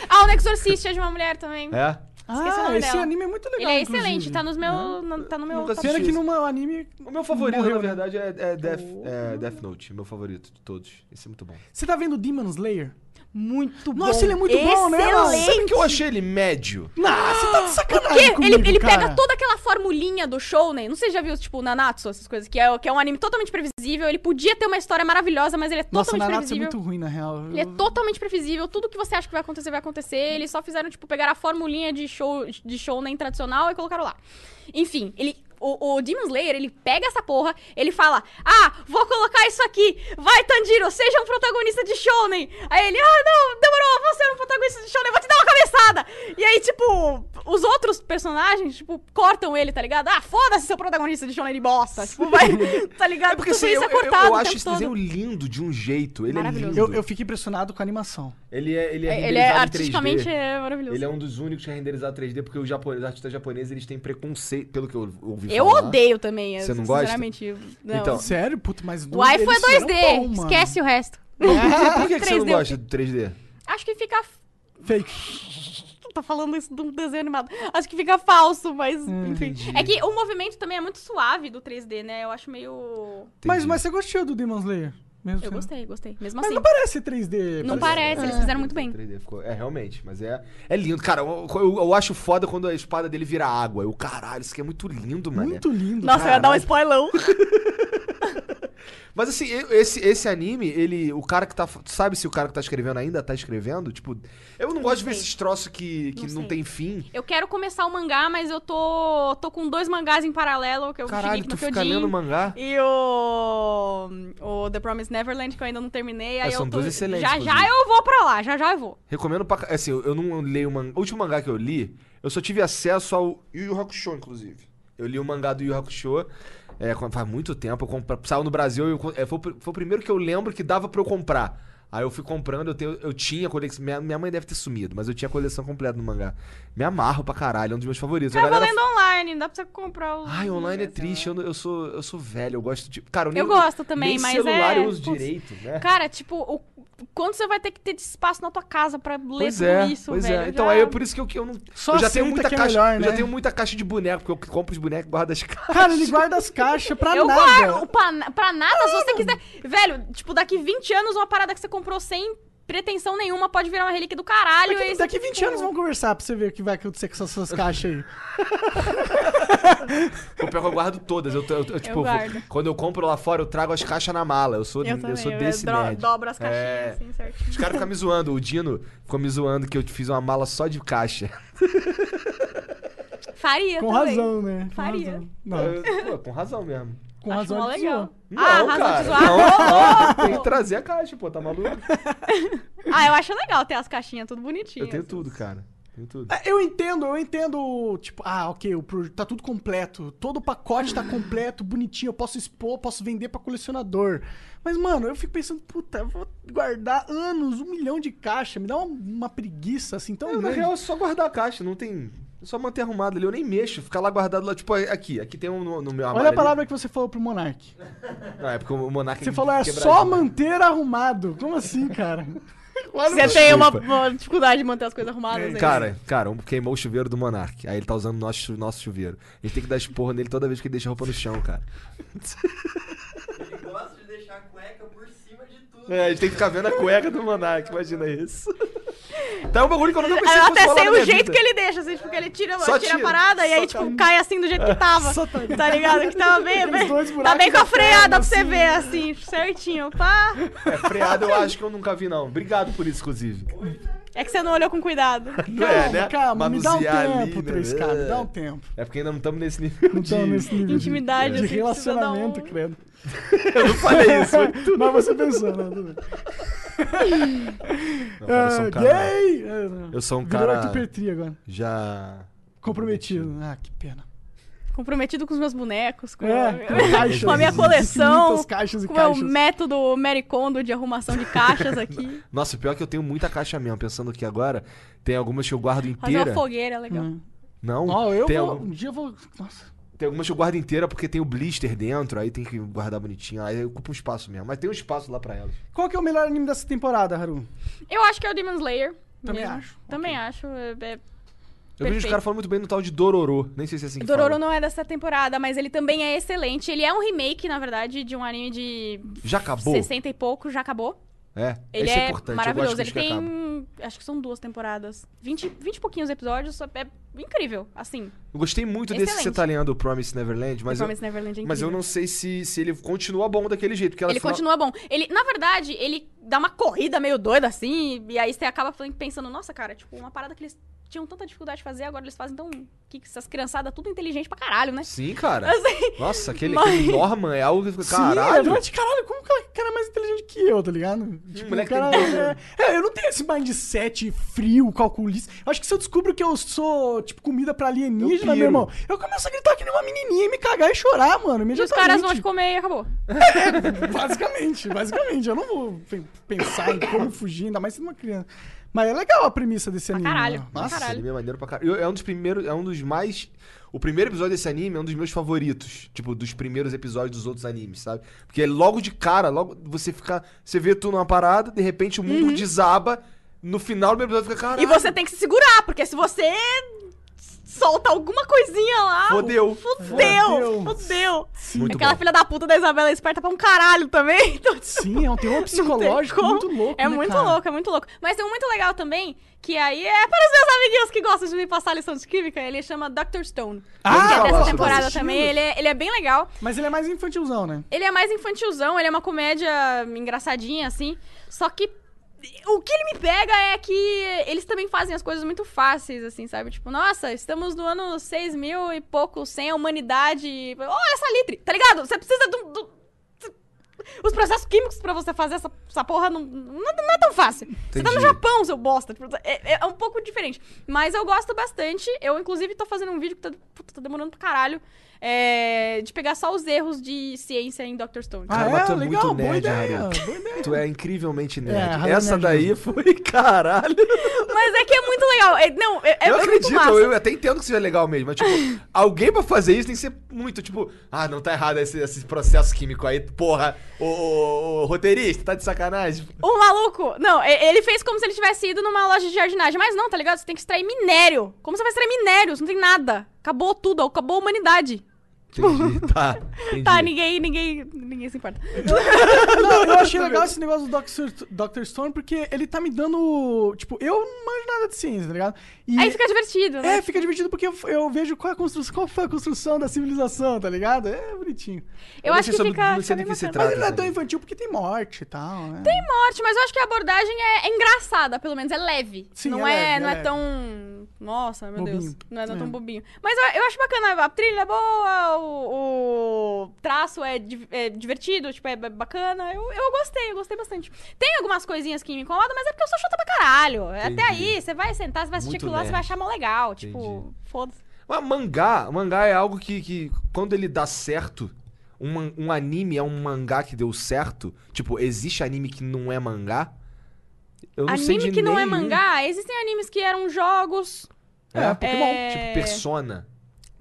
Speaker 3: Ah, o The Exorcist é de uma mulher também.
Speaker 2: é?
Speaker 3: Esqueci o
Speaker 1: Ah,
Speaker 3: nome
Speaker 1: esse
Speaker 3: dela.
Speaker 1: anime é muito legal,
Speaker 3: Ele é excelente,
Speaker 1: inclusive.
Speaker 3: tá nos meu, na- tá no meu
Speaker 2: Nunca
Speaker 3: top
Speaker 1: Pena
Speaker 2: assisti.
Speaker 1: que no anime...
Speaker 2: O meu favorito,
Speaker 1: Morreu,
Speaker 2: na
Speaker 1: né?
Speaker 2: verdade, é, é Death, é Death Note, meu favorito de todos. Esse é muito bom.
Speaker 1: Você tá vendo Demon Slayer?
Speaker 3: muito bom.
Speaker 1: Nossa, ele é muito bom, né, mano?
Speaker 3: Excelente.
Speaker 2: Sabe que eu achei ele médio?
Speaker 1: Não, você tá de
Speaker 3: Porque
Speaker 1: sacanagem comigo,
Speaker 3: Ah, ele, ele
Speaker 1: cara.
Speaker 3: pega toda aquela formulinha do shounen. Não sei se já viu, tipo, Nanatsu, essas coisas, que é, que é um anime totalmente previsível. Ele podia ter uma história maravilhosa, mas ele é
Speaker 1: Nossa,
Speaker 3: totalmente
Speaker 1: Nanatsu é
Speaker 3: previsível.
Speaker 1: muito ruim, na real.
Speaker 3: Ele é totalmente previsível, tudo que você acha que vai acontecer, vai acontecer. Eles só fizeram, tipo, pegar a formulinha de show de shounen tradicional e colocaram lá. Enfim, ele. O, o Demon Slayer, ele pega essa porra, ele fala: Ah, vou colocar isso aqui. Vai, Tanjiro, seja um protagonista de shounen. Aí ele: Ah, não, demorou, vou ser um protagonista de shounen, vou te dar uma cabeçada. E aí, tipo, os outros personagens, tipo, cortam ele, tá ligado? Ah, foda-se seu protagonista de shounen de bosta.
Speaker 2: [LAUGHS]
Speaker 3: Tipo, vai, tá ligado?
Speaker 2: É porque
Speaker 3: Tudo
Speaker 2: assim,
Speaker 3: isso
Speaker 2: eu,
Speaker 3: é
Speaker 2: eu- eu
Speaker 3: cortado o
Speaker 2: acho
Speaker 3: tempo
Speaker 2: esse
Speaker 3: todo.
Speaker 2: desenho lindo de um jeito. Ele é
Speaker 3: Maravilhoso.
Speaker 2: lindo.
Speaker 1: Eu, eu fico impressionado com a animação.
Speaker 2: Ele é, ele é,
Speaker 3: Ele
Speaker 2: renderizado em
Speaker 3: é
Speaker 2: 3D.
Speaker 3: artisticamente é maravilhoso.
Speaker 2: Ele é um dos únicos que é renderizado 3D, porque os, japo- os artistas japoneses eles têm preconceito, pelo que eu ouvi
Speaker 3: Eu
Speaker 2: falar.
Speaker 3: odeio também.
Speaker 2: Você
Speaker 3: eu,
Speaker 2: não gosta?
Speaker 3: Sinceramente, eu- não.
Speaker 2: Então,
Speaker 1: Sério, puto, mas...
Speaker 3: o iPhone
Speaker 1: eles serão
Speaker 3: é 2D.
Speaker 1: bom, mano.
Speaker 3: esquece o [LAUGHS] resto.
Speaker 2: [LAUGHS] Por que, que você não
Speaker 3: 3D?
Speaker 2: gosta do 3D?
Speaker 3: Acho que fica.
Speaker 1: Fake.
Speaker 3: Tá falando isso de um desenho animado. Acho que fica falso, mas enfim.
Speaker 2: entendi.
Speaker 3: É que o movimento também é muito suave do 3D, né? Eu acho meio.
Speaker 1: Mas,
Speaker 2: Entendi.
Speaker 1: mas você gostou do Demon Slayer? Mesmo
Speaker 3: Eu
Speaker 1: sendo-
Speaker 3: gostei, gostei. Mesmo
Speaker 1: Mas
Speaker 3: assim.
Speaker 1: não parece 3D.
Speaker 3: Não parece,
Speaker 1: É.
Speaker 3: eles fizeram muito bem.
Speaker 2: 3D ficou- É, realmente, mas é, é lindo. Cara, eu, eu- eu acho foda quando a espada dele vira água. Eu, caralho, isso aqui é muito lindo, mano.
Speaker 1: Muito lindo.
Speaker 3: Nossa, eu ia dar um
Speaker 2: Caralho.
Speaker 3: spoilão.
Speaker 2: Mas assim, eu- esse, esse anime, ele. O cara que tá. tu Sabe se o cara que tá escrevendo ainda tá escrevendo? Tipo, eu não, gosto de ver
Speaker 3: sei.
Speaker 2: esses troços que, que
Speaker 3: Não
Speaker 2: não,
Speaker 3: sei.
Speaker 2: tem fim.
Speaker 3: Eu quero começar o mangá, mas eu tô. tô com dois mangás em paralelo que eu
Speaker 2: Caralho,
Speaker 3: cheguei
Speaker 2: tu
Speaker 3: no
Speaker 2: fica lendo mangá.
Speaker 3: E o, o The Promised Neverland, que eu ainda não terminei.
Speaker 2: É,
Speaker 3: Aí
Speaker 2: são
Speaker 3: eu tô,
Speaker 2: duas excelentes,
Speaker 3: Já já
Speaker 2: inclusive.
Speaker 3: eu vou pra lá, já já eu vou.
Speaker 2: Recomendo pra. ca- Assim, eu eu não leio mangá. O último mangá que eu li, eu só tive acesso ao Yu Yu Hakusho, inclusive. Eu li o mangá do Yu Yu Hakusho é, com- faz muito tempo. Eu compra- saiu no Brasil. eu co- é, foi, o pr- foi o primeiro que eu lembro que dava pra eu comprar. Aí eu fui comprando, eu, tenho, eu tinha a coleção. Minha, minha mãe deve ter sumido, mas eu tinha a coleção completa do mangá. Me amarro pra caralho, é um dos meus favoritos. A
Speaker 3: Eu vou
Speaker 2: galera
Speaker 3: lendo online, dá pra você comprar os.
Speaker 2: Ai, online é
Speaker 3: sei
Speaker 2: triste, eu,
Speaker 3: lá.
Speaker 2: não- eu sou, eu sou velho, eu gosto de. tipo, Cara, eu, nem,
Speaker 3: Eu gosto também,
Speaker 2: nem
Speaker 3: mas
Speaker 2: celular
Speaker 3: é.
Speaker 2: eu uso
Speaker 3: putz,
Speaker 2: direito, né?
Speaker 3: Cara, tipo, o- quanto você vai ter que ter de espaço na tua casa pra ler
Speaker 2: Pois
Speaker 3: tudo
Speaker 2: é,
Speaker 3: isso,
Speaker 2: pois
Speaker 3: velho? um
Speaker 2: é. Então aí é por isso que eu, que eu não.
Speaker 1: Só
Speaker 2: eu já tenho
Speaker 1: aceita
Speaker 2: muita
Speaker 1: que é
Speaker 2: caixa.
Speaker 1: melhor,
Speaker 2: Eu já
Speaker 1: né?
Speaker 2: tenho muita caixa de boneco, porque eu compro os bonecos e guardo as [LAUGHS] caixas.
Speaker 1: Cara, ele guarda as caixas pra
Speaker 3: Eu
Speaker 1: nada.
Speaker 3: guardo pra, pra nada, se você quiser. Velho, tipo, daqui 20 anos, uma parada que você comprou sem pretensão nenhuma pode virar uma relíquia do caralho. e aí
Speaker 1: Daqui, daqui
Speaker 3: você,
Speaker 1: 20
Speaker 3: tipo,
Speaker 1: anos vamos conversar pra você ver o que vai acontecer com essas, essas caixas aí.
Speaker 2: Eu pego, eu guardo todas. Eu, tô- eu, eu, tipo, vou-
Speaker 3: guardo.
Speaker 2: quando eu compro lá fora, eu trago as caixas na mala. Eu sou, eu
Speaker 3: Eu também,
Speaker 2: sou
Speaker 3: eu
Speaker 2: desse
Speaker 3: dro-
Speaker 2: nerd.
Speaker 3: dobro as caixinhas,
Speaker 2: É.
Speaker 3: assim, certinho.
Speaker 2: Os caras ficam me zoando, o Dino ficou me zoando que eu fiz uma mala só de caixa.
Speaker 3: Faria
Speaker 1: Com
Speaker 3: também.
Speaker 1: razão, né? Com
Speaker 3: Faria.
Speaker 1: razão. Não,
Speaker 2: Pô, com razão mesmo.
Speaker 1: com
Speaker 3: Acho mó
Speaker 1: razão ele
Speaker 3: legal.
Speaker 1: zoou.
Speaker 3: ah,
Speaker 2: Não,
Speaker 3: razão de
Speaker 2: cara,
Speaker 3: zoar.
Speaker 2: não, tem que trazer a caixa, pô, tá maluco?
Speaker 3: Ah, eu acho legal ter as caixinhas tudo bonitinho.
Speaker 2: Eu tenho tudo, cara. Tenho tudo.
Speaker 1: É, Eu entendo, eu entendo, tipo, ah, ok, o pro- tá tudo completo, todo o pacote tá completo, bonitinho, eu posso expor, posso vender pra colecionador. Mas, mano, eu fico pensando, puta, eu vou guardar anos, um milhão de caixa, me dá uma, uma preguiça, assim, tão
Speaker 2: Eu, na
Speaker 1: grande.
Speaker 2: real, é só guardar a caixa, não tem. É só manter arrumado ali. Eu nem mexo, ficar lá guardado lá. Tipo, aqui, aqui tem um no, no meu armário.
Speaker 1: Olha a
Speaker 2: ali.
Speaker 1: palavra que você falou pro Monark.
Speaker 2: Não, é porque o Monark.
Speaker 1: Você falou, é
Speaker 2: quebra-
Speaker 1: só manter arrumado. Como assim, cara? [LAUGHS]
Speaker 3: Você tem uma, uma dificuldade de manter as coisas arrumadas aí.
Speaker 2: Cara, cara, um- queimou o chuveiro do Monark. Aí ele tá usando o nosso, chu- nosso chuveiro. A gente tem que dar esporro nele toda vez que ele deixa a roupa no chão, cara.
Speaker 4: Ele gosta de deixar a cueca por cima de tudo.
Speaker 2: É, a gente tem que ficar vendo a cueca do Monark, imagina isso. Então é um bagulho que eu nunca pensei
Speaker 3: Ah, Eu
Speaker 2: que fosse
Speaker 3: até
Speaker 2: rolar
Speaker 3: sei
Speaker 2: na
Speaker 3: o
Speaker 2: minha
Speaker 3: jeito
Speaker 2: vida.
Speaker 3: que ele deixa, assim, tipo, que ele tira,
Speaker 2: Só
Speaker 3: tira, a
Speaker 2: tira,
Speaker 3: parada e
Speaker 2: só
Speaker 3: aí, tipo, cai assim do jeito que tava.
Speaker 1: Só tá-
Speaker 3: Tá ligado? Que tava bem,
Speaker 1: Aqueles
Speaker 3: bem
Speaker 1: dois
Speaker 3: tá
Speaker 1: buracos
Speaker 3: bem com
Speaker 1: na
Speaker 3: a freada
Speaker 1: perna,
Speaker 3: pra você
Speaker 1: assim.
Speaker 3: ver, assim, certinho. Pá.
Speaker 2: É, freado eu acho que eu nunca vi, não. Obrigado por isso, inclusive.
Speaker 3: É que você não olhou com cuidado.
Speaker 2: Não
Speaker 1: Calma,
Speaker 2: é, né?
Speaker 1: calma, me dá um
Speaker 2: Manusear
Speaker 1: tempo,
Speaker 2: ali, né?
Speaker 1: 3K, me dá um
Speaker 2: É.
Speaker 1: tempo.
Speaker 2: É porque ainda não estamos nesse nível
Speaker 1: Não
Speaker 2: de...
Speaker 1: tô Então, nesse nível de-
Speaker 3: intimidade,
Speaker 1: de,
Speaker 3: assim, precisa dar um-
Speaker 1: relacionamento, credo.
Speaker 2: Eu não
Speaker 1: [LAUGHS]
Speaker 2: falei isso.
Speaker 1: Mas você pensou, né? Tudo bem.
Speaker 2: Não, cara, eu sou um
Speaker 1: Ah,
Speaker 2: cara...
Speaker 1: gay! É, não.
Speaker 2: Eu sou um
Speaker 1: Virou
Speaker 2: cara...
Speaker 1: arquipertria agora.
Speaker 2: Já...
Speaker 1: Comprometido. Ah, que pena.
Speaker 3: Comprometido com os meus bonecos, com,
Speaker 1: É,
Speaker 3: com a minha
Speaker 1: infinitas
Speaker 3: coleção,
Speaker 1: caixas e
Speaker 3: [LAUGHS] com o meu
Speaker 1: caixas.
Speaker 3: método Mary Kondo de arrumação de caixas aqui.
Speaker 2: Nossa, o pior é que eu tenho muita caixa mesmo. Pensando aqui agora, tem algumas que eu guardo
Speaker 3: Fazer é uma
Speaker 2: inteira.
Speaker 3: fogueira, legal.
Speaker 1: Hum.
Speaker 2: Não,
Speaker 1: Ó, eu
Speaker 2: tem,
Speaker 1: vou,
Speaker 2: algum-
Speaker 1: um dia eu vou... Nossa.
Speaker 2: tem algumas que eu guardo inteira porque tem o blister dentro, aí tem que guardar bonitinho. Aí ocupa um espaço mesmo. Mas tem um espaço lá pra elas.
Speaker 1: Qual que é o melhor anime dessa temporada, Haru?
Speaker 3: Eu acho que é o Demon Slayer.
Speaker 1: Também
Speaker 3: mesmo.
Speaker 1: acho.
Speaker 3: Também acho. é- é-
Speaker 2: Eu vejo os
Speaker 3: Perfeito.
Speaker 2: caras falando muito bem no tal de Dororo. Nem sei se é assim que
Speaker 3: Dororo
Speaker 2: fala.
Speaker 3: não é dessa temporada, mas ele também é excelente. Ele é um remake, na verdade, de um anime de
Speaker 2: Já acabou?
Speaker 3: 60 e pouco, já acabou.
Speaker 2: É,
Speaker 3: Ele
Speaker 2: isso é,
Speaker 3: é,
Speaker 2: importante.
Speaker 3: maravilhoso.
Speaker 2: Eu gosto
Speaker 3: Ele
Speaker 2: que isso que
Speaker 3: tem. um,
Speaker 2: acaba.
Speaker 3: Acho que são duas temporadas. 20, 20 e pouquinhos episódios. só- É incrível. Assim.
Speaker 2: Eu gostei muito desse que você
Speaker 3: Excelente.
Speaker 2: tá lendo, o Promise Neverland, mas,
Speaker 3: The
Speaker 2: eu,
Speaker 3: Promised Neverland é
Speaker 2: mas eu
Speaker 3: incrível.
Speaker 2: não sei se, se ele continua bom daquele jeito. Porque ela
Speaker 3: Ele
Speaker 2: final-
Speaker 3: continua bom. Ele, na verdade, ele dá uma corrida meio doida assim, e aí você acaba falando- pensando, nossa, cara, tipo, uma parada que eles tinham tanta dificuldade de fazer, agora eles fazem tão. Que que essas criançadas tudo inteligente pra caralho, né?
Speaker 2: Sim, cara. Nossa, aquele,
Speaker 3: mas-
Speaker 2: aquele Norman é algo que.
Speaker 1: Sim, é
Speaker 2: Caralho!
Speaker 1: verdade, caralho, como que o cara é mais inteligente que eu, tá ligado? Tipo,
Speaker 2: moleque
Speaker 1: o cara
Speaker 2: tem doze
Speaker 1: é, é, eu não tenho esse mindset frio, calculista. Eu Acho que se eu descubro que eu sou, tipo, comida pra
Speaker 2: Eu
Speaker 1: alienígena,
Speaker 2: piro.
Speaker 1: meu irmão, eu começo a gritar que nem uma menininha e me cagar e chorar, mano.
Speaker 3: E os caras vão te
Speaker 1: imediatamente.
Speaker 3: comer e acabou.
Speaker 1: [LAUGHS] Basicamente, basicamente. Eu não vou pe- pensar em como fugir, ainda mais sendo uma criança. Mas é legal a premissa desse anime.
Speaker 3: caralho.
Speaker 1: mano.
Speaker 2: Nossa,
Speaker 3: Caralho.
Speaker 2: anime é maneiro pra caralho. Eu- É um dos primeiros, é um dos mais. O primeiro episódio desse anime é um dos meus favoritos. Tipo, dos primeiros episódios dos outros animes, sabe? Porque logo de cara, logo você fica. Você vê tu numa parada, de repente o mundo desaba. No final do episódio fica, caralho.
Speaker 3: Uhum. E você tem que se segurar, porque se você solta alguma coisinha lá.
Speaker 2: Fodeu.
Speaker 3: Fudeu!
Speaker 1: Fodeu.
Speaker 3: Fudeu!
Speaker 2: Muito
Speaker 3: Aquela
Speaker 2: bom.
Speaker 3: filha da puta da Isabela é esperta pra um caralho também. [LAUGHS] Então,
Speaker 1: Sim, é um terror psicológico
Speaker 3: como.
Speaker 1: muito louco.
Speaker 3: É
Speaker 1: né,
Speaker 3: muito
Speaker 1: cara?
Speaker 3: louco, é muito louco. Mas tem um muito legal também, que aí é para os meus amiguinhos que gostam de me passar lição de química, ele chama Dr. Stone.
Speaker 1: Ah,
Speaker 3: que é
Speaker 2: eu
Speaker 3: dessa
Speaker 2: gosto
Speaker 3: temporada
Speaker 1: desse
Speaker 3: também,
Speaker 1: estilo.
Speaker 3: ele é, ele é bem legal.
Speaker 1: Mas ele é mais infantilzão, né?
Speaker 3: Ele é mais infantilzão, ele é uma comédia engraçadinha, assim. Só que o que ele me pega é que eles também fazem as coisas muito fáceis, assim, sabe? Tipo, nossa, estamos no ano 6 mil e pouco, sem a humanidade. Olha essa litre, tá ligado? Você precisa do... do- Os processos químicos pra você fazer essa, essa porra não, não, é- não é tão fácil. Você tá no
Speaker 2: Entendi.
Speaker 3: Japão, seu bosta. Tipo, É, é um pouco diferente. Mas eu gosto bastante. Eu, inclusive, tô fazendo um vídeo que tá, puta, tá demorando pra caralho. é, de pegar só os erros de ciência em Dr. Stone.
Speaker 2: Cara,
Speaker 1: ah,
Speaker 2: mas
Speaker 1: é?
Speaker 2: tu é muito
Speaker 1: legal, boa
Speaker 2: nerd,
Speaker 1: ideia.
Speaker 2: Haruka.
Speaker 1: Boa ideia.
Speaker 2: Tu é incrivelmente
Speaker 1: É,
Speaker 2: nerd.
Speaker 1: Haruka
Speaker 2: Essa
Speaker 1: nerd
Speaker 2: daí [LAUGHS] foi caralho.
Speaker 3: Mas é que é muito legal. É, não, é, é
Speaker 2: eu
Speaker 3: muito
Speaker 2: acredito,
Speaker 3: massa.
Speaker 2: eu até entendo que seja legal mesmo. Mas,
Speaker 3: [LAUGHS]
Speaker 2: tipo, alguém pra fazer isso tem que ser muito, tipo, ah, não tá errado esse, esse processo químico aí, porra, ô, ô, ô, roteirista, tá de sacanagem.
Speaker 3: O maluco, não, e- ele fez como se ele tivesse ido numa loja de jardinagem. Mas não, tá ligado? Você tem que extrair minério. Como você vai extrair minério? Você não tem nada. Acabou tudo, acabou a humanidade.
Speaker 2: Entendi,
Speaker 3: [LAUGHS]
Speaker 2: tá. Entendi.
Speaker 3: Tá, ninguém, ninguém, ninguém se importa.
Speaker 1: Não, eu achei legal esse negócio do Dr. Dr. Stone, porque ele tá me dando. Tipo, eu não manjo nada de ciência, tá ligado? E
Speaker 3: Aí fica divertido, né?
Speaker 1: É, fica divertido porque eu, eu vejo qual, é a construção, qual foi a construção da civilização, tá ligado? É bonitinho.
Speaker 3: Eu
Speaker 2: não
Speaker 3: acho
Speaker 2: sei
Speaker 3: que
Speaker 2: sobre-
Speaker 3: fica.
Speaker 2: não sei do
Speaker 3: fica
Speaker 2: que se
Speaker 3: bem
Speaker 2: trata.
Speaker 3: bacana.
Speaker 1: Mas ele não é tão
Speaker 2: né?
Speaker 1: infantil porque tem morte e tal, né? Tem morte.
Speaker 3: Forte, mas eu acho que a abordagem é, é engraçada, pelo menos, é leve.
Speaker 1: Sim,
Speaker 3: não
Speaker 1: é
Speaker 3: é,
Speaker 1: leve, é
Speaker 3: não é,
Speaker 1: leve.
Speaker 3: tão. Nossa, meu Deus.
Speaker 1: Bobinho.
Speaker 3: Não é, não
Speaker 1: É.
Speaker 3: tão bobinho. Mas eu, eu acho bacana, a trilha é boa, o, o traço é, di- é divertido, tipo, é b- bacana. Eu, eu gostei, eu gostei bastante. Tem algumas coisinhas que me incomodam, mas é porque eu sou chata pra caralho. É
Speaker 2: Entendi.
Speaker 3: Até aí, você vai sentar, você vai assistir
Speaker 2: Muito
Speaker 3: aquilo lá, você vai
Speaker 2: nerd.
Speaker 3: achar mó legal. Tipo,
Speaker 2: Entendi.
Speaker 3: foda-se.
Speaker 2: Mas mangá, mangá é algo que, que quando ele dá certo, um, man- um anime é um mangá que deu certo. Tipo, existe anime que não é mangá? Eu não sei
Speaker 3: Anime
Speaker 2: de
Speaker 3: que não é
Speaker 2: nenhum.
Speaker 3: mangá, existem animes que eram jogos,
Speaker 2: É,
Speaker 1: É,
Speaker 2: Pokémon.
Speaker 3: é-
Speaker 2: Tipo, Persona.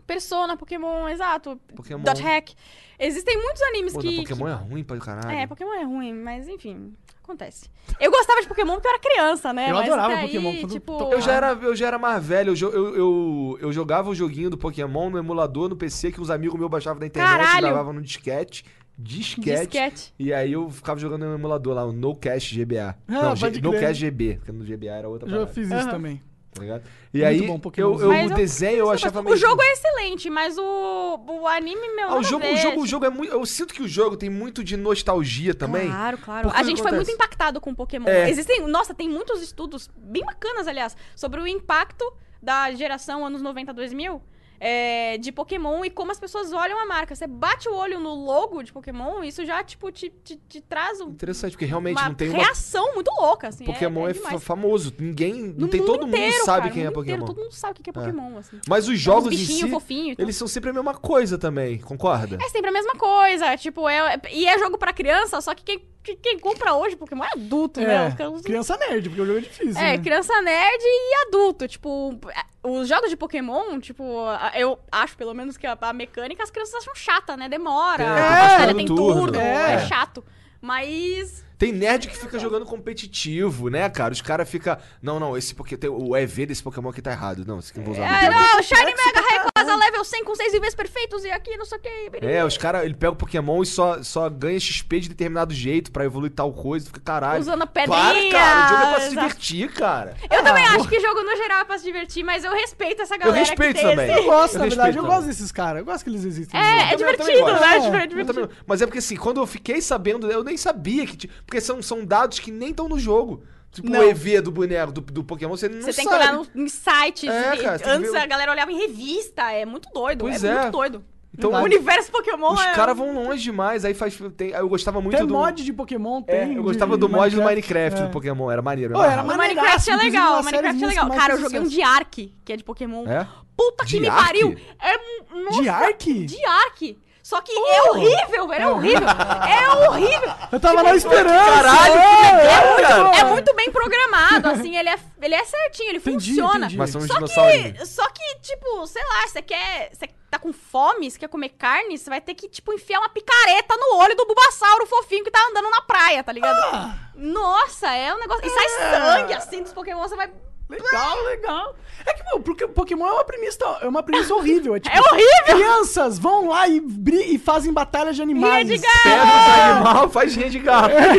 Speaker 3: Persona, Pokémon, exato.
Speaker 2: Pokémon.
Speaker 3: Dot hack. Existem muitos animes
Speaker 2: Pô,
Speaker 3: que.
Speaker 2: não, um Pokémon é ruim pra caralho.
Speaker 3: É, Pokémon é ruim, mas enfim, acontece. Eu gostava de Pokémon porque eu era criança, né?
Speaker 1: Eu
Speaker 3: mas
Speaker 1: adorava
Speaker 3: daí,
Speaker 1: Pokémon, quando
Speaker 3: Tipo,
Speaker 1: tocava.
Speaker 2: Eu já, era, eu já era mais velho, eu, jo- eu, eu, eu jogava o joguinho do Pokémon no emulador, no PC, que uns amigos meus baixavam da internet,
Speaker 3: Caralho!
Speaker 2: gravavam no disquete, disquete,
Speaker 3: disquete.
Speaker 2: E aí eu ficava jogando no emulador lá, o No Cash GBA.
Speaker 3: Ah,
Speaker 2: não,
Speaker 1: pode
Speaker 2: G-
Speaker 1: crer.
Speaker 2: No Cash GB, porque no GBA era outra
Speaker 1: Já
Speaker 2: parada,
Speaker 1: fiz isso
Speaker 3: Aham.
Speaker 1: também.
Speaker 2: tá ligado? E
Speaker 1: Muito
Speaker 2: aí
Speaker 1: bom,
Speaker 2: eu,
Speaker 1: Pokémonzinho.
Speaker 2: eu,
Speaker 3: Mas
Speaker 2: o
Speaker 3: eu-
Speaker 2: desenho eu achava
Speaker 3: O jogo é excelente, mas o, o anime meu.
Speaker 2: Ah,
Speaker 3: nada
Speaker 2: o jogo,
Speaker 3: a
Speaker 2: o
Speaker 3: ver,
Speaker 2: jogo, o
Speaker 3: tipo,
Speaker 2: jogo é muito. Eu sinto que o jogo tem muito de nostalgia também.
Speaker 3: Claro, claro.
Speaker 2: Por que
Speaker 3: A
Speaker 2: que
Speaker 3: gente foi
Speaker 2: acontece?
Speaker 3: muito impactado com o Pokémon.
Speaker 2: É.
Speaker 3: Existem, nossa, tem muitos estudos bem bacanas, aliás, sobre o impacto da geração anos 90, 2000 é, de Pokémon e como as pessoas olham a marca. Você bate o olho no logo de Pokémon, isso já, tipo, te, te, te traz um-
Speaker 2: Interessante, porque realmente
Speaker 3: uma
Speaker 2: não tem uma.
Speaker 3: reação muito louca, assim.
Speaker 2: Pokémon é,
Speaker 3: é,
Speaker 2: fa-
Speaker 3: demais.
Speaker 2: famoso. Ninguém. Não
Speaker 3: No
Speaker 2: tem todo mundo
Speaker 3: inteiro,
Speaker 2: sabe
Speaker 3: cara,
Speaker 2: quem é
Speaker 3: no mundo inteiro,
Speaker 2: Pokémon.
Speaker 3: todo mundo sabe o que é Pokémon, assim.
Speaker 2: Mas os
Speaker 3: Os
Speaker 2: jogos em
Speaker 3: bichinhos
Speaker 2: si.
Speaker 3: fofinhos. e tal.
Speaker 2: Eles são sempre a mesma coisa também, concorda?
Speaker 3: É sempre a mesma coisa, tipo, é, e é jogo pra criança, só que quem, que- quem compra hoje Pokémon é adulto, né?
Speaker 1: É,
Speaker 3: Os caras-
Speaker 1: criança nerd, porque o jogo é difícil.
Speaker 3: É,
Speaker 1: né?
Speaker 3: criança nerd e adulto, tipo, os jogos de Pokémon, tipo, a- eu acho pelo menos que a, a mecânica
Speaker 2: É,
Speaker 3: as crianças acham chata, né? Demora,
Speaker 2: Tem,
Speaker 3: a
Speaker 2: tem bastante
Speaker 3: batalha tem
Speaker 2: turno.
Speaker 3: turno,
Speaker 1: É.
Speaker 3: é chato, mas...
Speaker 2: Tem nerd que fica jogando competitivo, né, cara? Os caras ficam. Não, não, esse porque tem o EV desse Pokémon aqui tá errado. Não, esse aqui eu vou usar.
Speaker 3: É, não, Shiny Mega Rayquaza level 100 com 6 níveis perfeitos e aqui, não sei o que.
Speaker 2: É, os caras, ele pega o Pokémon e só, só ganha XP de determinado jeito pra evoluir tal coisa. Fica caralho.
Speaker 3: Usando a
Speaker 2: Para, cara, o jogo é pra se
Speaker 3: pedrinha,
Speaker 2: divertir, Ah, cara.
Speaker 3: Eu também acho que jogo no geral é pra se divertir, mas eu respeito essa galera.
Speaker 2: respeito
Speaker 3: que tem
Speaker 2: também.
Speaker 3: esse-
Speaker 1: Eu gosto,
Speaker 2: Eu
Speaker 1: na verdade, eu
Speaker 2: respeito.
Speaker 1: gosto desses caras. Eu gosto que eles existem.
Speaker 3: É, é
Speaker 2: também- eu também
Speaker 3: divertido,
Speaker 2: gosto.
Speaker 3: né?
Speaker 1: É,
Speaker 3: É
Speaker 1: eu
Speaker 2: Eu
Speaker 3: divertido.
Speaker 2: também- mas é porque assim, quando eu fiquei sabendo, eu nem sabia que. ti- Porque são, são dados que nem estão no jogo. Tipo
Speaker 3: Não.
Speaker 2: o EV do boneco, do, do Pokémon, você não
Speaker 3: Você tem que
Speaker 2: sabe.
Speaker 3: olhar no- em sites.
Speaker 2: É,
Speaker 3: e-
Speaker 2: cara, você tem
Speaker 3: Antes
Speaker 2: que ver o-
Speaker 3: a galera olhava em revista. É muito doido.
Speaker 2: Pois
Speaker 3: é,
Speaker 2: é.
Speaker 3: muito doido.
Speaker 2: Então,
Speaker 3: o universo Pokémon
Speaker 2: os
Speaker 3: é.
Speaker 2: caras vão longe demais. Aí faz. tem- eu gostava muito
Speaker 1: Tem
Speaker 2: do.
Speaker 1: mod de Pokémon,
Speaker 2: É,
Speaker 1: tem.
Speaker 2: eu
Speaker 1: de-
Speaker 2: gostava do
Speaker 1: de
Speaker 2: mod do Minecraft,
Speaker 1: Minecraft, é.
Speaker 2: do Pokémon. Era maneiro. eu
Speaker 1: Pô, era
Speaker 3: O
Speaker 2: amarrava.
Speaker 1: maneiro.
Speaker 3: Minecraft é
Speaker 1: Inclusive,
Speaker 3: legal,
Speaker 1: uma
Speaker 3: o Minecraft
Speaker 1: série
Speaker 3: é legal.
Speaker 1: mais
Speaker 3: Cara, eu
Speaker 1: sucesso.
Speaker 3: joguei um de Ark, que é de Pokémon.
Speaker 2: É?
Speaker 3: Puta que
Speaker 2: De
Speaker 3: me
Speaker 2: Ark?
Speaker 3: pariu! É um- nossa,
Speaker 1: De Ark?
Speaker 3: De Ark! Só que
Speaker 1: Oh.
Speaker 3: é horrível, velho,
Speaker 1: [LAUGHS]
Speaker 3: é horrível! É horrível!
Speaker 1: Eu tava lá esperando.
Speaker 2: Caralho, que legal, cara.
Speaker 3: É muito bem programado, assim, ele é, ele é certinho, ele
Speaker 1: Entendi,
Speaker 3: funciona.
Speaker 1: entendi.
Speaker 2: Mas são uns
Speaker 3: Só
Speaker 2: dinossauros.
Speaker 3: que, só que, tipo, sei lá, você quer. Você tá com fome, você quer comer carne, você vai ter que, tipo, enfiar uma picareta no olho do Bulbasauro fofinho que tá andando na praia, tá ligado? Nossa, é um negócio. E sai sangue assim dos Pokémon, você vai.
Speaker 1: é. Legal, Ah. Tá legal. É que, pô, porque Pokémon é uma premissa, é uma premissa horrível. É, tipo,
Speaker 3: É horrível!
Speaker 1: Crianças vão lá e, bri- e fazem batalhas de
Speaker 3: Ria
Speaker 1: animais.
Speaker 3: de gato!
Speaker 2: Pega os animal, faz gente de garrafa.
Speaker 1: É.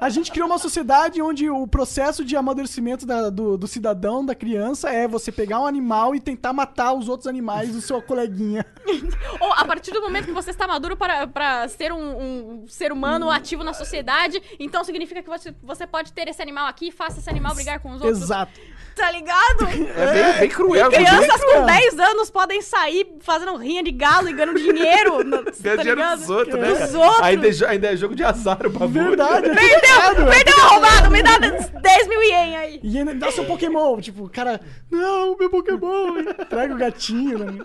Speaker 1: A gente criou uma sociedade onde o processo de amadurecimento da- do, do cidadão, da criança, é você pegar um animal e tentar matar os outros animais do seu coleguinha.
Speaker 3: Ou a partir do momento que você está maduro para, para ser um, um ser humano ativo na sociedade, então significa que você, você pode ter esse animal aqui e faça esse animal brigar com [LAUGHS] os outros.
Speaker 1: Exato.
Speaker 3: Tá ligado?
Speaker 2: [LAUGHS] É bem, bem cruel. bem-
Speaker 3: Crianças com
Speaker 1: cruel.
Speaker 3: 10 anos podem sair fazendo rinha de galo e
Speaker 2: [LAUGHS]
Speaker 3: ganhando dinheiro. no-
Speaker 2: Ganha
Speaker 3: tá
Speaker 2: dinheiro
Speaker 3: ligado?
Speaker 2: dos outros, né? cara?
Speaker 3: Dos outros.
Speaker 2: Ainda, é jo- ainda é jogo de azar o bagulho.
Speaker 1: Verdade.
Speaker 3: Perdeu, perdeu a roubada, me dá 10 mil ien aí.
Speaker 2: [LAUGHS]
Speaker 1: E ainda dá seu Pokémon. Tipo, o cara, não, meu Pokémon. Traga o gatinho.
Speaker 3: [LAUGHS]
Speaker 1: Né?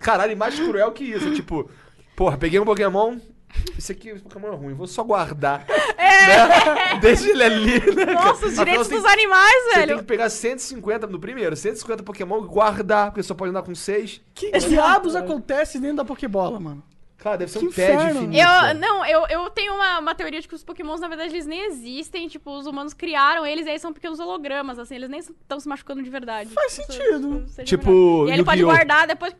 Speaker 2: Caralho, e mais cruel que isso. é Tipo, porra, peguei um Pokémon. Esse aqui, esse Pokémon é ruim, vou só guardar. É. Deixa ele ali, né? cara?
Speaker 3: Nossa, os
Speaker 2: Afinal,
Speaker 3: direitos
Speaker 2: você tem-
Speaker 3: dos animais,
Speaker 2: Você tem que
Speaker 3: velho.
Speaker 2: pegar 150 no primeiro, 150 Pokémon e guardar, porque só pode andar com 6.
Speaker 1: Que diabos
Speaker 3: né?
Speaker 1: acontece dentro da Pokébola, mano?
Speaker 2: Cara, deve ser
Speaker 1: Que
Speaker 2: um TED
Speaker 1: inferno.
Speaker 2: infinito.
Speaker 3: Eu, não, eu, eu tenho uma, uma teoria de que os pokémons, na verdade, eles nem existem. Tipo, os humanos criaram eles e aí são pequenos hologramas, assim. Eles nem estão se machucando de verdade.
Speaker 1: Faz
Speaker 3: Isso-
Speaker 1: sentido.
Speaker 3: isso seja
Speaker 2: Tipo,
Speaker 3: verdade. E aí ele
Speaker 2: Yu-Gi-Oh!
Speaker 3: pode guardar, depois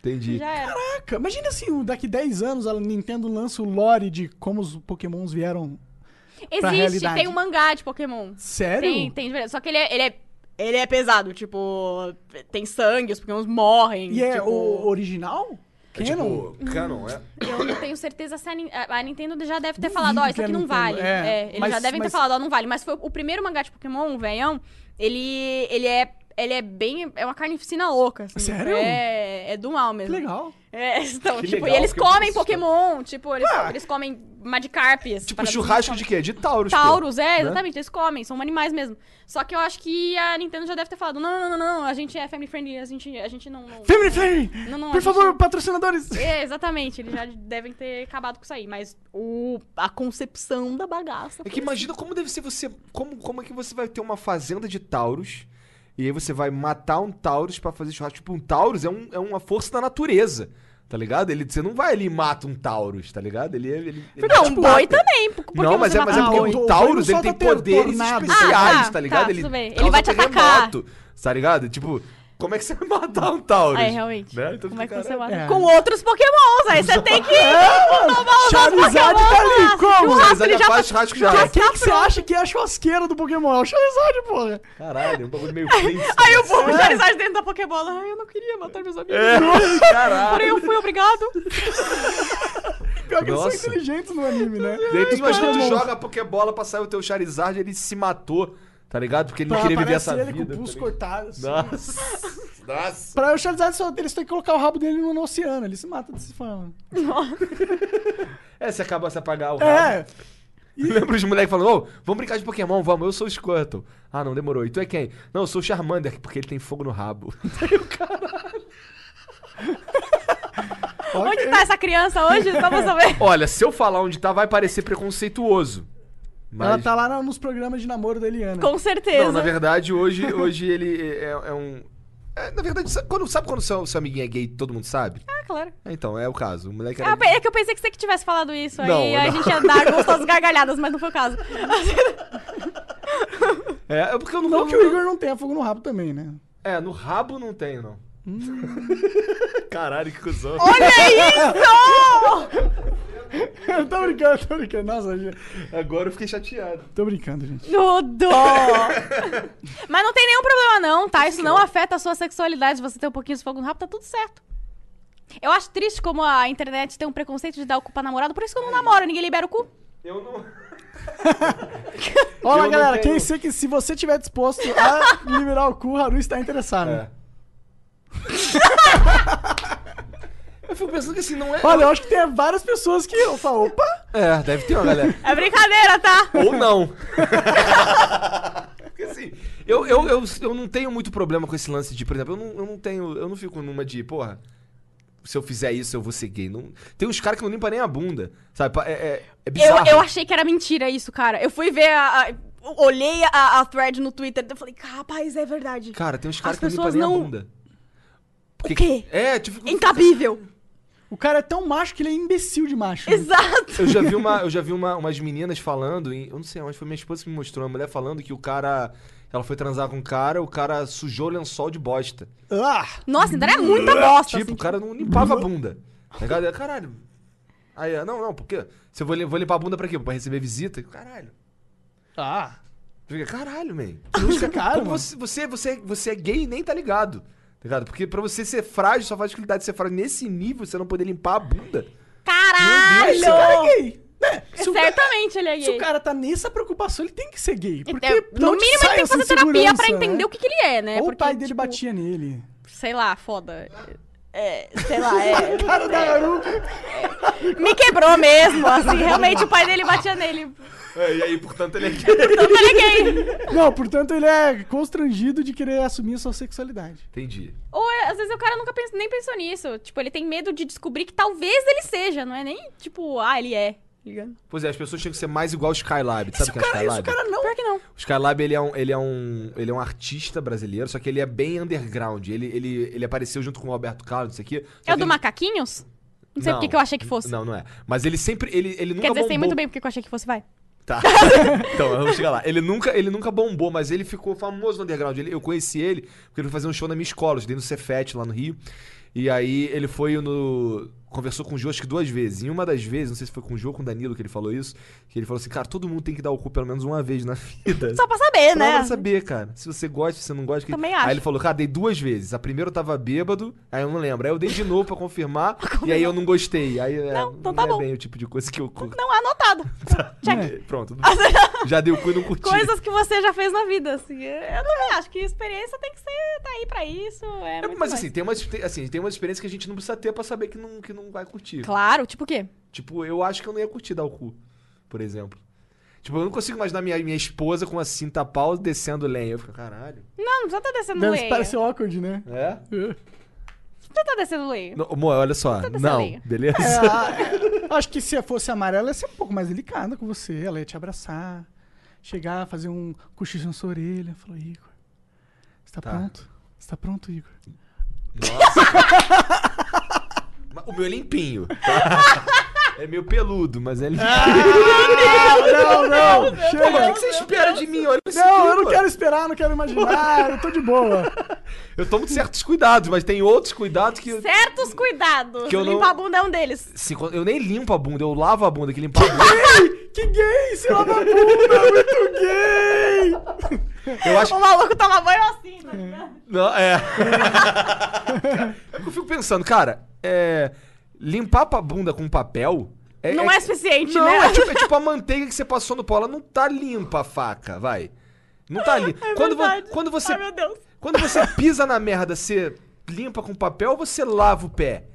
Speaker 2: Entendi.
Speaker 3: já era.
Speaker 1: Caraca, imagina assim, o- daqui 10 anos a Nintendo lança o lore de como os Pokémons vieram.
Speaker 3: Existe,
Speaker 1: realidade.
Speaker 3: tem um mangá de pokémon.
Speaker 1: Sério?
Speaker 3: Tem, tem de verdade. Só que ele é, ele é. Ele é pesado, tipo, tem sangue, os pokémons morrem.
Speaker 1: E é
Speaker 3: tipo...
Speaker 1: o original?
Speaker 2: É
Speaker 1: Canon?
Speaker 2: tipo, Canon, é.
Speaker 3: Eu não tenho certeza se a, Nin- a- a Nintendo já deve ter
Speaker 1: Duvido
Speaker 3: falado, ó, isso
Speaker 1: que a
Speaker 3: aqui não
Speaker 1: Nintendo-
Speaker 3: vale.
Speaker 1: é,
Speaker 3: É, eles
Speaker 1: mas-
Speaker 3: já devem
Speaker 1: mas-
Speaker 3: ter falado, ó, não vale. Mas foi o primeiro mangá de Pokémon, o velhão, ele, ele é. Ele é bem. É uma carnificina louca. assim.
Speaker 1: Sério?
Speaker 3: É, é do mal mesmo.
Speaker 1: Que legal.
Speaker 3: É, [LAUGHS] então,
Speaker 2: Que
Speaker 3: tipo,
Speaker 2: legal,
Speaker 3: e eles
Speaker 2: porque eu
Speaker 3: comem
Speaker 2: preciso-
Speaker 3: Pokémon, tipo, eles,
Speaker 1: Ah.
Speaker 3: eles comem Magikarp. essas
Speaker 2: Tipo,
Speaker 3: paradas,
Speaker 2: churrasco
Speaker 3: eles
Speaker 2: de quê? De Taurus. pô.
Speaker 3: Tauros, é, exatamente, eles comem, são animais mesmo. Só que eu acho que a Nintendo já deve ter falado: não, não, não, não, a gente é family friendly, a gente, a gente não. não-
Speaker 1: Family Friendly!
Speaker 3: Não, não,
Speaker 1: Por
Speaker 3: a gente-
Speaker 1: favor, patrocinadores!
Speaker 3: É, exatamente, eles já devem ter acabado com isso aí, mas o, a concepção da bagaça.
Speaker 2: É
Speaker 3: foi
Speaker 2: que imagina como deve ser você. Como, como é que você vai ter uma fazenda de Tauros e aí você vai matar um Taurus pra fazer churrasco? Tipo, um Taurus é, um- é uma força da natureza, tá ligado? Ele, você não vai ali e mata um Taurus, tá ligado? Ele, ele, ele-
Speaker 3: assim. Não, um
Speaker 2: tipo,
Speaker 3: boi também. por- Porque
Speaker 2: não, mas
Speaker 3: você
Speaker 2: é, mas é
Speaker 3: matar
Speaker 2: porque
Speaker 3: um boi.
Speaker 1: boi.
Speaker 2: o Taurus
Speaker 1: Boi não
Speaker 2: ele tem
Speaker 1: solta ter-
Speaker 2: poderes
Speaker 1: tornado.
Speaker 2: especiais,
Speaker 3: Ah, tá,
Speaker 2: tá ligado?
Speaker 3: tá, tudo bem. Ele
Speaker 2: causa
Speaker 3: vai te atacar.
Speaker 2: terremoto, Tá ligado? Tipo, como é que você vai matar um Taurus?
Speaker 3: É, realmente.
Speaker 2: Né? Então
Speaker 3: Como é que
Speaker 2: fica,
Speaker 3: você
Speaker 2: caralho.
Speaker 3: mata?
Speaker 1: É.
Speaker 3: Com outros pokémons, aí você tem que
Speaker 2: [LAUGHS]
Speaker 3: tomar os outros
Speaker 1: Charizard tá
Speaker 3: pokémons.
Speaker 1: ali,
Speaker 3: lá.
Speaker 1: como?
Speaker 3: Churrasco,
Speaker 2: Mas
Speaker 3: ele
Speaker 2: ainda
Speaker 3: já
Speaker 2: faz churrasco já.
Speaker 3: Já-
Speaker 1: Quem que você acha que é a churrasqueira do Pokémon? É o Charizard, porra!
Speaker 2: Caralho, é um bagulho meio Flintstone.
Speaker 3: [LAUGHS] Aí o
Speaker 2: É.
Speaker 3: povo Charizard dentro da Pokébola. Ai, eu não queria matar meus amigos.
Speaker 2: assim. Caralho.
Speaker 3: Porém, eu fui obrigado.
Speaker 1: Pior que eles
Speaker 2: Nossa.
Speaker 1: são inteligentes no anime, né?
Speaker 2: E aí tu imagina, tu
Speaker 1: caralho.
Speaker 2: joga a Pokébola pra sair o teu Charizard ele se matou, tá ligado? Porque ele não
Speaker 1: Pra-
Speaker 2: queria viver
Speaker 1: aparece
Speaker 2: essa
Speaker 1: ele
Speaker 2: vida.
Speaker 1: com o pulso
Speaker 2: tá
Speaker 1: cortado. assim.
Speaker 2: ligado? Nossa. Nossa.
Speaker 1: Pra o Charizard, só, eles têm que colocar o rabo dele no, no oceano. Ele se mata desse forma.
Speaker 2: É, você acaba se apagar o rabo.
Speaker 1: É,
Speaker 2: [LAUGHS] Lembra os moleques falando, ô, vamos brincar de Pokémon, vamos, eu sou o Squirtle. Ah, não, demorou. E tu é quem? Não, eu sou o Charmander, porque ele tem fogo no rabo. [LAUGHS]
Speaker 3: Onde tá essa criança hoje? Só
Speaker 2: [LAUGHS]
Speaker 3: pra saber.
Speaker 2: Olha, se eu falar onde tá, vai parecer preconceituoso. Mas...
Speaker 1: Ela tá lá na- nos programas de namoro da Eliana.
Speaker 3: Com certeza.
Speaker 2: Não, na verdade, hoje, hoje ele é, é um. É, na verdade, sabe quando, sabe quando seu, seu amiguinho é gay, todo mundo sabe?
Speaker 3: Ah, claro.
Speaker 2: É, Então, é o caso. O moleque era.
Speaker 3: Ah, pe- é que eu pensei que você que tivesse falado isso. Aí
Speaker 2: Não,
Speaker 3: a
Speaker 2: não.
Speaker 3: gente ia
Speaker 2: [LAUGHS]
Speaker 3: dar gostosas gargalhadas, mas não foi o caso.
Speaker 2: É, é porque eu não.
Speaker 1: Não que o Igor não tenha fogo no rabo também, né?
Speaker 2: É, no rabo não tem, não. [LAUGHS] Caralho, que cuzão.
Speaker 1: [LAUGHS] Eu tô brincando, tô brincando. Nossa, gente.
Speaker 2: Agora eu fiquei chateado.
Speaker 1: Tô brincando, gente.
Speaker 3: Tudo! [LAUGHS] mas não tem nenhum problema, não, tá? Isso não afeta a sua sexualidade. Você ter um pouquinho de fogo no rabo, tá tudo certo. Eu acho triste como a internet tem um preconceito de dar o cu pra namorado, por isso que eu não namoro, ninguém libera o cu.
Speaker 2: Eu não. Eu
Speaker 1: Olha,
Speaker 2: não
Speaker 1: galera,
Speaker 2: tenho-
Speaker 1: quem sei que se você tiver disposto a liberar o cu, o Haru está interessado.
Speaker 2: É. [LAUGHS] eu fico pensando que assim, não é.
Speaker 1: Olha, eu acho que tem várias pessoas que eu falo, opa,
Speaker 2: É, deve ter uma galera.
Speaker 3: É brincadeira, tá?
Speaker 2: Ou não. [LAUGHS] Porque assim, eu, eu, eu, eu não tenho muito problema com esse lance de, por exemplo, eu não, eu não tenho. Eu não fico numa de, porra, se eu fizer isso, eu vou ser gay. Não, tem uns caras que não limpam nem a bunda. Sabe? Pa- É, é, é
Speaker 3: Eu,
Speaker 2: bizarro.
Speaker 3: eu achei que era mentira isso, cara. Eu fui ver a. a- olhei a, a thread no Twitter e falei, rapaz, é verdade.
Speaker 2: Cara, tem uns caras
Speaker 3: As
Speaker 2: que não limpam
Speaker 3: pessoas
Speaker 2: nem a
Speaker 3: não-
Speaker 2: bunda.
Speaker 3: o quê?
Speaker 2: É, tipo.
Speaker 3: Incabível.
Speaker 1: o cara é tão macho que ele é imbecil de macho. né?
Speaker 3: [LAUGHS] Exato.
Speaker 2: Eu já vi, uma, eu já vi uma- umas meninas falando, em- eu não sei onde, foi minha esposa que me mostrou, uma mulher falando que o cara. Ela foi transar com um cara, o cara sujou o lençol de bosta.
Speaker 1: Ah,
Speaker 3: Nossa, então é muita bosta.
Speaker 2: tipo,
Speaker 3: assim.
Speaker 2: o cara não limpava a bunda. Tá ligado? Eu, Caralho. Aí, eu, não, não, por quê? Se eu vou, li- vou limpar a bunda pra quê? Pra receber visita? Caralho.
Speaker 1: ah.
Speaker 2: Eu fiquei, Caralho, man.
Speaker 1: Música cara,
Speaker 2: é Como
Speaker 1: mano.
Speaker 2: você, você, você, você é gay e nem tá ligado. Tá ligado? Porque pra você ser frágil, só faz dificuldade de ser frágil. Nesse nível, você não poder limpar a bunda.
Speaker 1: Esse
Speaker 3: Caralho!
Speaker 1: cara é gay. Né? Se o cara-
Speaker 3: Certamente ele é
Speaker 1: Se o
Speaker 3: gay.
Speaker 1: cara tá nessa preocupação, ele tem que ser gay. Porque
Speaker 3: Então,
Speaker 1: de
Speaker 3: no
Speaker 1: onde
Speaker 3: mínimo ele
Speaker 1: sai
Speaker 3: tem que
Speaker 1: essa
Speaker 3: fazer terapia pra
Speaker 1: insegurança,
Speaker 3: entender
Speaker 1: né?
Speaker 3: o que, que ele é, né?
Speaker 1: Ou
Speaker 3: Porque,
Speaker 1: o pai dele
Speaker 3: tipo,
Speaker 1: batia nele.
Speaker 3: Sei lá, foda. É, sei lá, é.
Speaker 1: Cara da Haru.
Speaker 3: [LAUGHS] Me quebrou
Speaker 1: [LAUGHS]
Speaker 3: mesmo, assim, realmente o pai dele batia nele.
Speaker 2: e aí, portanto, ele é gay.
Speaker 1: tá
Speaker 3: Então ele é gay.
Speaker 1: Não, portanto, ele é constrangido de querer assumir a sua sexualidade.
Speaker 2: [LAUGHS] Entendi.
Speaker 3: Ou é, às vezes o cara nunca pens- nem pensou nisso. Tipo, ele tem medo de descobrir que talvez ele seja, não é nem tipo, ah, ele é. Ligando?
Speaker 2: Pois é, as pessoas tinham que ser mais igual ao Skylab.
Speaker 1: Isso
Speaker 2: Sabe o
Speaker 1: o
Speaker 2: que é
Speaker 1: cara, isso o
Speaker 2: Skylab?
Speaker 1: cara não.
Speaker 3: Pior que não.
Speaker 2: O Skylab, ele é, um, ele, é um, ele é um artista brasileiro, só que ele é bem underground. Ele, ele, ele apareceu junto com o Roberto Carlos, isso aqui.
Speaker 3: É o do Macaquinhos? Não sei porque que eu achei que fosse.
Speaker 2: Não, não é. Mas ele sempre. Ele, ele nunca
Speaker 3: Quer dizer,
Speaker 2: bombou.
Speaker 3: sei muito bem porque que eu achei que fosse, vai. [LAUGHS]
Speaker 2: Tá. então, vamos chegar lá. Ele nunca, ele nunca bombou, mas ele ficou famoso no underground. Ele- eu conheci ele porque ele foi fazer um show na minha escola, eu estudei no Cefet, lá no Rio. E aí ele foi no. Conversou com o Jô, acho que duas vezes. Em uma das vezes, não sei se foi com o Jô ou com o Danilo que ele falou isso, que ele falou assim: cara, todo mundo tem que dar o cu pelo menos uma vez na [LAUGHS] vida.
Speaker 3: Só pra saber,
Speaker 2: Pra
Speaker 3: né?
Speaker 2: ela saber, cara. Se você gosta, se você não gosta. que-
Speaker 3: Também acho.
Speaker 2: Aí ele falou, cara, dei duas vezes. A primeira eu tava bêbado, aí eu não lembro. Aí eu dei de novo pra
Speaker 3: [LAUGHS]
Speaker 2: confirmar, e aí eu não gostei. Aí é,
Speaker 3: Não, então tá
Speaker 2: é
Speaker 3: bom.
Speaker 2: bem o tipo de coisa que eu. curto.
Speaker 3: Não, anotado. [LAUGHS] Check.
Speaker 2: É, Pronto.
Speaker 3: [LAUGHS]
Speaker 2: tudo bem. Já dei o cu e não curti.
Speaker 3: Coisas que você já fez na vida, assim. Eu também acho que experiência tem que ser, tá aí pra isso. É,
Speaker 2: É, mas
Speaker 3: muito mais.
Speaker 2: assim tem, umas, tem- assim, tem umas experiências que a gente não precisa ter pra saber que não, que não vai curtir.
Speaker 3: Claro, tipo o quê?
Speaker 2: Tipo, eu acho que eu não ia curtir dar o cu, por exemplo. Tipo, eu não consigo imaginar minha, minha esposa com a cinta pau descendo lenha. Eu fico, caralho.
Speaker 3: Não, não precisa tá descendo
Speaker 1: Deve
Speaker 3: lenha.
Speaker 1: parecer awkward, né?
Speaker 2: É?
Speaker 3: Não precisa tá descendo lenha.
Speaker 2: Não, amor, olha só.
Speaker 3: descendo
Speaker 2: Não,
Speaker 3: lenha. [LAUGHS]
Speaker 2: beleza?
Speaker 1: [LAUGHS] É, a- acho que se fosse amarela, ela ia ser um pouco mais delicada com você. Ela ia te abraçar, chegar, fazer um cochicho na sua orelha. Falou, Igor, você tá,
Speaker 2: Tá.
Speaker 1: pronto? Você tá pronto, Igor?
Speaker 2: Mas O meu é limpinho.
Speaker 1: [LAUGHS]
Speaker 2: é meio peludo, mas
Speaker 1: Ah,
Speaker 2: é limpinho.
Speaker 1: Não, não,
Speaker 2: Como é
Speaker 1: chega!
Speaker 2: que você espera de mim? Olha isso
Speaker 1: Não,
Speaker 2: aqui,
Speaker 1: eu não
Speaker 2: pô.
Speaker 1: quero esperar, não quero imaginar, eu tô de boa.
Speaker 2: Eu tomo certos cuidados, mas tem outros cuidados que...
Speaker 3: Certos cuidados.
Speaker 2: Que eu não-
Speaker 3: Limpar a bunda é um deles.
Speaker 2: Assim, quando- eu nem limpo a bunda, eu lavo a bunda, que limpar a
Speaker 1: [LAUGHS]
Speaker 2: bunda.
Speaker 1: Que gay, você lava a bunda, muito gay!
Speaker 2: Eu acho
Speaker 3: O maluco toma banho assim, tá ligado?
Speaker 2: Não, é. [LAUGHS] eu fico pensando, cara, é. Limpar a bunda com papel.
Speaker 3: Não é suficiente,
Speaker 2: não,
Speaker 3: né?
Speaker 2: é tipo, é tipo a manteiga que você passou no pó. Ela não tá limpa a faca, vai. Não tá
Speaker 3: [LAUGHS]
Speaker 2: limpa. quando, vo-
Speaker 3: É verdade.
Speaker 2: quando você
Speaker 3: [LAUGHS] Ai, meu Deus.
Speaker 2: Quando você pisa na merda, você limpa com papel ou você lava o pé?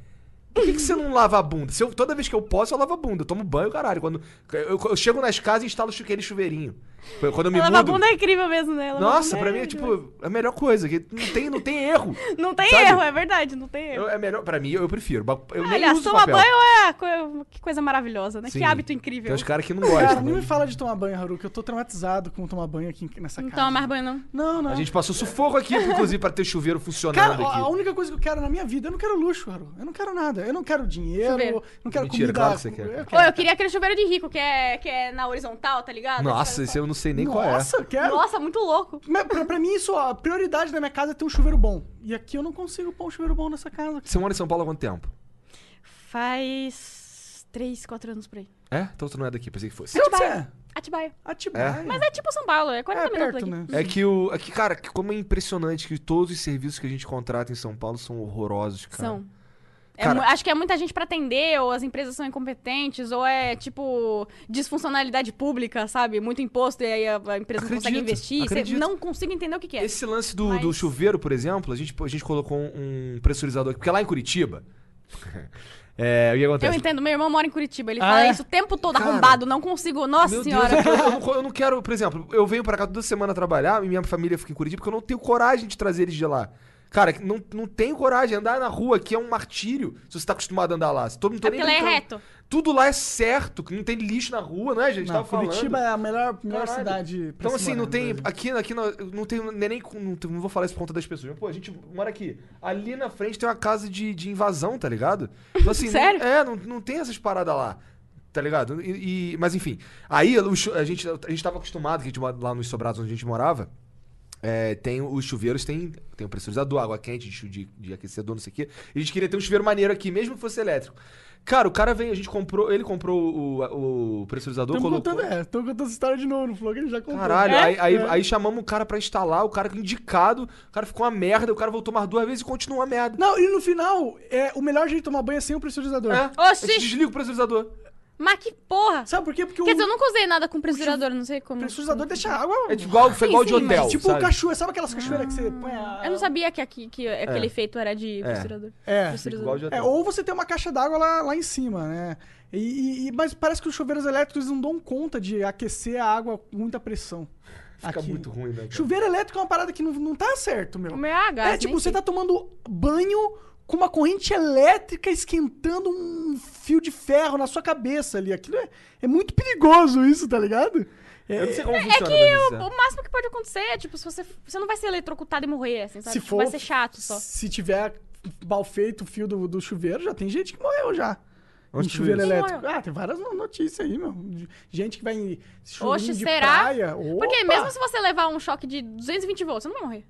Speaker 2: Por que, que você não lava a bunda? Se eu- toda vez que eu posso, eu lavo a bunda. Eu tomo banho, caralho. Quando, eu, eu chego nas casas e instalo chu- aquele chuveirinho. Foi Quando eu me
Speaker 3: Ela
Speaker 2: mudo...
Speaker 3: vagabunda é incrível mesmo, né? Ela
Speaker 2: Nossa,
Speaker 3: vagabunda
Speaker 2: pra mim é tipo a melhor coisa, que não tem, não tem erro.
Speaker 3: [LAUGHS] Não tem
Speaker 2: sabe?
Speaker 3: erro, é verdade, não tem erro.
Speaker 2: Eu- é melhor, pra mim, eu, eu prefiro. ba- Eu nem
Speaker 3: Aliás,
Speaker 2: uso
Speaker 3: tomar
Speaker 2: papel.
Speaker 3: banho é co- que coisa maravilhosa, né?
Speaker 2: Sim.
Speaker 3: Que hábito incrível.
Speaker 2: Tem uns caras que não
Speaker 1: Cara,
Speaker 2: gostam.
Speaker 1: não me
Speaker 2: né?
Speaker 1: fala de tomar banho, Haruki. Eu tô traumatizado com tomar banho aqui em- nessa
Speaker 3: Não
Speaker 1: casa.
Speaker 3: toma mais banho, não.
Speaker 1: Não, não.
Speaker 2: A gente passou sufoco aqui, inclusive, pra ter chuveiro funcionando
Speaker 1: Cara, a- a
Speaker 2: Tá
Speaker 3: um
Speaker 2: aqui.
Speaker 1: única coisa que eu quero na minha vida, eu não quero luxo, Haru. Eu não quero nada. Eu não quero dinheiro,
Speaker 3: Chuveiro.
Speaker 1: eu não quero
Speaker 2: Mentira,
Speaker 1: comida.
Speaker 2: claro que você quer.
Speaker 1: Eu
Speaker 3: Ô, eu queria aquele chuveiro de rico, que é, que é na horizontal, tá ligado?
Speaker 2: Nossa,
Speaker 3: Essa-
Speaker 2: esse eu não sei nem qual é.
Speaker 1: Nossa, eu quero.
Speaker 3: Nossa, muito louco.
Speaker 1: Mas pra, pra mim, isso, ó, a prioridade da minha casa é ter um chuveiro bom. E aqui eu não consigo pôr um chuveiro bom nessa casa.
Speaker 2: Você mora em São Paulo há quanto tempo?
Speaker 3: Faz três, quatro anos por aí.
Speaker 2: É? Então tu não é daqui, pensei que fosse.
Speaker 1: Se eu disser,
Speaker 3: Atibaia.
Speaker 1: é? Ah, Atibaia.
Speaker 2: É.
Speaker 3: Mas é tipo São Paulo, é 40
Speaker 1: É
Speaker 3: minutos
Speaker 1: perto,
Speaker 3: daqui.
Speaker 1: né?
Speaker 2: É que o. É que, cara, que como é impressionante que todos os serviços que a gente contrata em São Paulo são horrorosos, cara.
Speaker 3: São. É
Speaker 2: Cara-
Speaker 3: mu- acho que é muita gente pra atender, ou as empresas são incompetentes, ou é tipo disfuncionalidade pública, sabe? Muito imposto e aí a, a empresa não consegue
Speaker 2: Acredito,
Speaker 3: investir. Você
Speaker 2: acredito.
Speaker 3: não consigo entender o que, que é.
Speaker 2: Esse lance do,
Speaker 3: Mas-
Speaker 2: do chuveiro, por exemplo, a gente, a gente colocou um pressurizador aqui. Porque lá em Curitiba. [LAUGHS] é, o que
Speaker 3: Eu
Speaker 2: acontece?
Speaker 3: entendo, meu irmão mora em Curitiba, ele
Speaker 1: Ah,
Speaker 3: fala
Speaker 1: é?
Speaker 3: isso o tempo todo,
Speaker 2: Cara,
Speaker 3: arrombado, não consigo. Nossa
Speaker 2: Meu
Speaker 3: senhora.
Speaker 2: Deus, é que eu, eu não, eu não quero, por exemplo, eu venho pra cá toda semana trabalhar e minha família fica em Curitiba porque eu não tenho coragem de trazer eles de lá. Cara, que não, não tenho coragem. Andar na rua aqui é um martírio se você tá acostumado a andar lá. Se Todo, não tô
Speaker 3: É
Speaker 2: nem
Speaker 3: porque lá é
Speaker 2: brincando.
Speaker 3: reto.
Speaker 2: Tudo lá é certo, que não tem lixo na rua, né, gente?
Speaker 1: Não,
Speaker 2: Tava falando.
Speaker 1: Curitiba é a melhor, melhor
Speaker 2: Caralho.
Speaker 1: cidade pra
Speaker 2: Então,
Speaker 1: se
Speaker 2: assim,
Speaker 1: morar
Speaker 2: não
Speaker 1: no
Speaker 2: tem.
Speaker 1: Brasil.
Speaker 2: Aqui, aqui não, não tem nem. nem com- não, tem- não vou falar isso por conta das pessoas. mas, Pô, a gente mora aqui. Ali na frente tem uma casa de, de invasão, tá ligado? Então, assim.
Speaker 1: [LAUGHS]
Speaker 2: não-
Speaker 3: Sério?
Speaker 2: é, não, não tem essas paradas lá. Tá ligado? E, e- mas enfim. Aí o chu- a, gente, a gente tava acostumado que a gente mora lá nos sobrados onde a gente morava. é, tem os chuveiros, tem, tem o pressurizador, água quente, de, chu- de, de aquecedor, não sei o quê. E a gente queria ter um chuveiro maneiro aqui, mesmo que fosse elétrico. Cara, o cara veio, a gente comprou, ele comprou o, o pressurizador,
Speaker 1: Tamo
Speaker 2: colocou.
Speaker 1: contando, é, tamo contando essa história de novo no Flow, que ele já contou.
Speaker 2: Caralho,
Speaker 1: É?
Speaker 2: aí, aí,
Speaker 1: É.
Speaker 2: aí chamamos o cara pra instalar, o cara indicado, o cara ficou uma merda, o cara voltou mais duas vezes e continuou uma merda.
Speaker 1: Não, e no final, é, o melhor jeito de tomar banho é sem o pressurizador.
Speaker 2: É,
Speaker 3: Oxi!
Speaker 2: a gente desliga o pressurizador.
Speaker 3: Mas que porra!
Speaker 1: Sabe por quê? Porque
Speaker 3: Quer
Speaker 1: o
Speaker 3: dizer, eu nunca usei nada com pressurizador, não sei como.
Speaker 1: pressurizador deixa a água...
Speaker 2: É igual, foi
Speaker 3: Sim,
Speaker 2: igual de
Speaker 3: sim, mas
Speaker 2: hotel.
Speaker 1: tipo
Speaker 2: sabe?
Speaker 1: cachoeira, sabe aquelas cachoeiras que você põe a...
Speaker 3: Eu não sabia que, aqui, que aquele efeito era
Speaker 2: É.
Speaker 3: de pressurizador.
Speaker 1: É.
Speaker 2: Igual de
Speaker 1: É,
Speaker 2: hotel.
Speaker 1: ou você tem uma caixa d'água lá, lá em cima, né? E, e- e- mas parece que os chuveiros elétricos não dão conta de aquecer a água com muita pressão.
Speaker 2: Fica muito ruim, né? cara?
Speaker 1: Chuveiro elétrico é uma parada que não, não tá certo, meu.
Speaker 3: Como é a gás,
Speaker 1: é tipo,
Speaker 3: nem
Speaker 1: você
Speaker 3: sei.
Speaker 1: tá tomando banho com uma corrente elétrica esquentando um fio de ferro na sua cabeça ali. Aquilo é, é muito perigoso isso, tá ligado? É,
Speaker 2: Eu não sei como
Speaker 3: É
Speaker 2: funciona.
Speaker 3: que
Speaker 2: mas isso
Speaker 3: o, o máximo que pode acontecer é, tipo, se você. Você não vai ser eletrocutado e morrer, assim, sabe?
Speaker 1: se
Speaker 3: Tipo,
Speaker 1: for...
Speaker 3: Vai ser chato só.
Speaker 1: Se tiver mal feito o fio do, do chuveiro, já tem gente que morreu já.
Speaker 2: Onde
Speaker 1: Em
Speaker 2: tu
Speaker 1: chuveiro
Speaker 3: é
Speaker 2: viu isso?
Speaker 1: elétrico.
Speaker 3: Quem
Speaker 1: Ah, tem várias no- notícias aí, meu. De Gente que vai em chuveiro
Speaker 3: Oxe,
Speaker 1: de
Speaker 3: será?
Speaker 1: praia.
Speaker 3: Porque
Speaker 1: Opa!
Speaker 3: mesmo se você levar um choque de 220 volts, você não vai morrer.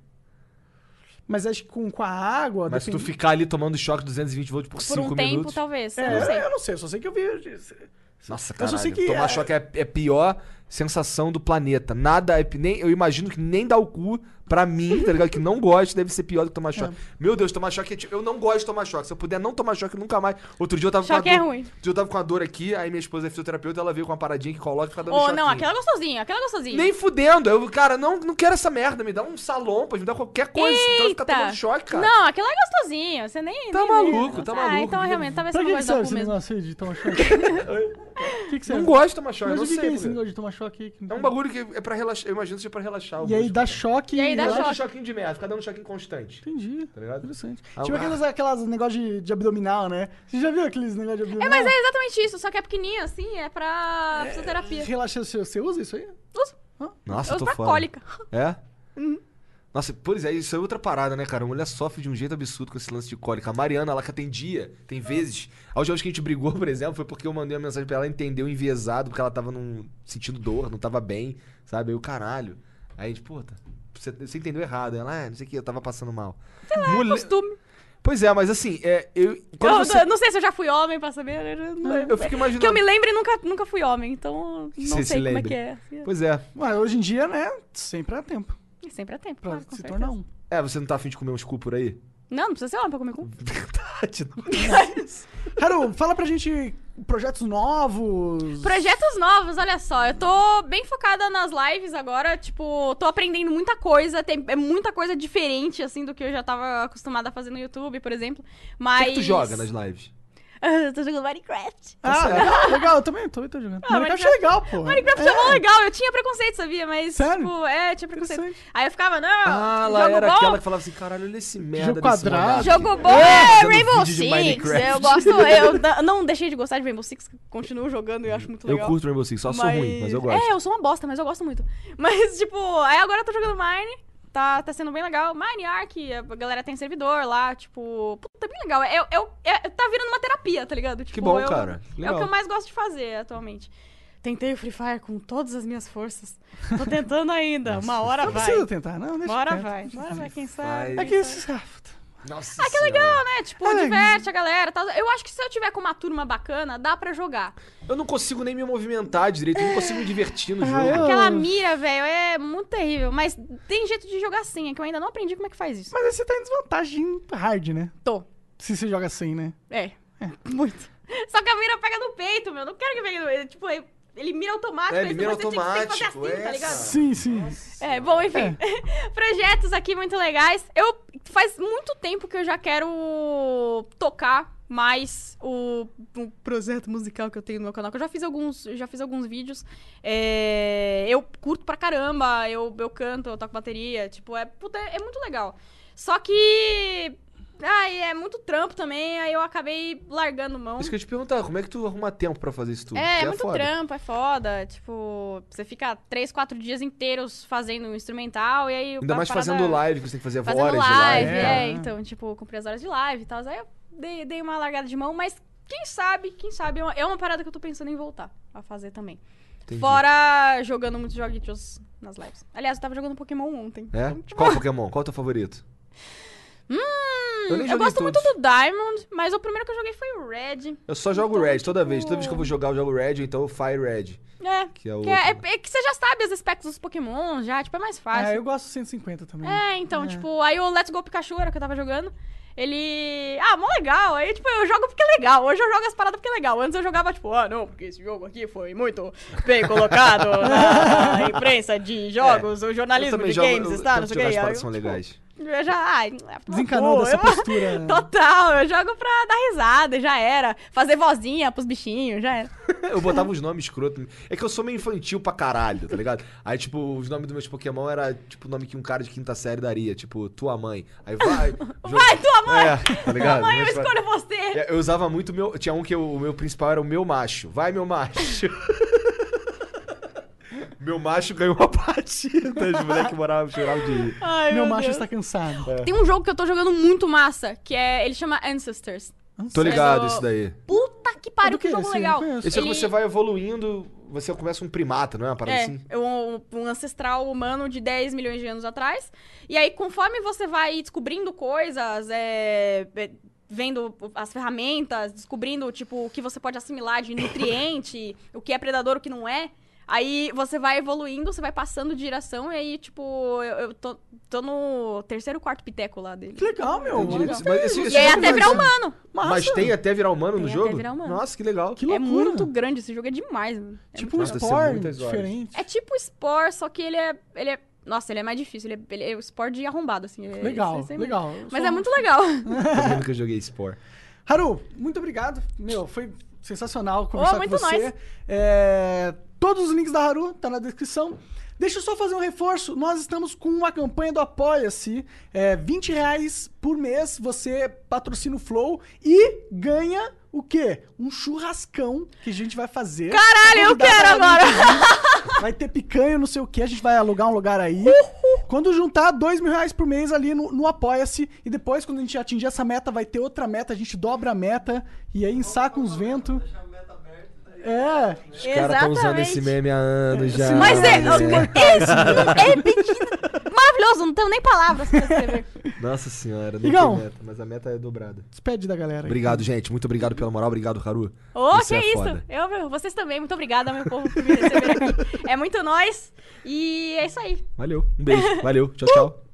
Speaker 1: Mas acho que com, com a água...
Speaker 2: Mas se tu
Speaker 1: depende-
Speaker 2: ficar ali tomando choque 220 volts por
Speaker 3: Por
Speaker 2: 5
Speaker 3: um tempo,
Speaker 2: minutos. Tá
Speaker 3: talvez.
Speaker 1: É,
Speaker 3: eu não sei.
Speaker 1: Eu não sei, eu só sei que eu vi...
Speaker 2: Nossa,
Speaker 1: Eu só
Speaker 2: caralho.
Speaker 1: sei que
Speaker 2: Tomar
Speaker 1: é-
Speaker 2: choque é, é a pior sensação do planeta. Nada é. pi- Nem, eu imagino que nem dar o cu pra mim, tá ligado? Que não gosto, deve ser pior do que tomar choque. Meu Deus, tomar choque é tipo. Eu não gosto de tomar choque. Se eu puder não tomar choque nunca mais. Outro dia eu tava
Speaker 3: Choque
Speaker 2: com. a
Speaker 3: é
Speaker 2: dor-
Speaker 3: ruim.
Speaker 2: Outro dia eu tava com a dor aqui, aí minha esposa é fisioterapeuta, ela veio com uma paradinha que coloca e fica dando
Speaker 3: Ou
Speaker 2: choquinho.
Speaker 3: não, aquela é gostosinha, aquela é gostosinha.
Speaker 2: Nem fudendo. Eu, cara, não, não quero essa merda. Me dá um salompas, me dá qualquer coisa.
Speaker 1: tá
Speaker 2: Então fica
Speaker 3: Eita!
Speaker 2: tomando choque, cara.
Speaker 3: Não, aquela é gostosinha. Você nem.
Speaker 2: Tá
Speaker 3: nem-
Speaker 2: maluco, tá
Speaker 3: ah,
Speaker 2: maluco.
Speaker 3: então realmente, talvez
Speaker 1: Pra
Speaker 3: você
Speaker 1: que, que
Speaker 3: não goste da
Speaker 1: serve
Speaker 3: cu
Speaker 1: esse
Speaker 2: [LAUGHS]
Speaker 3: mesmo.
Speaker 1: negócio aí de tomar choque? O que, que serve?
Speaker 2: Não gosto de tomar choque,
Speaker 1: Mas
Speaker 2: não
Speaker 1: o que,
Speaker 2: sei.
Speaker 1: que é esse
Speaker 2: por quê.
Speaker 1: negócio de tomar choque aí?
Speaker 2: É um bagulho que é pra relaxar. Eu imagino que seja pra relaxar. o
Speaker 1: E aí
Speaker 2: músculo.
Speaker 1: dá choque...
Speaker 3: E aí dá
Speaker 1: relaxa.
Speaker 3: choque.
Speaker 2: um choquinho de merda, fica dando um choquinho constante.
Speaker 1: Entendi.
Speaker 2: Tá ligado?
Speaker 1: Interessante.
Speaker 2: Ah,
Speaker 1: tipo
Speaker 2: ah.
Speaker 1: aqueles aquelas negócios de, de abdominal, né? Você já viu aqueles negócios de abdominal?
Speaker 3: É, mas é exatamente isso, só que é pequenininho, assim, é pra fisioterapia.
Speaker 1: Relaxa, você você usa isso aí?
Speaker 3: Uso,
Speaker 2: Nossa,
Speaker 3: eu Uhum. uso pra cólica.
Speaker 2: É? Nossa, pois é, isso é outra parada, né, cara? A mulher sofre de um jeito absurdo com esse lance de cólica. A Mariana, ela que atendia, tem vezes. A última vez que a gente brigou, por exemplo, foi porque eu mandei uma mensagem pra ela, ela entendeu enviesado, porque ela tava num, sentindo dor, não tava bem, sabe? Aí o caralho. Aí a gente, puta, você, você entendeu errado. Ela, ah, não sei o que, eu tava passando mal. Mulher-
Speaker 3: Costume.
Speaker 2: Pois é, mas assim, é, eu.
Speaker 3: Eu,
Speaker 2: Quando você...
Speaker 3: eu não sei se eu já fui homem pra saber. Eu, não-
Speaker 2: Eu fico imaginando.
Speaker 3: Que eu me lembre, nunca, nunca fui homem, então não
Speaker 2: Você se
Speaker 3: sei como é
Speaker 2: lembre.
Speaker 3: que é. assim,
Speaker 2: Pois é.
Speaker 1: Mas hoje em dia, né? Sempre há tempo
Speaker 3: é. Sempre há tempo,
Speaker 1: pra
Speaker 3: claro, com
Speaker 1: se
Speaker 3: certeza.
Speaker 1: tornar um.
Speaker 2: É, você não tá afim de comer uns cu por aí? [LAUGHS] Tá
Speaker 3: Não, não precisa ser homem pra comer cu.
Speaker 2: Verdade, não.
Speaker 1: Haru, fala pra gente projetos novos.
Speaker 3: Projetos novos, olha só. Eu tô bem focada nas lives agora. Tipo, tô aprendendo muita coisa. Tem é muita coisa diferente, assim, do que eu já tava acostumada a fazer no YouTube, por exemplo.
Speaker 2: O
Speaker 3: Mas.
Speaker 2: que, que tu joga nas lives?
Speaker 3: [LAUGHS] Ah, tô jogando Minecraft.
Speaker 1: Ah, legal, legal, eu também, também tô jogando. Minecraft é legal, pô.
Speaker 3: Ah, Minecraft é mó legal, eu tinha preconceito, sabia? Mas,
Speaker 1: Sério?
Speaker 3: tipo, é, tinha preconceito.
Speaker 1: Interessante.
Speaker 3: Aí eu ficava, não,
Speaker 2: Ah,
Speaker 3: jogo
Speaker 2: lá era
Speaker 3: bom,
Speaker 2: aquela que falava assim, caralho, olha esse merda
Speaker 1: Jogo
Speaker 2: desse
Speaker 1: quadrado.
Speaker 2: monarca.
Speaker 3: Jogo bom é,
Speaker 2: fazendo
Speaker 3: Rainbow
Speaker 2: vídeo de
Speaker 3: Six.
Speaker 2: Minecraft.
Speaker 3: Eu gosto, eu da- não deixei de gostar de Rainbow Six, continuo jogando e acho muito
Speaker 2: Eu
Speaker 3: legal.
Speaker 2: curto Rainbow Six, só sou ruim, mas eu gosto.
Speaker 3: É, eu sou uma bosta, mas eu gosto muito. [LAUGHS] Mas, tipo, aí agora eu tô jogando Mine. Tá, tá sendo bem legal. Mine Ark, a galera tem servidor lá, tipo. Puta, bem legal. Eu, eu, é- tá virando uma terapia, tá ligado? Tipo,
Speaker 2: bom,
Speaker 3: eu-
Speaker 2: cara.
Speaker 3: É o
Speaker 2: Legal.
Speaker 3: que eu mais gosto de fazer atualmente. Tentei o Free Fire com todas as minhas forças. Tô tentando
Speaker 1: [LAUGHS]
Speaker 3: ainda. uma hora
Speaker 1: Não
Speaker 3: vai.
Speaker 1: precisa tentar, não, deixa
Speaker 3: Uma hora
Speaker 1: quieto.
Speaker 3: vai. Uma hora vai, quem
Speaker 2: Fire.
Speaker 3: sabe.
Speaker 1: É
Speaker 3: quem
Speaker 1: que
Speaker 3: sabe.
Speaker 1: isso... ah, puta.
Speaker 2: Nossa ah, que legal, né?
Speaker 3: É, tipo,
Speaker 1: É, né?
Speaker 3: diverte a galera. Tal. Eu acho que se eu tiver com uma turma bacana, dá pra jogar.
Speaker 2: Eu não consigo nem me movimentar direito, eu não consigo me divertir
Speaker 1: Ah,
Speaker 2: no jogo.
Speaker 1: eu-
Speaker 3: Aquela mira, velho, é muito terrível. Mas tem jeito de jogar assim, é que eu ainda não aprendi como é que faz isso.
Speaker 1: Mas aí você tá em desvantagem hard, né?
Speaker 3: Tô.
Speaker 1: Se você joga assim, né?
Speaker 3: É. Muito. Só que a mira pega no peito, meu. Não quero que pegue no. é, Tipo, é- ele mira automático.
Speaker 2: É, ele mira
Speaker 3: você tinha que- tem que fazer
Speaker 2: automático,
Speaker 3: assim, tá
Speaker 2: é,
Speaker 3: ligado?
Speaker 1: Sim, sim.
Speaker 3: É, bom, enfim. [LAUGHS] Projetos aqui muito legais. Eu faz muito tempo que eu já quero tocar mais o, o projeto musical que eu tenho no meu canal. Que eu já fiz alguns, já fiz alguns vídeos. É, eu curto pra caramba, eu, eu canto, eu toco bateria. Tipo, é, puta, é é muito legal. Só que. Ai, é muito trampo também, aí eu acabei largando mão.
Speaker 2: Isso que eu ia te perguntar, como é que tu arruma tempo pra fazer isso tudo?
Speaker 3: É,
Speaker 2: Porque
Speaker 3: é muito
Speaker 2: foda.
Speaker 3: trampo, é foda. Tipo, você fica três, quatro dias inteiros fazendo um instrumental e aí.
Speaker 2: Ainda
Speaker 3: a
Speaker 2: mais
Speaker 3: parada-
Speaker 2: fazendo live, que você tem que fazer
Speaker 3: Fazendo
Speaker 2: horas
Speaker 3: live,
Speaker 2: de live. né? e tal.
Speaker 3: é.
Speaker 1: tal.
Speaker 3: Então, tipo, comprei as horas de live e tal. Aí eu dei, dei uma largada de mão, mas quem sabe, quem sabe, é uma, é uma parada que eu tô pensando em voltar a fazer também.
Speaker 2: Entendi.
Speaker 3: Fora jogando muitos joguinhos nas lives. Aliás, eu tava jogando Pokémon ontem. Então,
Speaker 2: É?
Speaker 3: tipo,
Speaker 2: Qual Pokémon? Qual é o teu favorito? eu nem
Speaker 3: eu
Speaker 2: joguei
Speaker 3: gosto
Speaker 2: todos.
Speaker 3: muito do Diamond, mas o primeiro que eu joguei foi o Red.
Speaker 2: Eu só jogo
Speaker 3: Então,
Speaker 2: Red toda
Speaker 3: tipo-
Speaker 2: vez. Toda vez que eu vou jogar, eu jogo Red, então eu Fire Red.
Speaker 3: É.
Speaker 2: Que é o.
Speaker 3: Que é,
Speaker 2: outro.
Speaker 3: é que você já sabe os aspectos dos Pokémon, já, tipo, é mais fácil.
Speaker 1: Ah, eu gosto do 150 também.
Speaker 3: É, então,
Speaker 1: É.
Speaker 3: tipo, aí o Let's Go Pikachu era o que eu tava jogando. Ele. Ah, mó legal. Aí, tipo, eu jogo porque é legal. Hoje eu jogo as paradas porque é legal. Antes eu jogava, tipo, ah, não, porque esse jogo aqui foi muito bem
Speaker 2: [LAUGHS]
Speaker 3: colocado na imprensa de jogos, o
Speaker 2: É. Eu
Speaker 3: jornalismo
Speaker 2: também
Speaker 3: de
Speaker 2: jogo.
Speaker 3: games,
Speaker 2: eu,
Speaker 3: tá?
Speaker 2: eu
Speaker 3: Não sei
Speaker 2: jogo
Speaker 3: o que.
Speaker 2: as
Speaker 3: Aí
Speaker 2: paradas
Speaker 3: eu,
Speaker 2: são
Speaker 3: tipo,
Speaker 2: legais.
Speaker 3: Eu já. ah, Ai,
Speaker 1: Desencanou
Speaker 3: pô,
Speaker 1: dessa
Speaker 3: eu-
Speaker 1: postura.
Speaker 3: [LAUGHS] Total, eu jogo pra dar risada, já era. Fazer vozinha pros bichinhos, já era.
Speaker 2: Eu botava uns nomes escroto. É que eu sou meio infantil pra caralho, tá ligado? Aí, tipo, os nomes dos meus Pokémon era tipo o nome que um cara de quinta série daria, tipo, tua mãe. Aí
Speaker 3: [LAUGHS]
Speaker 2: vai.
Speaker 3: Vai, tua mãe!
Speaker 2: É, tá ligado?
Speaker 3: Mãe, eu
Speaker 2: Mas,
Speaker 3: escolho você!
Speaker 2: é, Eu usava muito meu. Tinha um que eu- o meu principal era o meu macho. Vai, meu
Speaker 3: [LAUGHS]
Speaker 2: macho. meu macho ganhou uma partida. Os moleques moravam, choravam de rir.
Speaker 3: Ai,
Speaker 1: Meu macho
Speaker 3: Deus.
Speaker 1: está cansado.
Speaker 3: Tem um jogo que eu tô jogando muito massa, que é. Ele chama Ancestors.
Speaker 2: Tô ligado,
Speaker 3: Mas o-
Speaker 2: isso daí.
Speaker 3: Puta que
Speaker 1: É do
Speaker 3: pariu,
Speaker 1: quê?
Speaker 3: que jogo
Speaker 1: Esse eu não
Speaker 3: legal.
Speaker 1: conheço.
Speaker 2: Esse é que você vai evoluindo, você começa um primata, não é uma parada
Speaker 3: É,
Speaker 2: assim?
Speaker 3: é um, um ancestral humano de 10 milhões de anos atrás. E aí, conforme você vai descobrindo coisas, é, é, vendo as ferramentas, descobrindo, tipo, o que você pode assimilar de nutriente, [LAUGHS] o que é predador, o que não é. Aí você vai evoluindo, você vai passando de geração, e aí, tipo, eu, eu tô, tô no terceiro, quarto piteco lá dele.
Speaker 1: Que legal, meu.
Speaker 2: Entendi.
Speaker 1: Olha,
Speaker 2: Mas esse-
Speaker 3: E
Speaker 2: esse
Speaker 3: aí
Speaker 2: jogo
Speaker 3: até
Speaker 2: vai-
Speaker 3: virar um humano.
Speaker 1: massa.
Speaker 2: Mas tem até virar humano
Speaker 3: Tem
Speaker 2: no
Speaker 3: até
Speaker 2: jogo?
Speaker 3: virar humano.
Speaker 2: Nossa, que legal.
Speaker 1: Que
Speaker 3: É
Speaker 1: loucura.
Speaker 3: muito grande, esse jogo é demais. mano. É
Speaker 1: Tipo um
Speaker 2: Nossa, deve ser
Speaker 1: esporte
Speaker 2: muitas horas.
Speaker 1: diferente.
Speaker 3: É tipo Spore, só que ele é. Ele é nossa, ele é mais difícil. Ele é, ele é o Spore de arrombado, assim. é-
Speaker 1: Legal,
Speaker 3: isso aí mesmo.
Speaker 1: legal. Eu sou-
Speaker 3: Mas
Speaker 1: um
Speaker 3: é muito legal.
Speaker 2: Todo mundo que eu joguei Spore.
Speaker 1: Haru, muito obrigado. Meu, foi sensacional conversar
Speaker 3: muito
Speaker 1: com você.
Speaker 3: nós.
Speaker 1: É, todos os links da Haru tá na descrição. Deixa eu só fazer um reforço. Nós estamos com uma campanha do Apoia-se. É, 20 reais por mês você patrocina o Flow e ganha o quê? Um churrascão que a gente vai fazer.
Speaker 3: Caralho, eu
Speaker 1: Convidar
Speaker 3: quero
Speaker 1: a galera
Speaker 3: agora. [LAUGHS]
Speaker 1: Vai ter picanha, não sei o que, a gente vai alugar um lugar aí. Quando juntar dois mil reais por mês ali no, no Apoia-se, e depois, quando a gente atingir essa meta, vai ter outra meta, a gente dobra a meta, e aí ensaca uns ventos.
Speaker 6: Deixar a meta aberta, né? daí.
Speaker 1: É.
Speaker 2: Os caras estão usando esse meme há anos já.
Speaker 3: Mas é,
Speaker 1: Esse
Speaker 3: é, esse- é pequeno- maravilhoso, não tenho nem palavras pra escrever.
Speaker 2: Nossa senhora, não
Speaker 1: Igão.
Speaker 2: tem meta, mas a meta é dobrada.
Speaker 1: Despede da galera. aí.
Speaker 2: Obrigado, gente. Muito obrigado pela moral. Obrigado, Haru.
Speaker 3: [LAUGHS] Ô,
Speaker 2: Isso
Speaker 3: que
Speaker 2: é
Speaker 3: é isso?
Speaker 2: foda.
Speaker 3: Eu, meu, vocês também, muito obrigada, meu povo, por me receber aqui. É muito nós. E é isso aí.
Speaker 2: Valeu. Um beijo. Valeu. Tchau, tchau.